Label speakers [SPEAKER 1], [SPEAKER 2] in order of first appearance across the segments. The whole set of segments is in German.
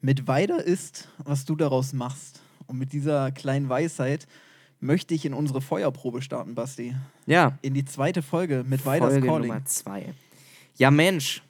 [SPEAKER 1] Mit Weider ist, was du daraus machst. Und mit dieser kleinen Weisheit möchte ich in unsere Feuerprobe starten, Basti.
[SPEAKER 2] Ja,
[SPEAKER 1] In die zweite Folge mit Weiders
[SPEAKER 2] Folge
[SPEAKER 1] Calling.
[SPEAKER 2] Nummer zwei. Ja, Mensch.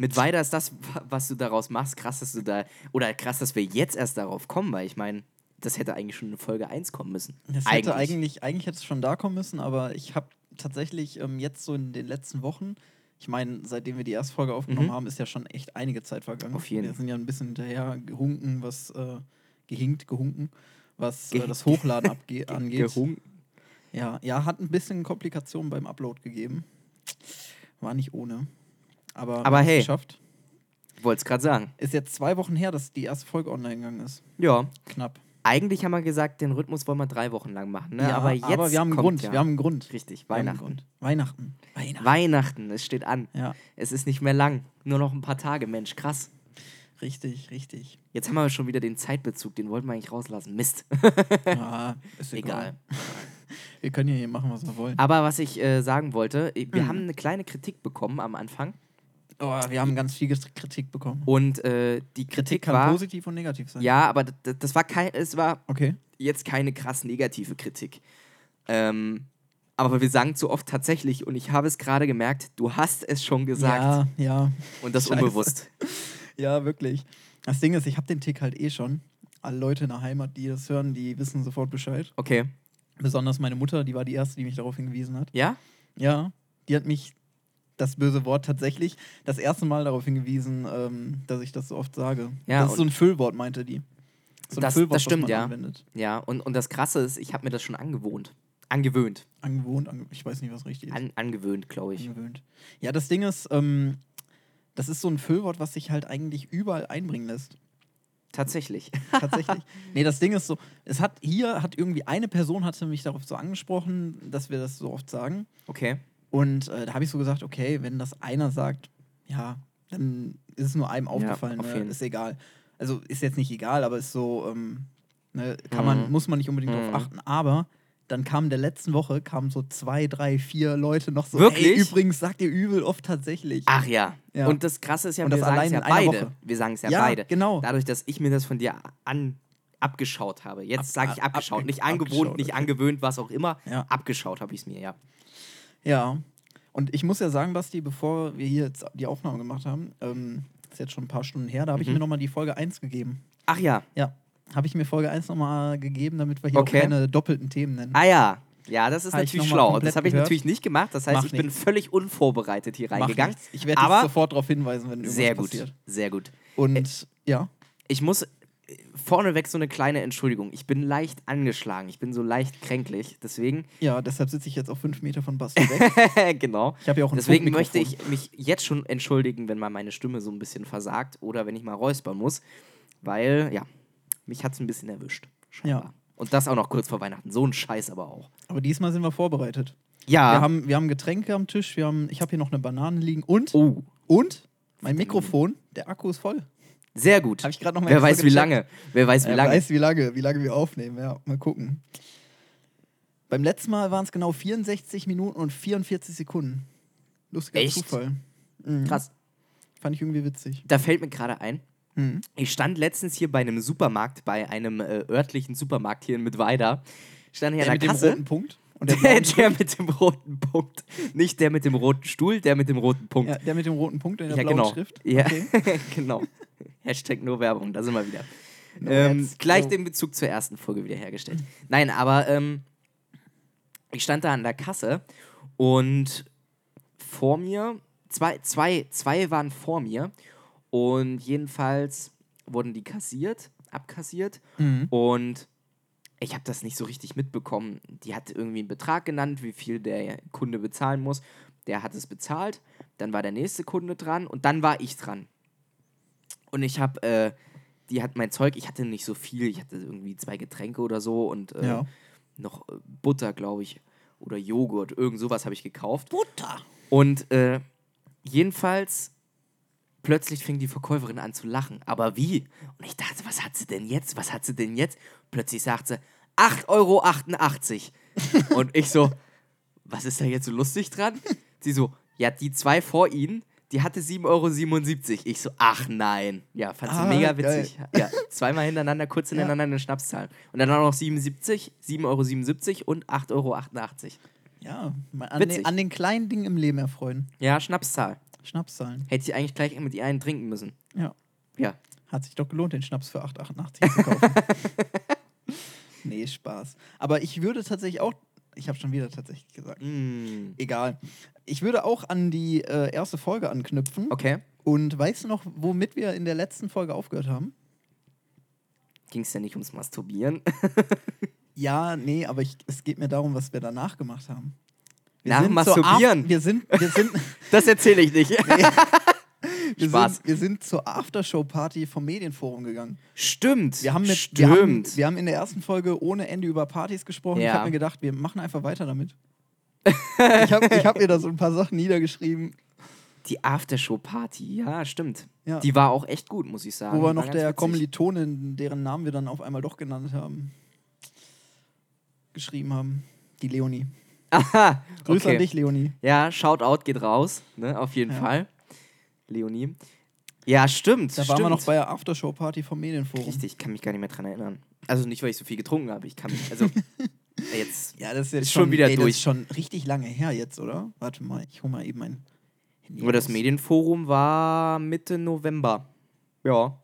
[SPEAKER 2] Mit Weider ist das, wa- was du daraus machst, krass, dass du da. Oder krass, dass wir jetzt erst darauf kommen, weil ich meine, das hätte eigentlich schon in Folge 1 kommen müssen.
[SPEAKER 1] Das hätte eigentlich, eigentlich hätte es schon da kommen müssen, aber ich habe tatsächlich ähm, jetzt so in den letzten Wochen, ich meine, seitdem wir die erste Folge aufgenommen
[SPEAKER 2] Mhm.
[SPEAKER 1] haben, ist ja schon echt einige Zeit vergangen.
[SPEAKER 2] Auf jeden.
[SPEAKER 1] Wir sind ja ein bisschen hinterher gehunken, was äh, gehinkt, gehunken, was
[SPEAKER 2] Ge-
[SPEAKER 1] äh, das Hochladen abge angeht.
[SPEAKER 2] Gehung-
[SPEAKER 1] Ja, ja, hat ein bisschen Komplikationen beim Upload gegeben. War nicht ohne. Aber,
[SPEAKER 2] Aber
[SPEAKER 1] wir haben's
[SPEAKER 2] hey.
[SPEAKER 1] geschafft.
[SPEAKER 2] Wollte es gerade sagen.
[SPEAKER 1] Ist jetzt zwei Wochen her, dass die erste Folge online gegangen ist.
[SPEAKER 2] Ja.
[SPEAKER 1] Knapp.
[SPEAKER 2] Eigentlich haben wir gesagt, den Rhythmus wollen wir drei Wochen lang machen. Ne?
[SPEAKER 1] Ja,
[SPEAKER 2] aber jetzt.
[SPEAKER 1] wir haben einen
[SPEAKER 2] kommt
[SPEAKER 1] Grund.
[SPEAKER 2] Ja.
[SPEAKER 1] Wir haben einen Grund.
[SPEAKER 2] Richtig,
[SPEAKER 1] Wir haben einen
[SPEAKER 2] Weihnachten.
[SPEAKER 1] Grund. Weihnachten. Weihnachten.
[SPEAKER 2] Weihnachten, es steht an.
[SPEAKER 1] Ja,
[SPEAKER 2] Es ist nicht mehr lang. Nur noch ein paar Tage, Mensch, krass.
[SPEAKER 1] richtig, richtig.
[SPEAKER 2] Jetzt haben wir schon wieder den Zeitbezug, den wollten wir eigentlich rauslassen. Mist.
[SPEAKER 1] Ja, ist egal.
[SPEAKER 2] Egal.
[SPEAKER 1] Wir können ja hier machen, was wir wollen.
[SPEAKER 2] Aber was ich äh, sagen wollte, i- wir
[SPEAKER 1] Mhm.
[SPEAKER 2] haben eine kleine Kritik bekommen am Anfang.
[SPEAKER 1] Oh, wir haben ganz viel Gest- Kritik bekommen.
[SPEAKER 2] Und äh, die
[SPEAKER 1] Kritik
[SPEAKER 2] Kritik,
[SPEAKER 1] kann
[SPEAKER 2] war.
[SPEAKER 1] positiv und negativ sein.
[SPEAKER 2] Ja, aber d- d- das war kein, es war
[SPEAKER 1] Okay.
[SPEAKER 2] jetzt keine krass negative Kritik. Ähm, aber wir sagen zu oft tatsächlich, und ich habe es gerade gemerkt, du hast es schon gesagt.
[SPEAKER 1] Ja, ja.
[SPEAKER 2] Und das
[SPEAKER 1] Scheiße.
[SPEAKER 2] unbewusst.
[SPEAKER 1] Ja, wirklich. Das Ding ist, ich habe den Tick halt eh schon. Alle Leute in der Heimat, die das hören, die wissen sofort Bescheid.
[SPEAKER 2] Okay.
[SPEAKER 1] Besonders meine Mutter, die war die Erste, die mich darauf hingewiesen hat.
[SPEAKER 2] Ja?
[SPEAKER 1] Ja, die hat mich, das böse Wort tatsächlich, das erste Mal darauf hingewiesen, ähm, dass ich das so oft sage.
[SPEAKER 2] Ja,
[SPEAKER 1] das ist so ein Füllwort, meinte die. So ein
[SPEAKER 2] Das-
[SPEAKER 1] Füllwort,
[SPEAKER 2] das stimmt,
[SPEAKER 1] man
[SPEAKER 2] ja.
[SPEAKER 1] anwendet.
[SPEAKER 2] Ja, und, und das Krasse ist, ich habe mir das schon angewohnt. Angewohnt.
[SPEAKER 1] Angewohnt, ange ich weiß nicht, was richtig ist.
[SPEAKER 2] An, angewöhnt, glaube ich.
[SPEAKER 1] Angewöhnt. Ja, das Ding ist, ähm, das ist so ein Füllwort, was sich halt eigentlich überall einbringen lässt.
[SPEAKER 2] Tatsächlich.
[SPEAKER 1] Tatsächlich. nee, das Ding ist so, es hat hier, hat irgendwie eine Person hatte mich darauf so angesprochen, dass wir das so oft sagen.
[SPEAKER 2] Okay.
[SPEAKER 1] Und äh, da habe ich so gesagt, okay, wenn das einer sagt, ja, dann ist es nur einem aufgefallen,
[SPEAKER 2] auf jeden.
[SPEAKER 1] ne? ist egal. Also ist jetzt nicht egal, aber ist so, ähm, ne, kann
[SPEAKER 2] Mhm.
[SPEAKER 1] man, muss man nicht unbedingt
[SPEAKER 2] Mhm.
[SPEAKER 1] drauf achten, aber dann kamen der letzten Woche, kamen so zwei, drei, vier Leute noch so,
[SPEAKER 2] Wirklich? Ah,
[SPEAKER 1] ey, übrigens sagt ihr übel oft tatsächlich.
[SPEAKER 2] Ach ja.
[SPEAKER 1] Ja.
[SPEAKER 2] Und das Krasse ist ja,
[SPEAKER 1] Und
[SPEAKER 2] wir
[SPEAKER 1] das
[SPEAKER 2] sagen es
[SPEAKER 1] allein
[SPEAKER 2] ja
[SPEAKER 1] in einer
[SPEAKER 2] beide.
[SPEAKER 1] Woche.
[SPEAKER 2] Wir sagen es ja,
[SPEAKER 1] Ja,
[SPEAKER 2] beide.
[SPEAKER 1] genau.
[SPEAKER 2] Dadurch, dass ich mir das von dir an abgeschaut habe.
[SPEAKER 1] Ab-
[SPEAKER 2] Jetzt sage ich
[SPEAKER 1] ab-
[SPEAKER 2] abgeschaut.
[SPEAKER 1] abge-
[SPEAKER 2] nicht angewohnt,
[SPEAKER 1] abgeschaut,
[SPEAKER 2] nicht
[SPEAKER 1] okay.
[SPEAKER 2] angewöhnt, was auch immer.
[SPEAKER 1] Ja.
[SPEAKER 2] Abgeschaut habe ich es mir, ja.
[SPEAKER 1] Ja. Und ich muss ja sagen, Basti, bevor wir hier jetzt die Aufnahme gemacht haben, ähm, ist jetzt schon ein paar Stunden her, da habe ich
[SPEAKER 2] Mhm.
[SPEAKER 1] mir nochmal die Folge 1 gegeben.
[SPEAKER 2] Ach ja.
[SPEAKER 1] Ja. Habe ich mir Folge 1 nochmal gegeben, damit wir hier
[SPEAKER 2] Okay.
[SPEAKER 1] auch keine doppelten Themen nennen.
[SPEAKER 2] Ah ja. Ja, das ist
[SPEAKER 1] Habe ich
[SPEAKER 2] natürlich
[SPEAKER 1] noch mal
[SPEAKER 2] schlau.
[SPEAKER 1] komplett
[SPEAKER 2] Das habe ich
[SPEAKER 1] gehört?
[SPEAKER 2] natürlich nicht gemacht. Das heißt,
[SPEAKER 1] Macht
[SPEAKER 2] ich bin
[SPEAKER 1] nichts.
[SPEAKER 2] völlig unvorbereitet hier
[SPEAKER 1] Macht
[SPEAKER 2] reingegangen.
[SPEAKER 1] nichts. Ich werde
[SPEAKER 2] Aber-
[SPEAKER 1] dich sofort darauf hinweisen, wenn irgendwas
[SPEAKER 2] Sehr gut.
[SPEAKER 1] passiert.
[SPEAKER 2] Sehr gut.
[SPEAKER 1] Und ja,
[SPEAKER 2] Ich muss äh, vorneweg so eine kleine Entschuldigung. Ich bin leicht angeschlagen. Ich bin so leicht kränklich. Deswegen,
[SPEAKER 1] ja, deshalb sitze ich jetzt auf fünf Meter von Basti weg.
[SPEAKER 2] genau.
[SPEAKER 1] Ich habe ja auch ein
[SPEAKER 2] Deswegen möchte
[SPEAKER 1] Funkmikrofon.
[SPEAKER 2] ich mich jetzt schon entschuldigen, wenn mal meine Stimme so ein bisschen versagt oder wenn ich mal räuspern muss, weil, ja, mich hat es ein bisschen erwischt. Scheinbar.
[SPEAKER 1] Ja.
[SPEAKER 2] Und das auch noch kurz vor Weihnachten. So ein Scheiß aber auch.
[SPEAKER 1] Aber diesmal sind wir vorbereitet.
[SPEAKER 2] Ja.
[SPEAKER 1] Wir, haben, wir haben Getränke am Tisch, wir haben, ich habe hier noch eine Banane liegen und,
[SPEAKER 2] oh,
[SPEAKER 1] und mein Mikrofon, der Akku ist voll.
[SPEAKER 2] sehr gut.
[SPEAKER 1] Hab ich gerade noch mal
[SPEAKER 2] Wer
[SPEAKER 1] extra
[SPEAKER 2] weiß, wie
[SPEAKER 1] gecheckt.
[SPEAKER 2] lange. Wer weiß, wie
[SPEAKER 1] Wer
[SPEAKER 2] lange.
[SPEAKER 1] weiß, wie lange, wie lange wir aufnehmen, ja. Mal gucken. Beim letzten Mal waren es genau 64 Minuten und 44 Sekunden. Lustiger
[SPEAKER 2] Echt?
[SPEAKER 1] Zufall. Mhm.
[SPEAKER 2] Krass.
[SPEAKER 1] Fand ich irgendwie witzig.
[SPEAKER 2] Da fällt mir gerade ein,
[SPEAKER 1] Mhm.
[SPEAKER 2] Ich stand letztens hier bei einem Supermarkt, bei einem äh, örtlichen Supermarkt hier in Mittweida. Stand hier
[SPEAKER 1] Der
[SPEAKER 2] an
[SPEAKER 1] mit
[SPEAKER 2] der
[SPEAKER 1] dem
[SPEAKER 2] Kasse.
[SPEAKER 1] roten Punkt. Und der,
[SPEAKER 2] Der,
[SPEAKER 1] blauen-
[SPEAKER 2] der mit dem roten Punkt. Nicht der mit dem roten Stuhl, der mit dem roten Punkt.
[SPEAKER 1] ja, der mit dem roten Punkt in der
[SPEAKER 2] Ja,
[SPEAKER 1] blauen
[SPEAKER 2] genau.
[SPEAKER 1] Schrift.
[SPEAKER 2] Ja,
[SPEAKER 1] Okay.
[SPEAKER 2] genau. Hashtag nur Werbung, da sind wir wieder.
[SPEAKER 1] No
[SPEAKER 2] ähm,
[SPEAKER 1] ads,
[SPEAKER 2] gleich
[SPEAKER 1] no.
[SPEAKER 2] den Bezug zur ersten Folge wiederhergestellt. Nein, aber ähm, ich stand da an der Kasse und vor mir, zwei, zwei, zwei waren vor mir und jedenfalls wurden die kassiert, abkassiert
[SPEAKER 1] Mhm.
[SPEAKER 2] und ich habe das nicht so richtig mitbekommen. Die hat irgendwie einen Betrag genannt, wie viel der Kunde bezahlen muss. Der hat es bezahlt. Dann war der nächste Kunde dran und dann war ich dran. Und ich habe, äh, die hat mein Zeug, ich hatte nicht so viel. Ich hatte irgendwie zwei Getränke oder so und äh,
[SPEAKER 1] Ja.
[SPEAKER 2] noch äh, Butter, glaube ich, oder Joghurt, irgend sowas habe ich gekauft.
[SPEAKER 1] Butter.
[SPEAKER 2] Und äh, jedenfalls, plötzlich fing die Verkäuferin an zu lachen. Aber wie? Und ich dachte, was hat sie denn jetzt? Was hat sie denn jetzt? Plötzlich sagt sie, 8,88 Euro. Und ich so, was ist da jetzt so lustig dran? Sie so, ja, die zwei vor ihnen, die hatte 7,77 Euro. Ich so, ach nein. Ja, fand sie
[SPEAKER 1] Ah,
[SPEAKER 2] mega witzig. Ja, zweimal hintereinander, kurz hintereinander eine Schnapszahl. Und dann auch noch 77, 7,77 Euro und 8,88 Euro.
[SPEAKER 1] Ja, mal an,
[SPEAKER 2] Witzig.
[SPEAKER 1] den, an den kleinen Dingen im Leben erfreuen.
[SPEAKER 2] Ja, Schnapszahl.
[SPEAKER 1] Schnapszahlen.
[SPEAKER 2] Hätte ich eigentlich gleich mit ihr einen trinken müssen.
[SPEAKER 1] Ja.
[SPEAKER 2] Ja.
[SPEAKER 1] Hat sich doch gelohnt, den Schnaps für 8,88 zu kaufen. nee, Spaß. Aber ich würde tatsächlich auch, ich habe schon wieder tatsächlich gesagt, Hm.
[SPEAKER 2] Mm.
[SPEAKER 1] egal. Ich würde auch an die äh, erste Folge anknüpfen.
[SPEAKER 2] Okay.
[SPEAKER 1] Und weißt du noch, womit wir in der letzten Folge aufgehört haben?
[SPEAKER 2] Ging es denn nicht ums Masturbieren?
[SPEAKER 1] Ja, nee, aber ich, es geht mir darum, was wir danach gemacht haben.
[SPEAKER 2] Nach
[SPEAKER 1] sind zur
[SPEAKER 2] Masturbieren?
[SPEAKER 1] Af- wir sind, wir sind,
[SPEAKER 2] Das erzähle ich nicht.
[SPEAKER 1] wir
[SPEAKER 2] Spaß.
[SPEAKER 1] sind, wir sind zur Aftershow-Party vom Medienforum gegangen.
[SPEAKER 2] Stimmt.
[SPEAKER 1] Wir haben, mit,
[SPEAKER 2] Stimmt.
[SPEAKER 1] wir, haben, wir haben in der ersten Folge ohne Ende über Partys gesprochen. Ich
[SPEAKER 2] Ja.
[SPEAKER 1] habe mir gedacht, wir machen einfach weiter damit. ich habe ich hab mir da so ein paar Sachen niedergeschrieben,
[SPEAKER 2] die Aftershow-Party. Ja, stimmt.
[SPEAKER 1] Ja.
[SPEAKER 2] Die war auch echt gut, muss ich sagen.
[SPEAKER 1] wo wir
[SPEAKER 2] War
[SPEAKER 1] noch
[SPEAKER 2] ganz
[SPEAKER 1] der
[SPEAKER 2] witzig.
[SPEAKER 1] Kommilitonin, deren Namen wir dann auf einmal doch genannt haben, geschrieben haben. Die Leonie.
[SPEAKER 2] Aha.
[SPEAKER 1] Grüße
[SPEAKER 2] okay.
[SPEAKER 1] an dich, Leonie.
[SPEAKER 2] Ja, Shoutout geht raus, ne? Auf jeden
[SPEAKER 1] Ja.
[SPEAKER 2] Fall. Leonie. Ja, stimmt.
[SPEAKER 1] Da
[SPEAKER 2] stimmt.
[SPEAKER 1] waren wir noch bei der Aftershow-Party vom Medienforum.
[SPEAKER 2] Richtig, ich kann mich gar nicht mehr dran erinnern. Also nicht, weil ich so viel getrunken habe. Ich kann mich. Also. jetzt.
[SPEAKER 1] Ja, das ist jetzt
[SPEAKER 2] Ist schon wieder
[SPEAKER 1] ey, Das
[SPEAKER 2] durch.
[SPEAKER 1] ist schon richtig lange her jetzt, oder? Warte mal, ich hole mal eben mein Handy.
[SPEAKER 2] Nur das
[SPEAKER 1] raus.
[SPEAKER 2] Medienforum war Mitte November. Ja.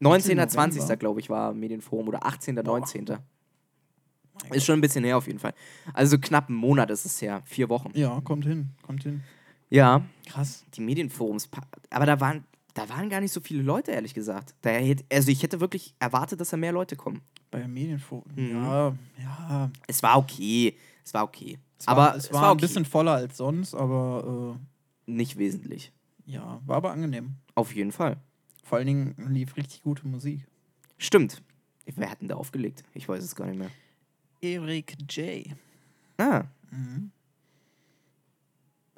[SPEAKER 2] 19. 20.
[SPEAKER 1] November?
[SPEAKER 2] glaube ich war Medienforum oder 18. 19.
[SPEAKER 1] Mein
[SPEAKER 2] Ist schon ein bisschen her auf jeden Fall. Also knapp einen Monat ist es her. Vier Wochen.
[SPEAKER 1] Ja, kommt hin, kommt hin.
[SPEAKER 2] Ja.
[SPEAKER 1] Krass.
[SPEAKER 2] Die Medienforums. Aber da waren, da waren gar nicht so viele Leute, ehrlich gesagt. Da hätte, also ich hätte wirklich erwartet, dass da mehr Leute kommen.
[SPEAKER 1] Bei Medienforum.
[SPEAKER 2] Mhm.
[SPEAKER 1] Ja, ja.
[SPEAKER 2] Es war okay. Es war okay.
[SPEAKER 1] Es war,
[SPEAKER 2] aber
[SPEAKER 1] es war, ein
[SPEAKER 2] okay.
[SPEAKER 1] bisschen voller als sonst, aber
[SPEAKER 2] Nicht wesentlich.
[SPEAKER 1] äh, ja, war aber angenehm.
[SPEAKER 2] Auf jeden Fall.
[SPEAKER 1] Vor allen Dingen lief richtig gute Musik.
[SPEAKER 2] Stimmt. Wer hat denn da aufgelegt? Ich weiß es gar nicht mehr.
[SPEAKER 1] Erik J.
[SPEAKER 2] Ah,
[SPEAKER 1] Mhm.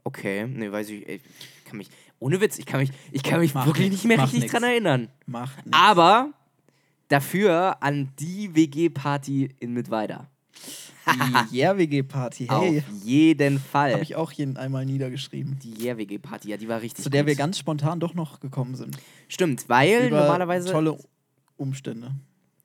[SPEAKER 2] okay. Nee, weiß ich. Ich kann mich. Ohne Witz, ich kann mich, ich kann mich
[SPEAKER 1] Macht
[SPEAKER 2] wirklich
[SPEAKER 1] nix,
[SPEAKER 2] nicht mehr
[SPEAKER 1] macht
[SPEAKER 2] richtig
[SPEAKER 1] nix.
[SPEAKER 2] dran erinnern.
[SPEAKER 1] Macht nichts.
[SPEAKER 2] Aber dafür an die WG-Party in Mittweida.
[SPEAKER 1] Die Yeah-WG-Party, hey.
[SPEAKER 2] Auf jeden Fall.
[SPEAKER 1] Habe ich auch jeden einmal niedergeschrieben.
[SPEAKER 2] die Yeah-WG-Party, ja, die war richtig
[SPEAKER 1] Zu der
[SPEAKER 2] gut.
[SPEAKER 1] wir ganz spontan doch noch gekommen sind.
[SPEAKER 2] Stimmt, weil
[SPEAKER 1] Über
[SPEAKER 2] normalerweise
[SPEAKER 1] Tolle Umstände.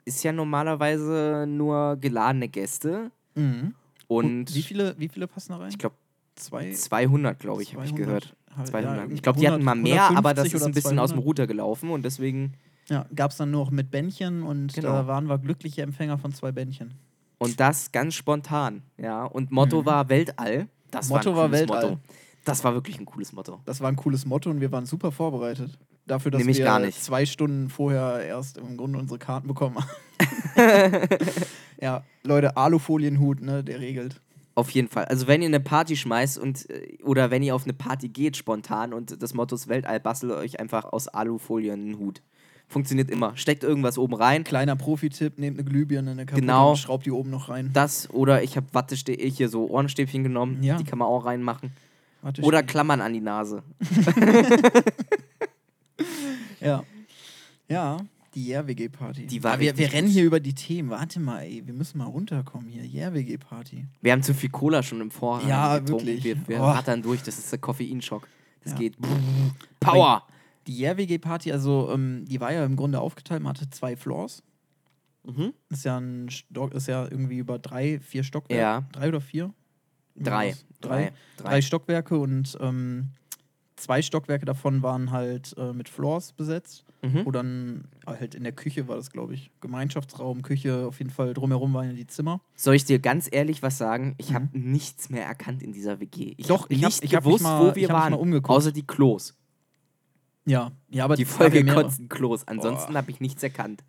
[SPEAKER 2] ist ja normalerweise nur geladene Gäste
[SPEAKER 1] Mhm.
[SPEAKER 2] und
[SPEAKER 1] wie viele, wie viele passen da rein?
[SPEAKER 2] ich glaube
[SPEAKER 1] Zwei,
[SPEAKER 2] 200, glaube ich, habe ich
[SPEAKER 1] 200.
[SPEAKER 2] gehört.
[SPEAKER 1] Halt,
[SPEAKER 2] 200.
[SPEAKER 1] ja,
[SPEAKER 2] ich glaube, die hatten mal
[SPEAKER 1] 100,
[SPEAKER 2] mehr, aber das
[SPEAKER 1] 150
[SPEAKER 2] ist ein
[SPEAKER 1] oder
[SPEAKER 2] bisschen aus dem
[SPEAKER 1] 200.
[SPEAKER 2] Ruder gelaufen und deswegen
[SPEAKER 1] Ja, gab es dann nur noch mit Bändchen und
[SPEAKER 2] Genau.
[SPEAKER 1] da waren wir glückliche Empfänger von zwei Bändchen.
[SPEAKER 2] und das ganz spontan, ja. Und Motto war Weltall. Das
[SPEAKER 1] Mhm. Motto
[SPEAKER 2] war,
[SPEAKER 1] war
[SPEAKER 2] ein cooles
[SPEAKER 1] Weltall.
[SPEAKER 2] Motto. Das war wirklich ein cooles Motto.
[SPEAKER 1] Das war ein cooles Motto und wir waren super vorbereitet. Dafür, dass
[SPEAKER 2] Nämlich
[SPEAKER 1] wir
[SPEAKER 2] gar nicht.
[SPEAKER 1] zwei Stunden vorher erst im Grunde unsere Karten bekommen haben. ja, Leute, Alufolienhut, ne, der regelt.
[SPEAKER 2] Auf jeden Fall. Also wenn ihr eine Party schmeißt und äh, oder wenn ihr auf eine Party geht spontan und das Motto ist Weltall, bastelt euch einfach aus Alufolie einen Hut. Funktioniert immer. Steckt irgendwas oben rein.
[SPEAKER 1] Kleiner Profi-Tipp, nehmt eine Glühbirne, eine Kapuze
[SPEAKER 2] Genau.
[SPEAKER 1] und schraubt die oben noch rein.
[SPEAKER 2] Das oder ich habe Watteste hier so Ohrenstäbchen genommen,
[SPEAKER 1] Ja.
[SPEAKER 2] die kann man auch reinmachen.
[SPEAKER 1] Warte,
[SPEAKER 2] Oder Klammern an die Nase.
[SPEAKER 1] Ja. Ja, die Yeah-WG-Party.
[SPEAKER 2] Die war
[SPEAKER 1] Aber wir, wir
[SPEAKER 2] richtig
[SPEAKER 1] rennen
[SPEAKER 2] gut.
[SPEAKER 1] hier über die Themen. Warte mal, ey, wir müssen mal runterkommen hier. Yeah-WG-Party.
[SPEAKER 2] Wir haben zu viel Cola schon im Vorrat
[SPEAKER 1] Ja,
[SPEAKER 2] getrunken.
[SPEAKER 1] wirklich.
[SPEAKER 2] Wir, wir
[SPEAKER 1] Oh.
[SPEAKER 2] rattern durch, das ist der Koffeinschock. Das
[SPEAKER 1] Ja.
[SPEAKER 2] geht. Power!
[SPEAKER 1] Die Yeah-WG-Party, also ähm, die war ja im Grunde aufgeteilt, man hatte zwei Floors.
[SPEAKER 2] Mhm.
[SPEAKER 1] Ist ja, ein Stock, ist ja irgendwie über drei, vier Stockwerke.
[SPEAKER 2] Ja.
[SPEAKER 1] Drei oder vier?
[SPEAKER 2] Drei.
[SPEAKER 1] Irgendwas.
[SPEAKER 2] Drei.
[SPEAKER 1] Drei,
[SPEAKER 2] Drei.
[SPEAKER 1] Stockwerke und ähm, zwei Stockwerke davon waren halt äh, mit Floors besetzt.
[SPEAKER 2] Mhm.
[SPEAKER 1] Wo dann halt in der Küche war das, glaube ich. Gemeinschaftsraum, Küche, auf jeden Fall drumherum waren ja die Zimmer.
[SPEAKER 2] Soll ich dir ganz ehrlich was sagen? Ich habe nichts mehr erkannt in dieser WG. Ich
[SPEAKER 1] Mhm. Doch,
[SPEAKER 2] hab
[SPEAKER 1] ich hab-
[SPEAKER 2] nicht
[SPEAKER 1] ich hab mich
[SPEAKER 2] gewusst,
[SPEAKER 1] mal-
[SPEAKER 2] wo
[SPEAKER 1] ich
[SPEAKER 2] wir
[SPEAKER 1] hab mich
[SPEAKER 2] waren.
[SPEAKER 1] mal umgeguckt.
[SPEAKER 2] Außer die Klos.
[SPEAKER 1] Ja, ja aber
[SPEAKER 2] Die
[SPEAKER 1] es gab ja
[SPEAKER 2] Folge
[SPEAKER 1] mehrere.
[SPEAKER 2] kotzen Klos. Ansonsten
[SPEAKER 1] Boah.
[SPEAKER 2] habe ich nichts erkannt.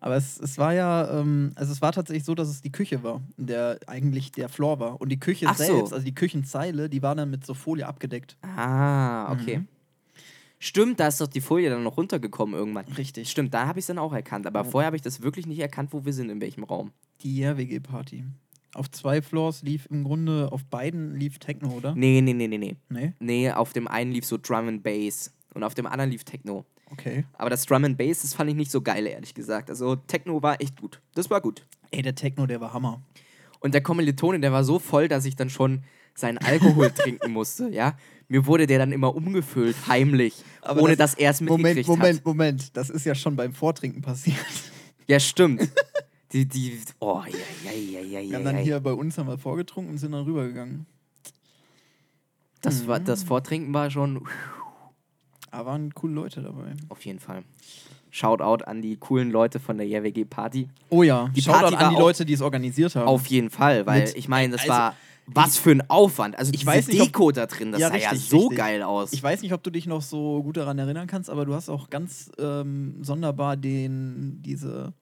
[SPEAKER 1] Aber es, es war ja, ähm, also es war tatsächlich so, dass es die Küche war, in der eigentlich der Floor war. Und die Küche
[SPEAKER 2] Ach so.
[SPEAKER 1] selbst, also die Küchenzeile, die war dann mit so Folie abgedeckt.
[SPEAKER 2] Ah, okay.
[SPEAKER 1] Mhm.
[SPEAKER 2] Stimmt, da ist doch die Folie dann noch runtergekommen irgendwann.
[SPEAKER 1] Richtig.
[SPEAKER 2] Stimmt, da habe ich es dann auch erkannt. Aber
[SPEAKER 1] Ja.
[SPEAKER 2] vorher habe ich das wirklich nicht erkannt, wo wir sind, in welchem Raum.
[SPEAKER 1] Die Yeah-WG-Party. Auf zwei Floors lief im Grunde, auf beiden lief Techno, oder?
[SPEAKER 2] Nee, nee, nee, nee, nee.
[SPEAKER 1] Nee.
[SPEAKER 2] Nee, auf dem einen lief so Drum and Bass und auf dem anderen lief Techno.
[SPEAKER 1] Okay.
[SPEAKER 2] Aber das Drum and Bass, das fand ich nicht so geil, ehrlich gesagt. Also Techno war echt gut. Das war gut.
[SPEAKER 1] Ey, der Techno, der war Hammer.
[SPEAKER 2] Und der Kommilitone, der war so voll, dass ich dann schon seinen Alkohol trinken musste, ja. Mir wurde der dann immer umgefüllt, heimlich,
[SPEAKER 1] Aber
[SPEAKER 2] ohne
[SPEAKER 1] das-
[SPEAKER 2] dass er es
[SPEAKER 1] Moment,
[SPEAKER 2] mitgekriegt
[SPEAKER 1] Moment,
[SPEAKER 2] hat.
[SPEAKER 1] Moment. Das ist ja schon beim Vortrinken passiert.
[SPEAKER 2] Ja, stimmt. Die, die, oh, ja, ja, ja, ja,
[SPEAKER 1] Wir
[SPEAKER 2] ja,
[SPEAKER 1] haben dann
[SPEAKER 2] ja.
[SPEAKER 1] hier bei uns haben wir vorgetrunken und sind dann rübergegangen.
[SPEAKER 2] Das,
[SPEAKER 1] Mhm.
[SPEAKER 2] war, das Vortrinken war schon uff,
[SPEAKER 1] Aber waren coole Leute dabei.
[SPEAKER 2] auf jeden Fall. Shoutout an die coolen Leute von der JWG Party.
[SPEAKER 1] Oh ja,
[SPEAKER 2] Die
[SPEAKER 1] Shoutout
[SPEAKER 2] Party war
[SPEAKER 1] an die
[SPEAKER 2] auch-
[SPEAKER 1] Leute, die es organisiert haben.
[SPEAKER 2] Auf jeden Fall, weil
[SPEAKER 1] Mit-
[SPEAKER 2] ich meine, das
[SPEAKER 1] also,
[SPEAKER 2] war was für ein Aufwand. Also
[SPEAKER 1] ich
[SPEAKER 2] diese
[SPEAKER 1] weiß nicht, ob-
[SPEAKER 2] Deko da drin, das
[SPEAKER 1] Ja,
[SPEAKER 2] sah ja
[SPEAKER 1] richtig,
[SPEAKER 2] so
[SPEAKER 1] richtig.
[SPEAKER 2] geil aus.
[SPEAKER 1] Ich weiß nicht, ob du dich noch so gut daran erinnern kannst, aber du hast auch ganz ähm, sonderbar den, diese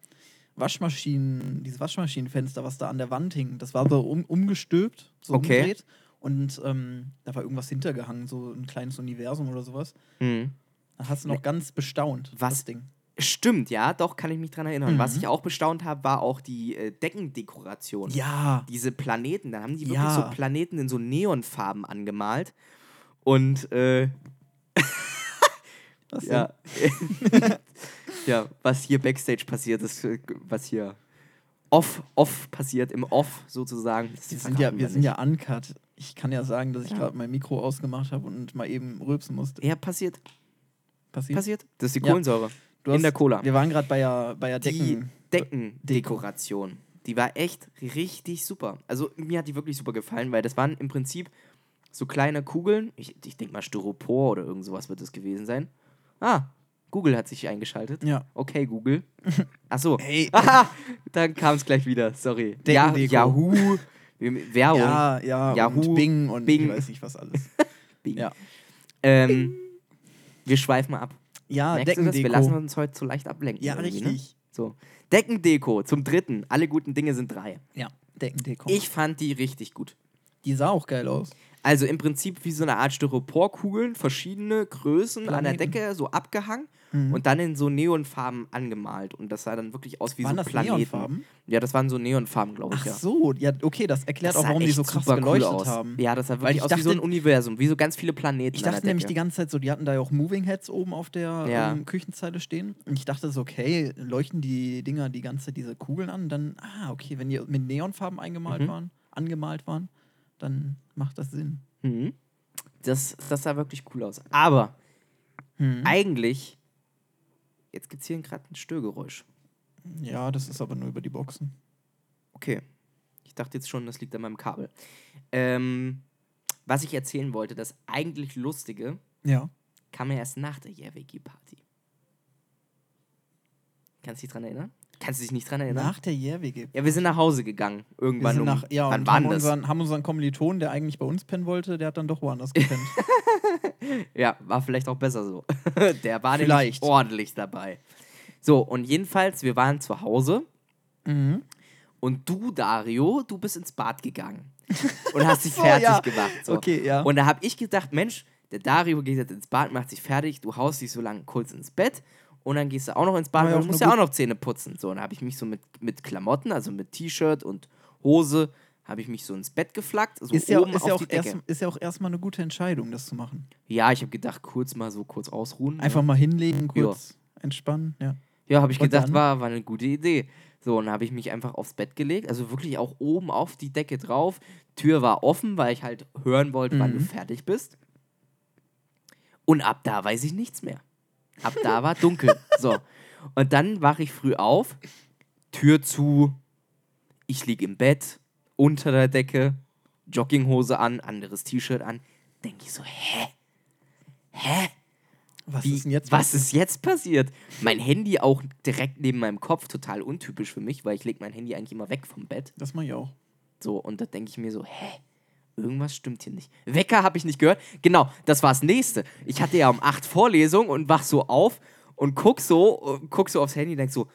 [SPEAKER 1] Waschmaschinen, dieses Waschmaschinenfenster, was da an der Wand hing, das war so um, umgestülpt, so
[SPEAKER 2] Okay.
[SPEAKER 1] umgedreht. Und ähm, da war irgendwas hintergehangen, so ein kleines Universum oder sowas.
[SPEAKER 2] Mhm.
[SPEAKER 1] Da hast du noch ganz bestaunt,
[SPEAKER 2] Was?
[SPEAKER 1] das Ding.
[SPEAKER 2] Stimmt, ja, doch, kann ich mich dran erinnern.
[SPEAKER 1] Mhm.
[SPEAKER 2] Was ich auch bestaunt habe, war auch die äh, Deckendekoration.
[SPEAKER 1] Ja.
[SPEAKER 2] Diese Planeten, da haben die wirklich
[SPEAKER 1] Ja.
[SPEAKER 2] so Planeten in so Neonfarben angemalt. Und, äh,
[SPEAKER 1] Was denn?
[SPEAKER 2] ja. ja, was hier Backstage passiert ist, äh, was hier off, off passiert, im Off sozusagen. das
[SPEAKER 1] Wir sind, ja,
[SPEAKER 2] verraten
[SPEAKER 1] wir sind
[SPEAKER 2] nicht.
[SPEAKER 1] ja uncut. Ich kann ja sagen, dass ich
[SPEAKER 2] Ja.
[SPEAKER 1] gerade mein Mikro ausgemacht habe und mal eben rülpsen musste.
[SPEAKER 2] Ja, passiert.
[SPEAKER 1] Passiert.
[SPEAKER 2] Passiert. Das ist die
[SPEAKER 1] Ja.
[SPEAKER 2] Kohlensäure.
[SPEAKER 1] Du
[SPEAKER 2] in der Cola.
[SPEAKER 1] Wir waren gerade bei der, bei der
[SPEAKER 2] Die
[SPEAKER 1] Decken.
[SPEAKER 2] Deckendekoration. Die war echt richtig super. Also mir hat die wirklich super gefallen, weil das waren im Prinzip so kleine Kugeln. Ich, ich denke mal Styropor oder irgend sowas wird es gewesen sein. Ah, Google hat sich eingeschaltet.
[SPEAKER 1] Ja.
[SPEAKER 2] Okay, Google. Ach so.
[SPEAKER 1] Hey.
[SPEAKER 2] Aha, dann kam es gleich wieder. Sorry. Ja,
[SPEAKER 1] Deckendeko.
[SPEAKER 2] Yahoo. Wir- Werbung.
[SPEAKER 1] Ja, ja,
[SPEAKER 2] Yahoo,
[SPEAKER 1] und Bing und
[SPEAKER 2] Bing.
[SPEAKER 1] ich weiß nicht was alles.
[SPEAKER 2] Bing.
[SPEAKER 1] ja.
[SPEAKER 2] Ähm, wir schweifen mal ab.
[SPEAKER 1] Ja,
[SPEAKER 2] Merkst du das?
[SPEAKER 1] Ah, Deckendeko.
[SPEAKER 2] Wir lassen uns heute zu leicht ablenken.
[SPEAKER 1] ja,
[SPEAKER 2] irgendwie,
[SPEAKER 1] richtig.
[SPEAKER 2] Ne? So. Deckendeko zum dritten. Alle guten Dinge sind drei.
[SPEAKER 1] Ja, Deckendeko.
[SPEAKER 2] Ich fand die richtig gut.
[SPEAKER 1] die sah auch geil aus.
[SPEAKER 2] Also im Prinzip wie so eine Art Styroporkugeln, verschiedene Größen an der
[SPEAKER 1] Planeten.
[SPEAKER 2] Decke so abgehangen
[SPEAKER 1] Mhm.
[SPEAKER 2] und dann in so Neonfarben angemalt. Und das sah dann wirklich aus wie
[SPEAKER 1] waren
[SPEAKER 2] so
[SPEAKER 1] das
[SPEAKER 2] Planeten.
[SPEAKER 1] Neonfarben?
[SPEAKER 2] Ja, das waren so Neonfarben, glaube ich,
[SPEAKER 1] Ach
[SPEAKER 2] ja.
[SPEAKER 1] so, ja, okay, das erklärt
[SPEAKER 2] Das
[SPEAKER 1] auch,
[SPEAKER 2] sah
[SPEAKER 1] warum die
[SPEAKER 2] echt
[SPEAKER 1] so krass
[SPEAKER 2] super cool
[SPEAKER 1] geleuchtet
[SPEAKER 2] aus.
[SPEAKER 1] haben.
[SPEAKER 2] Ja, das sah wirklich
[SPEAKER 1] ich
[SPEAKER 2] aus wie so ein
[SPEAKER 1] dachte-
[SPEAKER 2] Universum, wie so ganz viele Planeten.
[SPEAKER 1] Ich
[SPEAKER 2] an
[SPEAKER 1] dachte
[SPEAKER 2] der
[SPEAKER 1] nämlich die
[SPEAKER 2] Decke.
[SPEAKER 1] ganze Zeit so, die hatten da ja auch Moving Heads oben auf der
[SPEAKER 2] Ja.
[SPEAKER 1] ähm, Küchenzeile stehen. Und ich dachte so, okay, leuchten die Dinger die ganze Zeit diese Kugeln an? Dann, ah, okay, wenn die mit Neonfarben eingemalt
[SPEAKER 2] Mhm.
[SPEAKER 1] waren, angemalt waren, dann macht das Sinn.
[SPEAKER 2] Mhm. Das, das sah wirklich cool aus. Aber
[SPEAKER 1] Hm.
[SPEAKER 2] eigentlich, jetzt gibt es hier gerade ein Störgeräusch.
[SPEAKER 1] Ja, das ist aber nur über die Boxen.
[SPEAKER 2] Okay. Ich dachte jetzt schon, das liegt an meinem Kabel. Ähm, was ich erzählen wollte, das eigentlich Lustige
[SPEAKER 1] Ja.
[SPEAKER 2] kam ja erst nach der JWG-Party. Kannst du dich dran erinnern? Kannst du dich nicht dran erinnern?
[SPEAKER 1] Nach der Jährwege
[SPEAKER 2] Ja, wir sind nach Hause gegangen.
[SPEAKER 1] Wir
[SPEAKER 2] Irgendwann
[SPEAKER 1] sind
[SPEAKER 2] um.
[SPEAKER 1] nach, ja,
[SPEAKER 2] Genau. wann
[SPEAKER 1] und
[SPEAKER 2] war
[SPEAKER 1] haben
[SPEAKER 2] denn das?
[SPEAKER 1] unseren, haben unseren Kommilitonen, der eigentlich bei uns pennen wollte, der hat dann doch woanders gepennt.
[SPEAKER 2] Ja, war vielleicht auch besser so. der war nämlich
[SPEAKER 1] Vielleicht.
[SPEAKER 2] ordentlich dabei. So, und jedenfalls, wir waren zu Hause
[SPEAKER 1] mhm.
[SPEAKER 2] und du, Dario, du bist ins Bad gegangen und hast dich
[SPEAKER 1] So,
[SPEAKER 2] fertig
[SPEAKER 1] ja.
[SPEAKER 2] gemacht. So.
[SPEAKER 1] Okay, ja.
[SPEAKER 2] Und da habe ich gedacht, Mensch, der Dario geht jetzt ins Bad, macht sich fertig, du haust dich so lange kurz ins Bett und dann gehst du auch noch ins Bad,
[SPEAKER 1] War ja
[SPEAKER 2] weil du
[SPEAKER 1] auch
[SPEAKER 2] musst
[SPEAKER 1] eine
[SPEAKER 2] ja auch noch Zähne putzen. So, und da habe ich mich so mit, mit Klamotten, also mit T-Shirt und Hose, habe ich mich so ins Bett geflackt, so
[SPEAKER 1] ist, ja,
[SPEAKER 2] oben
[SPEAKER 1] ist,
[SPEAKER 2] auf
[SPEAKER 1] ja
[SPEAKER 2] die
[SPEAKER 1] auch
[SPEAKER 2] Decke.
[SPEAKER 1] erst, ist ja auch erstmal eine gute Entscheidung, das zu machen.
[SPEAKER 2] ja, ich habe gedacht, kurz mal so kurz ausruhen.
[SPEAKER 1] Einfach mal hinlegen, kurz entspannen, ja.
[SPEAKER 2] Ja, habe ich
[SPEAKER 1] Und
[SPEAKER 2] gedacht,
[SPEAKER 1] dann?
[SPEAKER 2] war, war eine gute Idee. So, und habe ich mich einfach aufs Bett gelegt, also wirklich auch oben auf die Decke drauf. Tür war offen, weil ich halt hören wollte, wann du
[SPEAKER 1] Mhm.
[SPEAKER 2] fertig bist. Und ab da weiß ich nichts mehr. Ab da war dunkel. So. Und dann wache ich früh auf, Tür zu, ich liege im Bett, unter der Decke, Jogginghose an, anderes T-Shirt an. Denke ich so, hä? Hä?
[SPEAKER 1] Was
[SPEAKER 2] Wie,
[SPEAKER 1] ist denn jetzt
[SPEAKER 2] was ist jetzt passiert? Mein Handy auch direkt neben meinem Kopf, total untypisch für mich, weil ich lege mein Handy eigentlich immer weg vom Bett.
[SPEAKER 1] Das mache ich auch.
[SPEAKER 2] So, und da denke ich mir so, hä? Irgendwas stimmt hier nicht. Wecker habe ich nicht gehört. Genau, das war das nächste. Ich hatte ja um 8 Vorlesung und wach so auf und guck so, und guck so aufs Handy und denk so,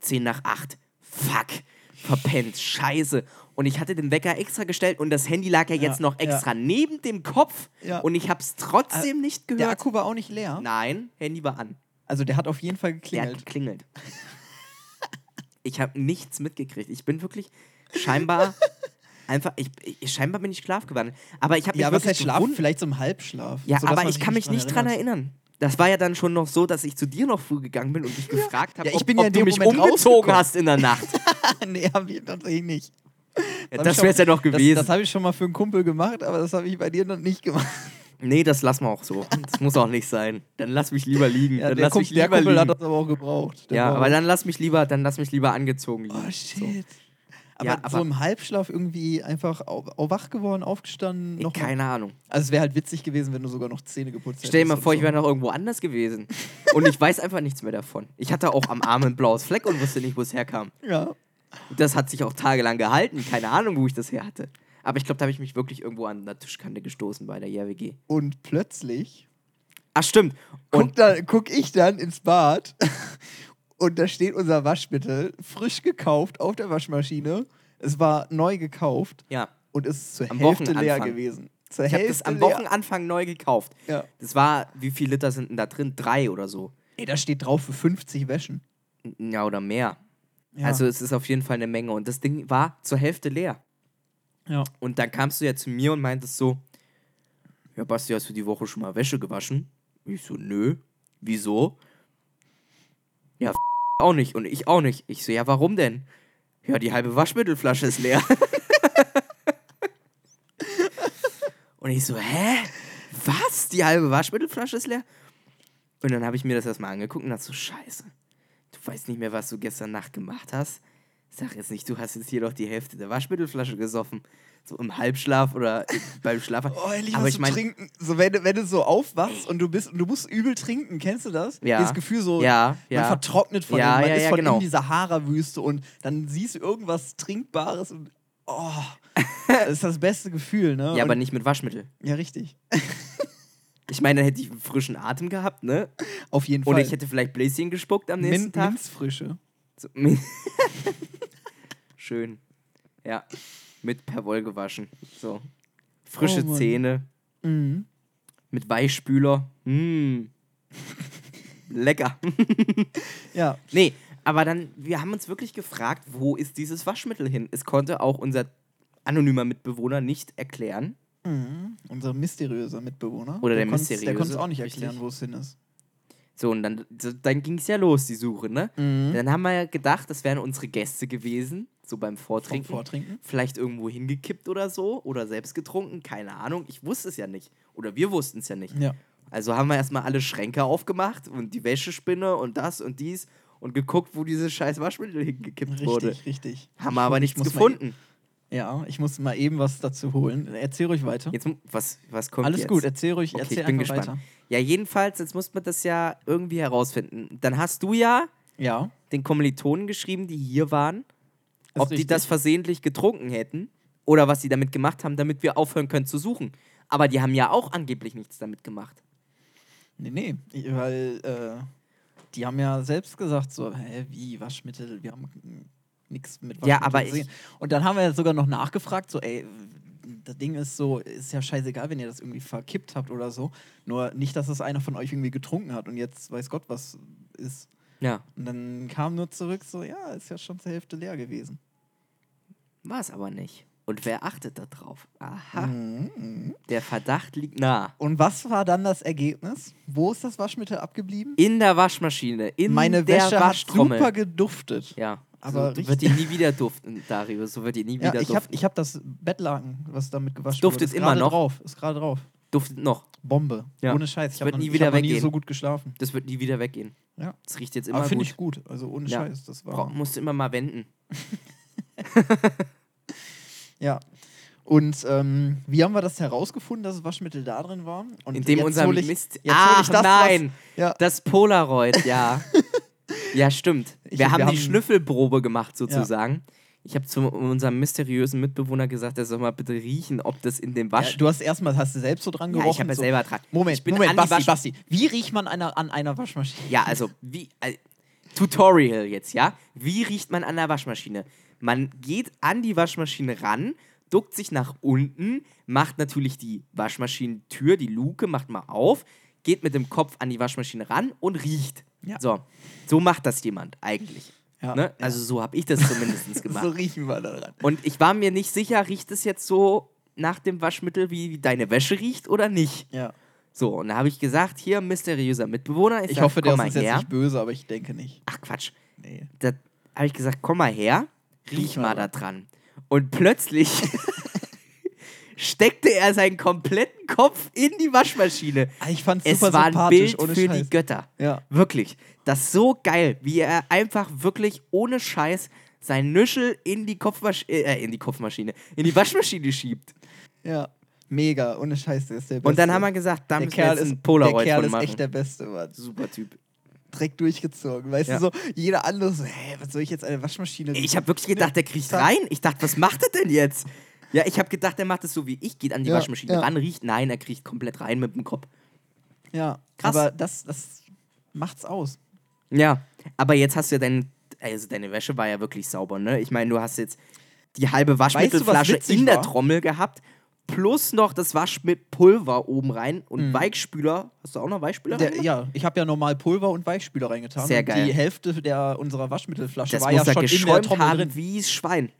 [SPEAKER 2] 10 nach 8. Fuck. Verpennt. Scheiße. Und ich hatte den Wecker extra gestellt und das Handy lag ja jetzt noch
[SPEAKER 1] ja.
[SPEAKER 2] extra neben dem Kopf
[SPEAKER 1] Ja. Äh,
[SPEAKER 2] und ich habe es trotzdem nicht
[SPEAKER 1] Der
[SPEAKER 2] gehört.
[SPEAKER 1] Akku war auch nicht leer.
[SPEAKER 2] Nein, Handy war an.
[SPEAKER 1] Also der hat auf jeden Fall
[SPEAKER 2] Der hat
[SPEAKER 1] geklingelt.
[SPEAKER 2] geklingelt. Ich habe nichts mitgekriegt. Ich bin wirklich scheinbar einfach, ich, ich, scheinbar bin ich schlafgewandelt. Aber ich habe mich
[SPEAKER 1] Ja, was
[SPEAKER 2] wirklich
[SPEAKER 1] heißt Schlaf?
[SPEAKER 2] gewundert.
[SPEAKER 1] Vielleicht zum Halbschlaf.
[SPEAKER 2] Ja,
[SPEAKER 1] sodass
[SPEAKER 2] aber
[SPEAKER 1] man
[SPEAKER 2] ich
[SPEAKER 1] sich
[SPEAKER 2] kann mich nicht dran
[SPEAKER 1] erinnert.
[SPEAKER 2] erinnern. Das war ja dann schon noch so, dass ich zu dir noch früh gegangen bin und dich gefragt habe,
[SPEAKER 1] Ja, ich
[SPEAKER 2] ob,
[SPEAKER 1] bin ja
[SPEAKER 2] ob
[SPEAKER 1] in
[SPEAKER 2] du
[SPEAKER 1] dem
[SPEAKER 2] mich
[SPEAKER 1] Moment
[SPEAKER 2] umgezogen
[SPEAKER 1] rausgekommen.
[SPEAKER 2] hast in der Nacht.
[SPEAKER 1] nee, hab ich tatsächlich nicht. hab
[SPEAKER 2] das
[SPEAKER 1] ich
[SPEAKER 2] wäre es ja noch eh gewesen.
[SPEAKER 1] Das, das habe ich schon mal für einen Kumpel gemacht, aber das habe ich bei dir noch nicht gemacht.
[SPEAKER 2] nee, das lassen wir auch so. Das muss auch nicht sein. Dann lass mich lieber liegen.
[SPEAKER 1] Ja,
[SPEAKER 2] dann
[SPEAKER 1] der,
[SPEAKER 2] lass
[SPEAKER 1] Kump
[SPEAKER 2] mich
[SPEAKER 1] der
[SPEAKER 2] lieber
[SPEAKER 1] Kumpel hat
[SPEAKER 2] liegen.
[SPEAKER 1] das aber auch gebraucht. Der
[SPEAKER 2] Ja,
[SPEAKER 1] war-
[SPEAKER 2] aber dann lass mich lieber, dann lass mich lieber angezogen liegen.
[SPEAKER 1] Oh
[SPEAKER 2] Hm, So.
[SPEAKER 1] shit. Aber,
[SPEAKER 2] Ja,
[SPEAKER 1] so
[SPEAKER 2] aber-
[SPEAKER 1] im Halbschlaf irgendwie einfach au, au wach geworden, aufgestanden. Noch
[SPEAKER 2] Keine Ahnung.
[SPEAKER 1] Also es wäre halt witzig gewesen, wenn du sogar noch Zähne geputzt hättest.
[SPEAKER 2] Stell dir mal
[SPEAKER 1] und
[SPEAKER 2] vor,
[SPEAKER 1] halt so.
[SPEAKER 2] ich wäre noch irgendwo anders gewesen. Und ich weiß einfach nichts mehr davon. Ich hatte auch am Arm ein blaues Fleck und wusste nicht, wo es herkam.
[SPEAKER 1] Ja.
[SPEAKER 2] Und das hat sich auch tagelang gehalten. Keine Ahnung, wo ich das her hatte. Aber ich glaube, da habe ich mich wirklich irgendwo an der Tischkante gestoßen bei der JWG.
[SPEAKER 1] Und plötzlich
[SPEAKER 2] Ach, stimmt.
[SPEAKER 1] guck,
[SPEAKER 2] Und
[SPEAKER 1] da, guck ich dann ins Bad und da steht unser Waschmittel, frisch gekauft auf der Waschmaschine. Es war neu gekauft
[SPEAKER 2] ja,
[SPEAKER 1] und es ist zur
[SPEAKER 2] Am
[SPEAKER 1] Hälfte leer
[SPEAKER 2] Wochenanfang.
[SPEAKER 1] gewesen. Zur
[SPEAKER 2] ich habe
[SPEAKER 1] Hälfte
[SPEAKER 2] das am
[SPEAKER 1] leer.
[SPEAKER 2] Wochenanfang neu gekauft.
[SPEAKER 1] Ja.
[SPEAKER 2] Das war, wie viel Liter sind denn da drin? Drei oder so.
[SPEAKER 1] Ey, da steht drauf für 50 Wäschen.
[SPEAKER 2] N- Ja, oder mehr.
[SPEAKER 1] Ja.
[SPEAKER 2] Also es ist auf jeden Fall eine Menge. Und das Ding war zur Hälfte leer.
[SPEAKER 1] ja.
[SPEAKER 2] Und dann kamst du ja zu mir und meintest so, ja, Basti, hast du die Woche schon mal Wäsche gewaschen? Ich so, nö. Wieso? Ja, f- auch nicht. Und ich auch nicht. Ich so, ja, warum denn? Ja, die halbe Waschmittelflasche ist leer. und ich so, hä? Was? Die halbe Waschmittelflasche ist leer? Und dann habe ich mir das erstmal angeguckt und dachte so, scheiße. Du weißt nicht mehr, was du gestern Nacht gemacht hast. Sag jetzt nicht, du hast jetzt hier doch die Hälfte der Waschmittelflasche gesoffen. So im Halbschlaf oder beim Schlafen.
[SPEAKER 1] Oh, ehrlich,
[SPEAKER 2] Aber
[SPEAKER 1] was
[SPEAKER 2] ich
[SPEAKER 1] zu
[SPEAKER 2] mein-
[SPEAKER 1] trinken. So, wenn, du- wenn du so aufwachst und du bist und du musst übel trinken, kennst du das?
[SPEAKER 2] Ja.
[SPEAKER 1] Dieses Gefühl so,
[SPEAKER 2] ja, ja.
[SPEAKER 1] man vertrocknet von
[SPEAKER 2] Ja,
[SPEAKER 1] innen, man
[SPEAKER 2] ja,
[SPEAKER 1] ist
[SPEAKER 2] ja,
[SPEAKER 1] von
[SPEAKER 2] genau.
[SPEAKER 1] in die Sahara-Wüste und dann siehst du irgendwas Trinkbares und oh, das ist das beste Gefühl, ne?
[SPEAKER 2] Ja, aber
[SPEAKER 1] und,
[SPEAKER 2] nicht mit Waschmittel.
[SPEAKER 1] ja richtig.
[SPEAKER 2] Ich meine, dann hätte ich einen frischen Atem gehabt, ne?
[SPEAKER 1] Auf jeden
[SPEAKER 2] Oder
[SPEAKER 1] Fall.
[SPEAKER 2] ich hätte vielleicht Bläschen gespuckt am nächsten
[SPEAKER 1] Min
[SPEAKER 2] Tag.
[SPEAKER 1] Minzfrische.
[SPEAKER 2] So, min- Schön. Ja. Mit Perwoll gewaschen. So. Frische
[SPEAKER 1] Oh Mann.
[SPEAKER 2] Zähne.
[SPEAKER 1] Mhm.
[SPEAKER 2] Mit Weichspüler. Mm. Lecker.
[SPEAKER 1] Ja,
[SPEAKER 2] Nee, aber dann, wir haben uns wirklich gefragt, wo ist dieses Waschmittel hin? Es konnte auch unser anonymer Mitbewohner nicht erklären.
[SPEAKER 1] mhm. unser mysteriöser Mitbewohner.
[SPEAKER 2] Oder der
[SPEAKER 1] konnt's- Der
[SPEAKER 2] mysteriöse,
[SPEAKER 1] konnte es auch nicht
[SPEAKER 2] richtig.
[SPEAKER 1] erklären, wo es hin ist.
[SPEAKER 2] So, und dann, dann ging es ja los, die Suche, ne?
[SPEAKER 1] Hm?
[SPEAKER 2] Dann haben wir ja gedacht, das wären unsere Gäste gewesen, so beim
[SPEAKER 1] Vom
[SPEAKER 2] Vortrinken.
[SPEAKER 1] Vortrinken.
[SPEAKER 2] Vielleicht irgendwo hingekippt oder so oder selbst getrunken, keine Ahnung. Ich wusste es ja nicht. Oder wir wussten es ja nicht.
[SPEAKER 1] Ja.
[SPEAKER 2] Also haben wir erstmal alle Schränke aufgemacht und die Wäschespinne und das und dies und geguckt, wo dieses scheiß Waschmittel hingekippt
[SPEAKER 1] Richtig,
[SPEAKER 2] wurde.
[SPEAKER 1] richtig.
[SPEAKER 2] Haben wir aber
[SPEAKER 1] Ich
[SPEAKER 2] nichts
[SPEAKER 1] muss mal
[SPEAKER 2] gefunden.
[SPEAKER 1] Ja, ich muss mal eben was dazu holen. Erzähl ruhig weiter.
[SPEAKER 2] Jetzt, mu- was, was kommt
[SPEAKER 1] ne? Alles
[SPEAKER 2] jetzt?
[SPEAKER 1] gut, erzähl ruhig,
[SPEAKER 2] Okay,
[SPEAKER 1] erzähl
[SPEAKER 2] ich bin
[SPEAKER 1] einfach
[SPEAKER 2] gespannt.
[SPEAKER 1] weiter.
[SPEAKER 2] Ja, jedenfalls, jetzt muss man das ja irgendwie herausfinden. Dann hast du ja
[SPEAKER 1] Ja,
[SPEAKER 2] den Kommilitonen geschrieben, die hier waren,
[SPEAKER 1] Ist
[SPEAKER 2] ob die
[SPEAKER 1] richtig.
[SPEAKER 2] das versehentlich getrunken hätten oder was sie damit gemacht haben, damit wir aufhören können zu suchen. Aber die haben ja auch angeblich nichts damit gemacht.
[SPEAKER 1] Nee, nee, ich- weil äh, die haben ja selbst gesagt so, hä, wie Waschmittel, wir haben nichts mit Waschmittel
[SPEAKER 2] Ja, aber ich-
[SPEAKER 1] Und dann haben wir sogar noch nachgefragt, so, ey, das Ding ist so, ist ja scheißegal, wenn ihr das irgendwie verkippt habt oder so. Nur nicht, dass das einer von euch irgendwie getrunken hat und jetzt weiß Gott, was ist.
[SPEAKER 2] Ja,
[SPEAKER 1] Und dann kam nur zurück so, ja, ist ja schon zur Hälfte leer gewesen.
[SPEAKER 2] war es aber nicht. Und wer achtet da drauf? Aha,
[SPEAKER 1] Mhm, mhm.
[SPEAKER 2] der Verdacht liegt nah.
[SPEAKER 1] Und was war dann das Ergebnis? Wo ist das Waschmittel abgeblieben?
[SPEAKER 2] In der Waschmaschine, in
[SPEAKER 1] Meine
[SPEAKER 2] der
[SPEAKER 1] Wäsche hat
[SPEAKER 2] Waschtrommel.
[SPEAKER 1] super geduftet.
[SPEAKER 2] ja,
[SPEAKER 1] Aber
[SPEAKER 2] so wird die nie wieder duften, Dario. So wird die nie
[SPEAKER 1] Ja,
[SPEAKER 2] wieder
[SPEAKER 1] ich habe
[SPEAKER 2] duften.
[SPEAKER 1] ich hab das Bettlaken, was damit gewaschen
[SPEAKER 2] Duftet
[SPEAKER 1] wurde. ist
[SPEAKER 2] immer
[SPEAKER 1] gerade
[SPEAKER 2] noch.
[SPEAKER 1] drauf, ist gerade drauf.
[SPEAKER 2] Duftet noch.
[SPEAKER 1] Bombe.
[SPEAKER 2] Ja.
[SPEAKER 1] Ohne Scheiß. Ich
[SPEAKER 2] wird
[SPEAKER 1] habe
[SPEAKER 2] nie
[SPEAKER 1] nie,
[SPEAKER 2] wieder
[SPEAKER 1] hab noch nie
[SPEAKER 2] weggehen.
[SPEAKER 1] so gut geschlafen.
[SPEAKER 2] Das wird nie wieder weggehen.
[SPEAKER 1] Ja.
[SPEAKER 2] Das riecht jetzt immer
[SPEAKER 1] Aber
[SPEAKER 2] gut.
[SPEAKER 1] finde ich gut. Also ohne
[SPEAKER 2] Ja.
[SPEAKER 1] Scheiß. Das
[SPEAKER 2] Bra
[SPEAKER 1] war.
[SPEAKER 2] musst du immer mal wenden.
[SPEAKER 1] Ja. Und ähm, wie haben wir das herausgefunden, dass das Waschmittel da drin war? Und
[SPEAKER 2] Indem
[SPEAKER 1] jetzt
[SPEAKER 2] unser
[SPEAKER 1] hol ich,
[SPEAKER 2] Mist.
[SPEAKER 1] jetzt hol
[SPEAKER 2] Ach
[SPEAKER 1] ich das,
[SPEAKER 2] nein,
[SPEAKER 1] Was, ja,
[SPEAKER 2] das Polaroid, ja. ja, stimmt.
[SPEAKER 1] Ich-
[SPEAKER 2] wir haben
[SPEAKER 1] wir haben-
[SPEAKER 2] die Schnüffelprobe gemacht sozusagen. Ich habe zu unserem mysteriösen Mitbewohner gesagt, er soll mal bitte riechen, ob das in dem
[SPEAKER 1] ja,
[SPEAKER 2] Wasch.
[SPEAKER 1] du hast erstmal, hast du selbst so dran
[SPEAKER 2] Ja,
[SPEAKER 1] gerochen?
[SPEAKER 2] ich habe ja
[SPEAKER 1] so.
[SPEAKER 2] selber dran.
[SPEAKER 1] Moment,
[SPEAKER 2] ich bin
[SPEAKER 1] Moment,
[SPEAKER 2] an die
[SPEAKER 1] Basti,
[SPEAKER 2] Wasch-
[SPEAKER 1] Basti. Wie riecht man einer, an einer Waschmaschine?
[SPEAKER 2] Ja, also wie äh, Tutorial jetzt, ja? Wie riecht man an der Waschmaschine? Man geht an die Waschmaschine ran, duckt sich nach unten, macht natürlich die Waschmaschinentür, die Luke macht mal auf, geht mit dem Kopf an die Waschmaschine ran und riecht.
[SPEAKER 1] Ja.
[SPEAKER 2] So, so macht das jemand eigentlich.
[SPEAKER 1] Ja,
[SPEAKER 2] ne? Also so habe ich das zumindest
[SPEAKER 1] ja.
[SPEAKER 2] gemacht.
[SPEAKER 1] so riechen wir da dran.
[SPEAKER 2] Und ich war mir nicht sicher, riecht es jetzt so nach dem Waschmittel, wie wie deine Wäsche riecht oder nicht.
[SPEAKER 1] Ja.
[SPEAKER 2] So, und da habe ich gesagt, hier, mysteriöser Mitbewohner.
[SPEAKER 1] Ich
[SPEAKER 2] sag,
[SPEAKER 1] hoffe, der ist
[SPEAKER 2] komm mal
[SPEAKER 1] uns jetzt
[SPEAKER 2] her.
[SPEAKER 1] nicht böse, aber ich denke nicht.
[SPEAKER 2] Ach Quatsch.
[SPEAKER 1] Nee.
[SPEAKER 2] da habe ich gesagt, komm mal her, riech
[SPEAKER 1] Riech
[SPEAKER 2] mal
[SPEAKER 1] mal
[SPEAKER 2] da dran. Und plötzlich steckte er seinen kompletten Kopf in die Waschmaschine.
[SPEAKER 1] Ah, Ich fand's
[SPEAKER 2] Es
[SPEAKER 1] super
[SPEAKER 2] war ein
[SPEAKER 1] sympathisch,
[SPEAKER 2] Bild
[SPEAKER 1] ohne
[SPEAKER 2] für
[SPEAKER 1] Scheiß.
[SPEAKER 2] die Götter.
[SPEAKER 1] Ja.
[SPEAKER 2] Wirklich. Das ist so geil, wie er einfach wirklich ohne Scheiß sein Nüschel in die Kopfmaschine, äh, in die Kopfmaschine, in die Waschmaschine schiebt.
[SPEAKER 1] Ja. Mega, ohne Scheiß, der ist der Beste.
[SPEAKER 2] Und dann haben wir gesagt, da
[SPEAKER 1] der
[SPEAKER 2] müssen
[SPEAKER 1] Kerl
[SPEAKER 2] wir jetzt
[SPEAKER 1] ist,
[SPEAKER 2] ein Polaroid
[SPEAKER 1] der Kerl
[SPEAKER 2] von
[SPEAKER 1] ist
[SPEAKER 2] machen.
[SPEAKER 1] echt der Beste, Mann.
[SPEAKER 2] Super Typ.
[SPEAKER 1] Direkt durchgezogen, weißt
[SPEAKER 2] Ja.
[SPEAKER 1] du, so jeder andere so, hä, was soll ich jetzt eine Waschmaschine?
[SPEAKER 2] Ich habe wirklich gedacht, der kriegt rein. Ich dachte, was macht er denn jetzt? Ja, ich habe gedacht, er macht es so wie ich, geht an die
[SPEAKER 1] Ja,
[SPEAKER 2] Waschmaschine
[SPEAKER 1] ja.
[SPEAKER 2] ran, riecht. Nein, er kriegt komplett rein mit dem Kopf.
[SPEAKER 1] Ja,
[SPEAKER 2] Krass.
[SPEAKER 1] krass. Aber das, das macht's aus.
[SPEAKER 2] Ja, aber jetzt hast du ja deine, also deine Wäsche war ja wirklich sauber, ne? Ich meine, du hast jetzt die halbe Waschmittelflasche
[SPEAKER 1] witzig
[SPEAKER 2] in der
[SPEAKER 1] war?
[SPEAKER 2] Trommel gehabt, plus noch das Waschmittelpulver oben rein und Weichspüler. Hast du auch noch Weichspüler?
[SPEAKER 1] Mhm. Der,
[SPEAKER 2] reingemacht?
[SPEAKER 1] ja, ich habe ja normal Pulver und Weichspüler reingetan.
[SPEAKER 2] Sehr
[SPEAKER 1] und
[SPEAKER 2] geil.
[SPEAKER 1] Die Hälfte der, unserer Waschmittelflasche
[SPEAKER 2] das
[SPEAKER 1] war ja
[SPEAKER 2] muss ja
[SPEAKER 1] schon in der
[SPEAKER 2] geschäumt
[SPEAKER 1] Trommel
[SPEAKER 2] haben
[SPEAKER 1] drin.
[SPEAKER 2] wie Schwein.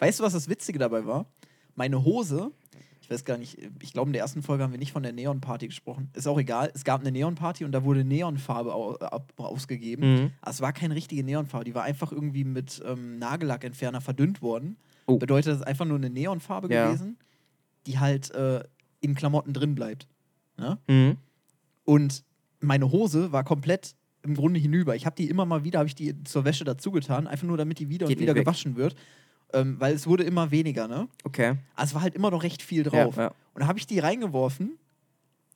[SPEAKER 1] Weißt du, was das Witzige dabei war? Meine Hose, ich weiß gar nicht, ich glaube, in der ersten Folge haben wir nicht von der Neon-Party gesprochen. Ist auch egal, es gab eine Neon-Party und da wurde Neonfarbe au ab ausgegeben.
[SPEAKER 2] Mhm.
[SPEAKER 1] Aber es war keine richtige Neonfarbe, die war einfach irgendwie mit ähm, Nagellackentferner verdünnt worden.
[SPEAKER 2] Oh.
[SPEAKER 1] Bedeutet, es ist einfach nur eine Neonfarbe
[SPEAKER 2] Ja.
[SPEAKER 1] gewesen, die halt äh, in Klamotten drin bleibt. Ne? Und meine Hose war komplett im Grunde hinüber. Ich habe die immer mal wieder, habe ich die zur Wäsche dazugetan, einfach nur damit die wieder
[SPEAKER 2] Geht
[SPEAKER 1] und wieder
[SPEAKER 2] nicht weg.
[SPEAKER 1] gewaschen wird. Ähm, weil es wurde immer weniger, ne?
[SPEAKER 2] Okay.
[SPEAKER 1] Also es war halt immer noch recht viel
[SPEAKER 2] Ja,
[SPEAKER 1] drauf.
[SPEAKER 2] ja.
[SPEAKER 1] Und habe ich die reingeworfen.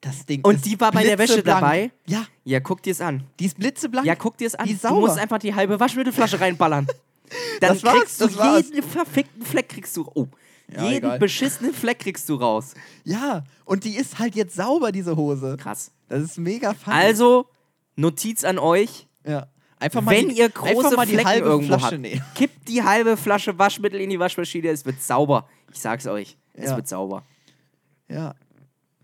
[SPEAKER 1] Das Ding.
[SPEAKER 2] Und
[SPEAKER 1] ist
[SPEAKER 2] die war bei der Wäsche
[SPEAKER 1] blitzeblank.
[SPEAKER 2] dabei?
[SPEAKER 1] Ja,
[SPEAKER 2] Ja, guck dir's an.
[SPEAKER 1] die ist blitzeblank.
[SPEAKER 2] Ja, guck dir's an.
[SPEAKER 1] Die ist
[SPEAKER 2] du
[SPEAKER 1] sauber.
[SPEAKER 2] musst einfach die halbe Waschmittelflasche reinballern. Dann
[SPEAKER 1] Das war's,
[SPEAKER 2] kriegst du
[SPEAKER 1] das war's.
[SPEAKER 2] jeden verfickten Fleck kriegst du. Oh.
[SPEAKER 1] Ja,
[SPEAKER 2] jeden
[SPEAKER 1] egal.
[SPEAKER 2] beschissenen Fleck kriegst du raus.
[SPEAKER 1] ja, und die ist halt jetzt sauber, diese Hose.
[SPEAKER 2] Krass.
[SPEAKER 1] Das ist mega funny.
[SPEAKER 2] Also, Notiz an euch.
[SPEAKER 1] ja. einfach mal
[SPEAKER 2] Wenn
[SPEAKER 1] die,
[SPEAKER 2] ihr
[SPEAKER 1] einfach
[SPEAKER 2] große
[SPEAKER 1] mal die
[SPEAKER 2] Flecken
[SPEAKER 1] halbe
[SPEAKER 2] irgendwo
[SPEAKER 1] Flasche
[SPEAKER 2] habt,
[SPEAKER 1] nehmen.
[SPEAKER 2] kippt die halbe Flasche Waschmittel in die Waschmaschine, es wird sauber. Ich sag's euch, es
[SPEAKER 1] Ja.
[SPEAKER 2] wird sauber.
[SPEAKER 1] Ja.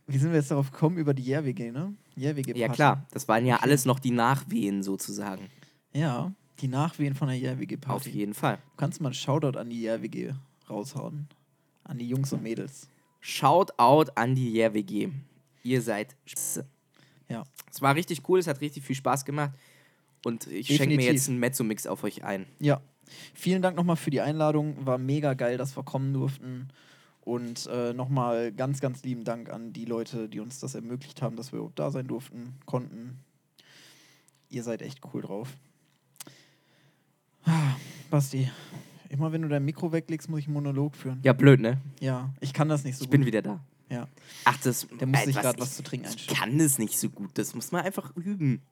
[SPEAKER 1] Wie sind wir jetzt darauf gekommen? Über die JRWG, ne? JRWG-Party.
[SPEAKER 2] Ja klar, das waren ja alles noch die Nachwehen sozusagen.
[SPEAKER 1] Ja, die Nachwehen von der
[SPEAKER 2] Auf
[SPEAKER 1] JRWG-Party.
[SPEAKER 2] jeden Fall.
[SPEAKER 1] Du kannst mal einen Shoutout an die JRWG raushauen. An die Jungs und Mädels.
[SPEAKER 2] Shout out an die JRWG. Ihr seid Spitze.
[SPEAKER 1] Ja.
[SPEAKER 2] Es war richtig cool, es hat richtig viel Spaß gemacht. Und ich schenke mir
[SPEAKER 1] Definitiv.
[SPEAKER 2] jetzt einen Mezzo-Mix auf euch ein.
[SPEAKER 1] Ja. Vielen Dank nochmal für die Einladung. War mega geil, dass wir kommen durften. Und äh, nochmal ganz, ganz lieben Dank an die Leute, die uns das ermöglicht haben, dass wir überhaupt da sein durften, konnten. Ihr seid echt cool drauf. Ah, Basti, immer wenn du dein Mikro weglegst, muss ich einen Monolog führen.
[SPEAKER 2] Ja, blöd, ne?
[SPEAKER 1] Ja, ich kann das nicht so
[SPEAKER 2] Ich
[SPEAKER 1] gut.
[SPEAKER 2] bin wieder da.
[SPEAKER 1] ja.
[SPEAKER 2] Ach, das.
[SPEAKER 1] Der muss
[SPEAKER 2] äh,
[SPEAKER 1] sich gerade
[SPEAKER 2] ich-
[SPEAKER 1] was zu trinken
[SPEAKER 2] Ich
[SPEAKER 1] einstellen.
[SPEAKER 2] kann das nicht so gut. Das muss man einfach üben.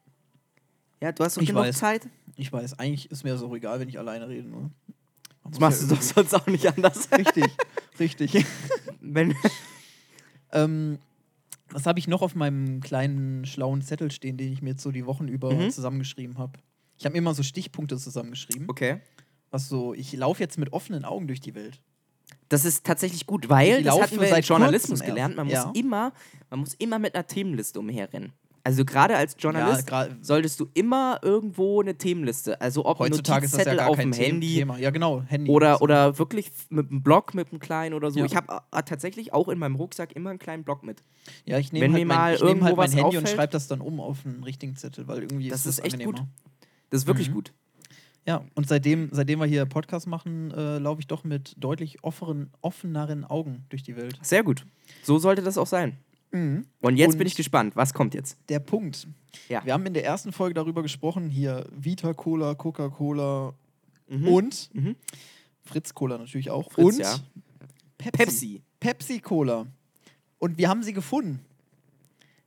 [SPEAKER 2] Ja, du hast doch
[SPEAKER 1] Ich
[SPEAKER 2] genug
[SPEAKER 1] weiß.
[SPEAKER 2] Zeit.
[SPEAKER 1] Ich weiß, eigentlich ist mir das auch egal, wenn ich alleine rede. Nur. Man
[SPEAKER 2] Das
[SPEAKER 1] muss
[SPEAKER 2] machst
[SPEAKER 1] ja
[SPEAKER 2] du doch sonst auch nicht anders.
[SPEAKER 1] irgendwie- Richtig, richtig.
[SPEAKER 2] Wenn,
[SPEAKER 1] ähm, was habe ich noch auf meinem kleinen, schlauen Zettel stehen, den ich mir jetzt so die Wochen über
[SPEAKER 2] Mhm.
[SPEAKER 1] zusammengeschrieben habe? Ich habe mir immer so Stichpunkte zusammengeschrieben.
[SPEAKER 2] okay.
[SPEAKER 1] Was so, ich laufe jetzt mit offenen Augen durch die Welt.
[SPEAKER 2] Das ist tatsächlich gut, weil
[SPEAKER 1] Ich
[SPEAKER 2] das
[SPEAKER 1] laufe
[SPEAKER 2] hatten wir
[SPEAKER 1] seit
[SPEAKER 2] im Journalismus
[SPEAKER 1] kurzem erst.
[SPEAKER 2] gelernt. Man,
[SPEAKER 1] Ja.
[SPEAKER 2] muss immer, man muss immer mit einer Themenliste umherrennen. Also gerade als Journalist
[SPEAKER 1] Ja, gra-
[SPEAKER 2] solltest du immer irgendwo eine Themenliste, also ob ein
[SPEAKER 1] Heutzutage ist das ja
[SPEAKER 2] Notizzettel
[SPEAKER 1] gar
[SPEAKER 2] auf
[SPEAKER 1] kein
[SPEAKER 2] dem
[SPEAKER 1] The-
[SPEAKER 2] Handy
[SPEAKER 1] Thema. Ja, genau, Handy.
[SPEAKER 2] oder,
[SPEAKER 1] So.
[SPEAKER 2] oder wirklich f- mit einem Blog, mit einem kleinen oder so.
[SPEAKER 1] Ja.
[SPEAKER 2] Ich habe äh, tatsächlich auch in meinem Rucksack immer einen kleinen Blog mit.
[SPEAKER 1] ja, ich
[SPEAKER 2] wenn
[SPEAKER 1] nehme
[SPEAKER 2] mir
[SPEAKER 1] halt
[SPEAKER 2] mal
[SPEAKER 1] mein, ich nehm
[SPEAKER 2] irgendwo
[SPEAKER 1] halt mein
[SPEAKER 2] was
[SPEAKER 1] Handy und
[SPEAKER 2] auffällt-
[SPEAKER 1] schreibe das dann um auf einen richtigen Zettel, weil irgendwie
[SPEAKER 2] Das
[SPEAKER 1] ist das
[SPEAKER 2] ist echt gut.
[SPEAKER 1] angenehmer.
[SPEAKER 2] Das ist wirklich
[SPEAKER 1] Mhm.
[SPEAKER 2] gut.
[SPEAKER 1] Ja, und seitdem, seitdem wir hier Podcast machen, äh, laufe ich doch mit deutlich offeren, offeneren Augen durch die Welt.
[SPEAKER 2] Sehr gut. So sollte das auch sein. Und jetzt
[SPEAKER 1] Mhm. Und-
[SPEAKER 2] bin ich gespannt. Was kommt jetzt?
[SPEAKER 1] Der Punkt.
[SPEAKER 2] Ja.
[SPEAKER 1] Wir haben in der ersten Folge darüber gesprochen, hier Vita Cola, Coca-Cola
[SPEAKER 2] Mhm.
[SPEAKER 1] und
[SPEAKER 2] Mhm.
[SPEAKER 1] Fritz Cola natürlich auch.
[SPEAKER 2] Fritz,
[SPEAKER 1] und
[SPEAKER 2] ja.
[SPEAKER 1] Pepsi.
[SPEAKER 2] Pepsi.
[SPEAKER 1] Pepsi Cola. Und wir haben sie gefunden.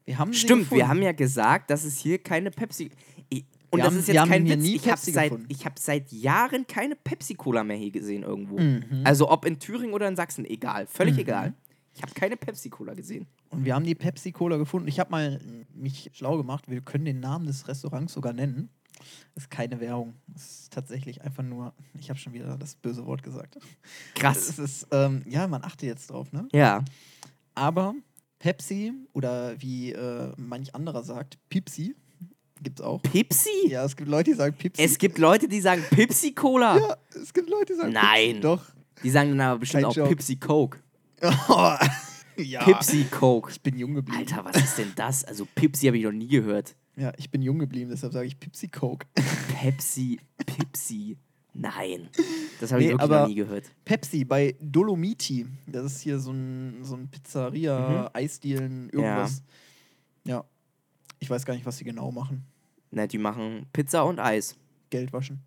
[SPEAKER 1] Wir haben sie
[SPEAKER 2] Stimmt,
[SPEAKER 1] gefunden.
[SPEAKER 2] wir haben ja gesagt, dass es hier keine Pepsi. I- Und
[SPEAKER 1] Wir
[SPEAKER 2] das
[SPEAKER 1] haben-
[SPEAKER 2] ist
[SPEAKER 1] wir
[SPEAKER 2] jetzt
[SPEAKER 1] haben
[SPEAKER 2] kein
[SPEAKER 1] hier
[SPEAKER 2] Witz.
[SPEAKER 1] nie
[SPEAKER 2] ich habe
[SPEAKER 1] Pepsi
[SPEAKER 2] seit,
[SPEAKER 1] gefunden.
[SPEAKER 2] ich hab seit Jahren keine Pepsi-Cola mehr hier gesehen irgendwo.
[SPEAKER 1] Mhm.
[SPEAKER 2] Also ob in Thüringen oder in Sachsen, egal. Völlig
[SPEAKER 1] Mhm.
[SPEAKER 2] egal. Ich habe keine Pepsi-Cola gesehen.
[SPEAKER 1] Und wir haben die Pepsi Cola gefunden. Ich habe mal äh, mich schlau gemacht. Wir können den Namen des Restaurants sogar nennen. Ist keine Werbung. Ist tatsächlich einfach nur. Ich habe schon wieder das böse Wort gesagt.
[SPEAKER 2] Krass.
[SPEAKER 1] Es ist ähm, ja, man achte jetzt drauf, ne?
[SPEAKER 2] Ja.
[SPEAKER 1] Aber Pepsi oder wie äh, manch anderer sagt, Pipsi gibt's auch.
[SPEAKER 2] Pepsi?
[SPEAKER 1] Ja, es gibt Leute, die sagen Pipsi.
[SPEAKER 2] Es gibt Leute, die sagen Pepsi-Cola.
[SPEAKER 1] ja, es gibt Leute, die sagen
[SPEAKER 2] Nein.
[SPEAKER 1] Pipsi. Doch.
[SPEAKER 2] Die sagen dann aber bestimmt
[SPEAKER 1] Kein
[SPEAKER 2] auch
[SPEAKER 1] Joke.
[SPEAKER 2] Pepsi-Coke.
[SPEAKER 1] ja.
[SPEAKER 2] Pepsi-Coke.
[SPEAKER 1] Ich bin jung geblieben.
[SPEAKER 2] Alter, was ist denn das? Also Pepsi habe ich noch nie gehört.
[SPEAKER 1] Ja, ich bin jung geblieben, deshalb sage ich Pipsi Coke.
[SPEAKER 2] Pepsi, Pepsi. Nein. Das habe ich
[SPEAKER 1] Nee,
[SPEAKER 2] wirklich
[SPEAKER 1] aber-
[SPEAKER 2] noch nie gehört.
[SPEAKER 1] Pepsi bei Dolomiti. Das ist hier so ein, so ein Pizzeria,
[SPEAKER 2] Mhm.
[SPEAKER 1] Eisdielen, irgendwas. Ja. Ich weiß gar nicht, was sie genau machen.
[SPEAKER 2] Na, die machen Pizza und Eis.
[SPEAKER 1] Geld waschen.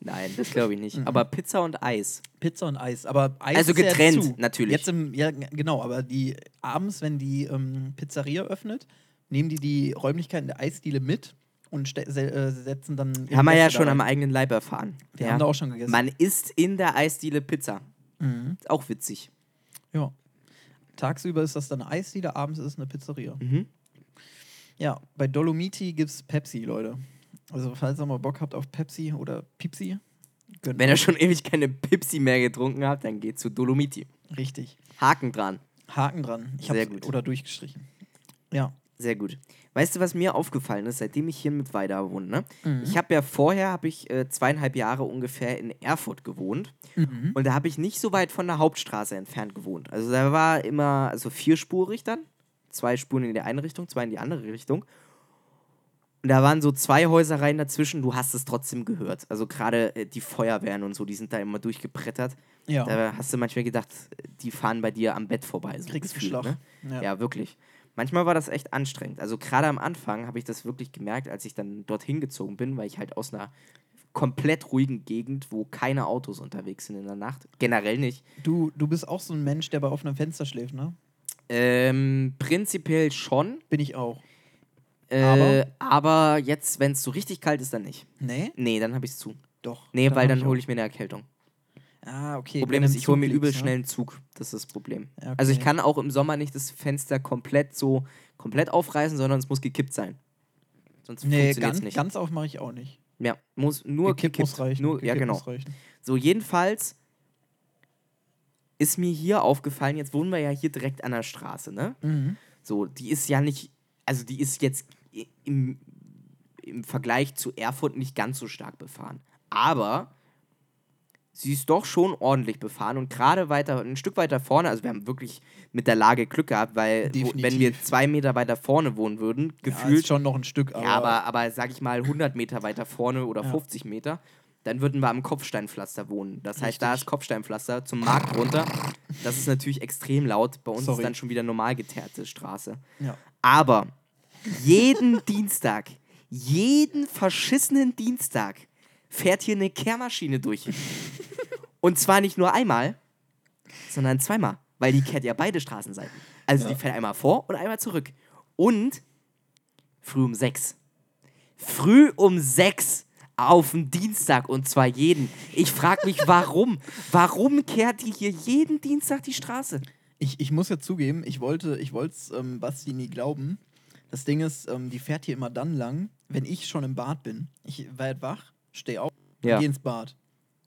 [SPEAKER 2] Nein, das glaube ich nicht.
[SPEAKER 1] Mhm.
[SPEAKER 2] Aber Pizza und Eis.
[SPEAKER 1] Pizza und Eis, aber Eis
[SPEAKER 2] Also
[SPEAKER 1] ist ja
[SPEAKER 2] getrennt,
[SPEAKER 1] zu.
[SPEAKER 2] natürlich.
[SPEAKER 1] Jetzt im, ja, g- genau, aber die abends, wenn die ähm, Pizzeria öffnet, nehmen die die Räumlichkeiten der Eisdiele mit und ste- se- äh, setzen dann. ihre
[SPEAKER 2] Haben wir ja
[SPEAKER 1] Gäste
[SPEAKER 2] schon
[SPEAKER 1] da
[SPEAKER 2] am
[SPEAKER 1] rein.
[SPEAKER 2] eigenen Leib erfahren.
[SPEAKER 1] Wir
[SPEAKER 2] ja.
[SPEAKER 1] haben da auch schon gegessen.
[SPEAKER 2] Man isst in der Eisdiele Pizza.
[SPEAKER 1] mhm.
[SPEAKER 2] Ist Auch witzig.
[SPEAKER 1] Ja. Tagsüber ist das dann eine Eisdiele, abends ist es eine Pizzeria.
[SPEAKER 2] Mhm.
[SPEAKER 1] Ja, bei Dolomiti gibt's Pepsi, Leute. Also, falls ihr mal Bock habt auf Pepsi oder Pipsi, gönnt
[SPEAKER 2] Wenn ihr
[SPEAKER 1] euch.
[SPEAKER 2] schon ewig keine Pipsi mehr getrunken habt, dann geht zu Dolomiti.
[SPEAKER 1] Richtig.
[SPEAKER 2] Haken dran.
[SPEAKER 1] Haken dran. Ich
[SPEAKER 2] Sehr
[SPEAKER 1] hab's
[SPEAKER 2] gut.
[SPEAKER 1] Oder durchgestrichen. Ja.
[SPEAKER 2] Sehr gut. Weißt du, was mir aufgefallen ist, seitdem ich hier mit Weida wohne? Ne?
[SPEAKER 1] Mhm.
[SPEAKER 2] Ich habe ja vorher, habe ich äh, zweieinhalb Jahre ungefähr in Erfurt gewohnt.
[SPEAKER 1] Mhm.
[SPEAKER 2] Und da habe ich nicht so weit von der Hauptstraße entfernt gewohnt. Also da war immer, also vierspurig dann. Zwei Spuren in die eine Richtung, zwei in die andere Richtung. Und da waren so zwei Häuserreihen dazwischen, du hast es trotzdem gehört. Also gerade äh, die Feuerwehren und so, die sind da immer durchgebrettert.
[SPEAKER 1] Ja.
[SPEAKER 2] Da hast du manchmal gedacht, äh, die fahren bei dir am Bett vorbei. So
[SPEAKER 1] Kriegst du
[SPEAKER 2] gefühlt,
[SPEAKER 1] Schlag.
[SPEAKER 2] ne? Ja. wirklich. Manchmal war das echt anstrengend. Also gerade am Anfang habe ich das wirklich gemerkt, als ich dann dorthin gezogen bin, weil ich halt aus einer komplett ruhigen Gegend, wo keine Autos unterwegs sind in der Nacht, generell nicht.
[SPEAKER 1] Du, du bist auch so ein Mensch, der bei offenem Fenster schläft, ne?
[SPEAKER 2] Ähm, prinzipiell schon,
[SPEAKER 1] Bin ich auch.
[SPEAKER 2] äh, aber?
[SPEAKER 1] Aber?
[SPEAKER 2] jetzt, wenn es so richtig kalt ist, dann nicht.
[SPEAKER 1] Nee?
[SPEAKER 2] Nee, dann habe ich es zu.
[SPEAKER 1] Doch.
[SPEAKER 2] Nee, weil
[SPEAKER 1] hab
[SPEAKER 2] dann
[SPEAKER 1] ich
[SPEAKER 2] hole ich mir eine Erkältung.
[SPEAKER 1] auch- Ah, okay. ne?
[SPEAKER 2] Problem
[SPEAKER 1] wenn
[SPEAKER 2] ist,
[SPEAKER 1] du im
[SPEAKER 2] ich hole mir
[SPEAKER 1] Zug
[SPEAKER 2] übel
[SPEAKER 1] liegst,
[SPEAKER 2] schnell einen Zug. Das ist das Problem.
[SPEAKER 1] Ja,
[SPEAKER 2] Also ich
[SPEAKER 1] okay.
[SPEAKER 2] kann auch im Sommer nicht das Fenster komplett so komplett aufreißen, sondern es muss gekippt sein. Sonst
[SPEAKER 1] Ne? Nee,
[SPEAKER 2] funktioniert es
[SPEAKER 1] ganz,
[SPEAKER 2] nicht.
[SPEAKER 1] ganz auf mache ich auch nicht.
[SPEAKER 2] ja, muss nur gekippt.
[SPEAKER 1] Gekippt muss reichen.
[SPEAKER 2] Nur, ja,
[SPEAKER 1] gekippt
[SPEAKER 2] genau.
[SPEAKER 1] muss reichen.
[SPEAKER 2] So, jedenfalls ist mir hier aufgefallen, jetzt wohnen wir ja hier direkt an der Straße, ne?
[SPEAKER 1] Mhm.
[SPEAKER 2] So, die ist ja nicht, also die ist jetzt i- im, im Vergleich zu Erfurt nicht ganz so stark befahren. Aber sie ist doch schon ordentlich befahren und gerade weiter, ein Stück weiter vorne, also wir haben wirklich mit der Lage Glück gehabt, weil wo, wenn
[SPEAKER 1] Definitiv.
[SPEAKER 2] wir zwei Meter weiter vorne wohnen würden,
[SPEAKER 1] Ja,
[SPEAKER 2] gefühlt,
[SPEAKER 1] ist schon noch ein Stück, aber.
[SPEAKER 2] ja, aber, aber sag ich mal 100 Meter weiter vorne oder
[SPEAKER 1] Ja.
[SPEAKER 2] 50 Meter, dann würden wir am Kopfsteinpflaster wohnen. Das heißt, da
[SPEAKER 1] Richtig.
[SPEAKER 2] ist Kopfsteinpflaster zum Markt runter. Das ist natürlich extrem laut. Bei uns
[SPEAKER 1] Sorry.
[SPEAKER 2] ist dann schon wieder normal geteerte Straße.
[SPEAKER 1] ja.
[SPEAKER 2] Aber jeden Dienstag, jeden verschissenen Dienstag fährt hier eine Kehrmaschine durch. Und zwar nicht nur einmal, sondern zweimal, weil die kehrt ja beide Straßenseiten. Also die fährt einmal vor und einmal zurück. Und früh um sechs. Früh um sechs auf dem Dienstag und zwar jeden. Ich frage mich, warum? Warum kehrt die hier jeden Dienstag die Straße?
[SPEAKER 1] Ich, ich muss ja zugeben, ich wollte ich wollt's, ähm, Basti nie glauben. Das Ding ist, ähm, die fährt hier immer dann lang, wenn ich schon im Bad bin. Ich werde wach, stehe auf,
[SPEAKER 2] Ja.
[SPEAKER 1] gehe ins Bad.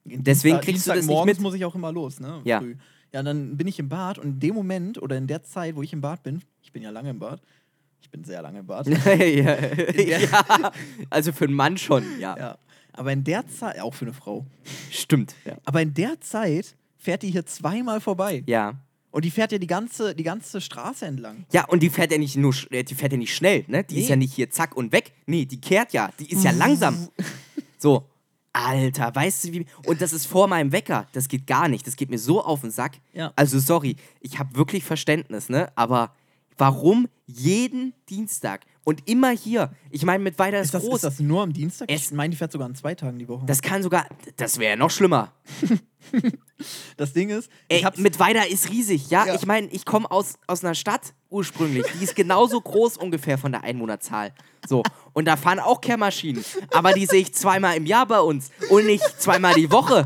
[SPEAKER 2] Deswegen kriegst du das nicht
[SPEAKER 1] Dienstagmorgens
[SPEAKER 2] mit.
[SPEAKER 1] muss ich auch immer los, ne?
[SPEAKER 2] Ja.
[SPEAKER 1] Früh. Ja, dann bin ich im Bad und in dem Moment oder in der Zeit, wo ich im Bad bin, ich bin ja lange im Bad, ich bin sehr lange im Bad.
[SPEAKER 2] ja. ja, also für einen Mann schon, ja.
[SPEAKER 1] ja. Aber in der Zeit, auch für eine Frau,
[SPEAKER 2] Stimmt. Ja.
[SPEAKER 1] aber in der Zeit fährt die hier zweimal vorbei.
[SPEAKER 2] ja.
[SPEAKER 1] Und die fährt ja die ganze, die ganze Straße entlang.
[SPEAKER 2] und die fährt ja nicht nur, sch- äh, die fährt ja nicht schnell, ne? Die ist
[SPEAKER 1] Nee.
[SPEAKER 2] ja nicht hier zack und weg. Nee, die kehrt ja, die ist ja langsam. So, Alter, weißt du wie. Und das ist vor meinem Wecker. Das geht gar nicht. Das geht mir so auf den Sack.
[SPEAKER 1] Ja.
[SPEAKER 2] Also, sorry, ich habe wirklich Verständnis, ne? Aber warum jeden Dienstag und immer hier? Ich meine, mit weiter ist,
[SPEAKER 1] Ist das,
[SPEAKER 2] groß.
[SPEAKER 1] ist das nur am Dienstag? ich
[SPEAKER 2] Es-
[SPEAKER 1] meine, die fährt sogar an zwei Tagen die Woche.
[SPEAKER 2] das kann sogar, das wäre ja noch schlimmer.
[SPEAKER 1] Das Ding ist,
[SPEAKER 2] Ey,
[SPEAKER 1] ich hab's,
[SPEAKER 2] mit Weida ist riesig, ja.
[SPEAKER 1] Ja.
[SPEAKER 2] Ich meine, ich komme aus, aus einer Stadt ursprünglich. Die ist genauso groß ungefähr von der Einwohnerzahl. So. Und da fahren auch Kehrmaschinen. Aber die sehe ich zweimal im Jahr bei uns und nicht zweimal die Woche.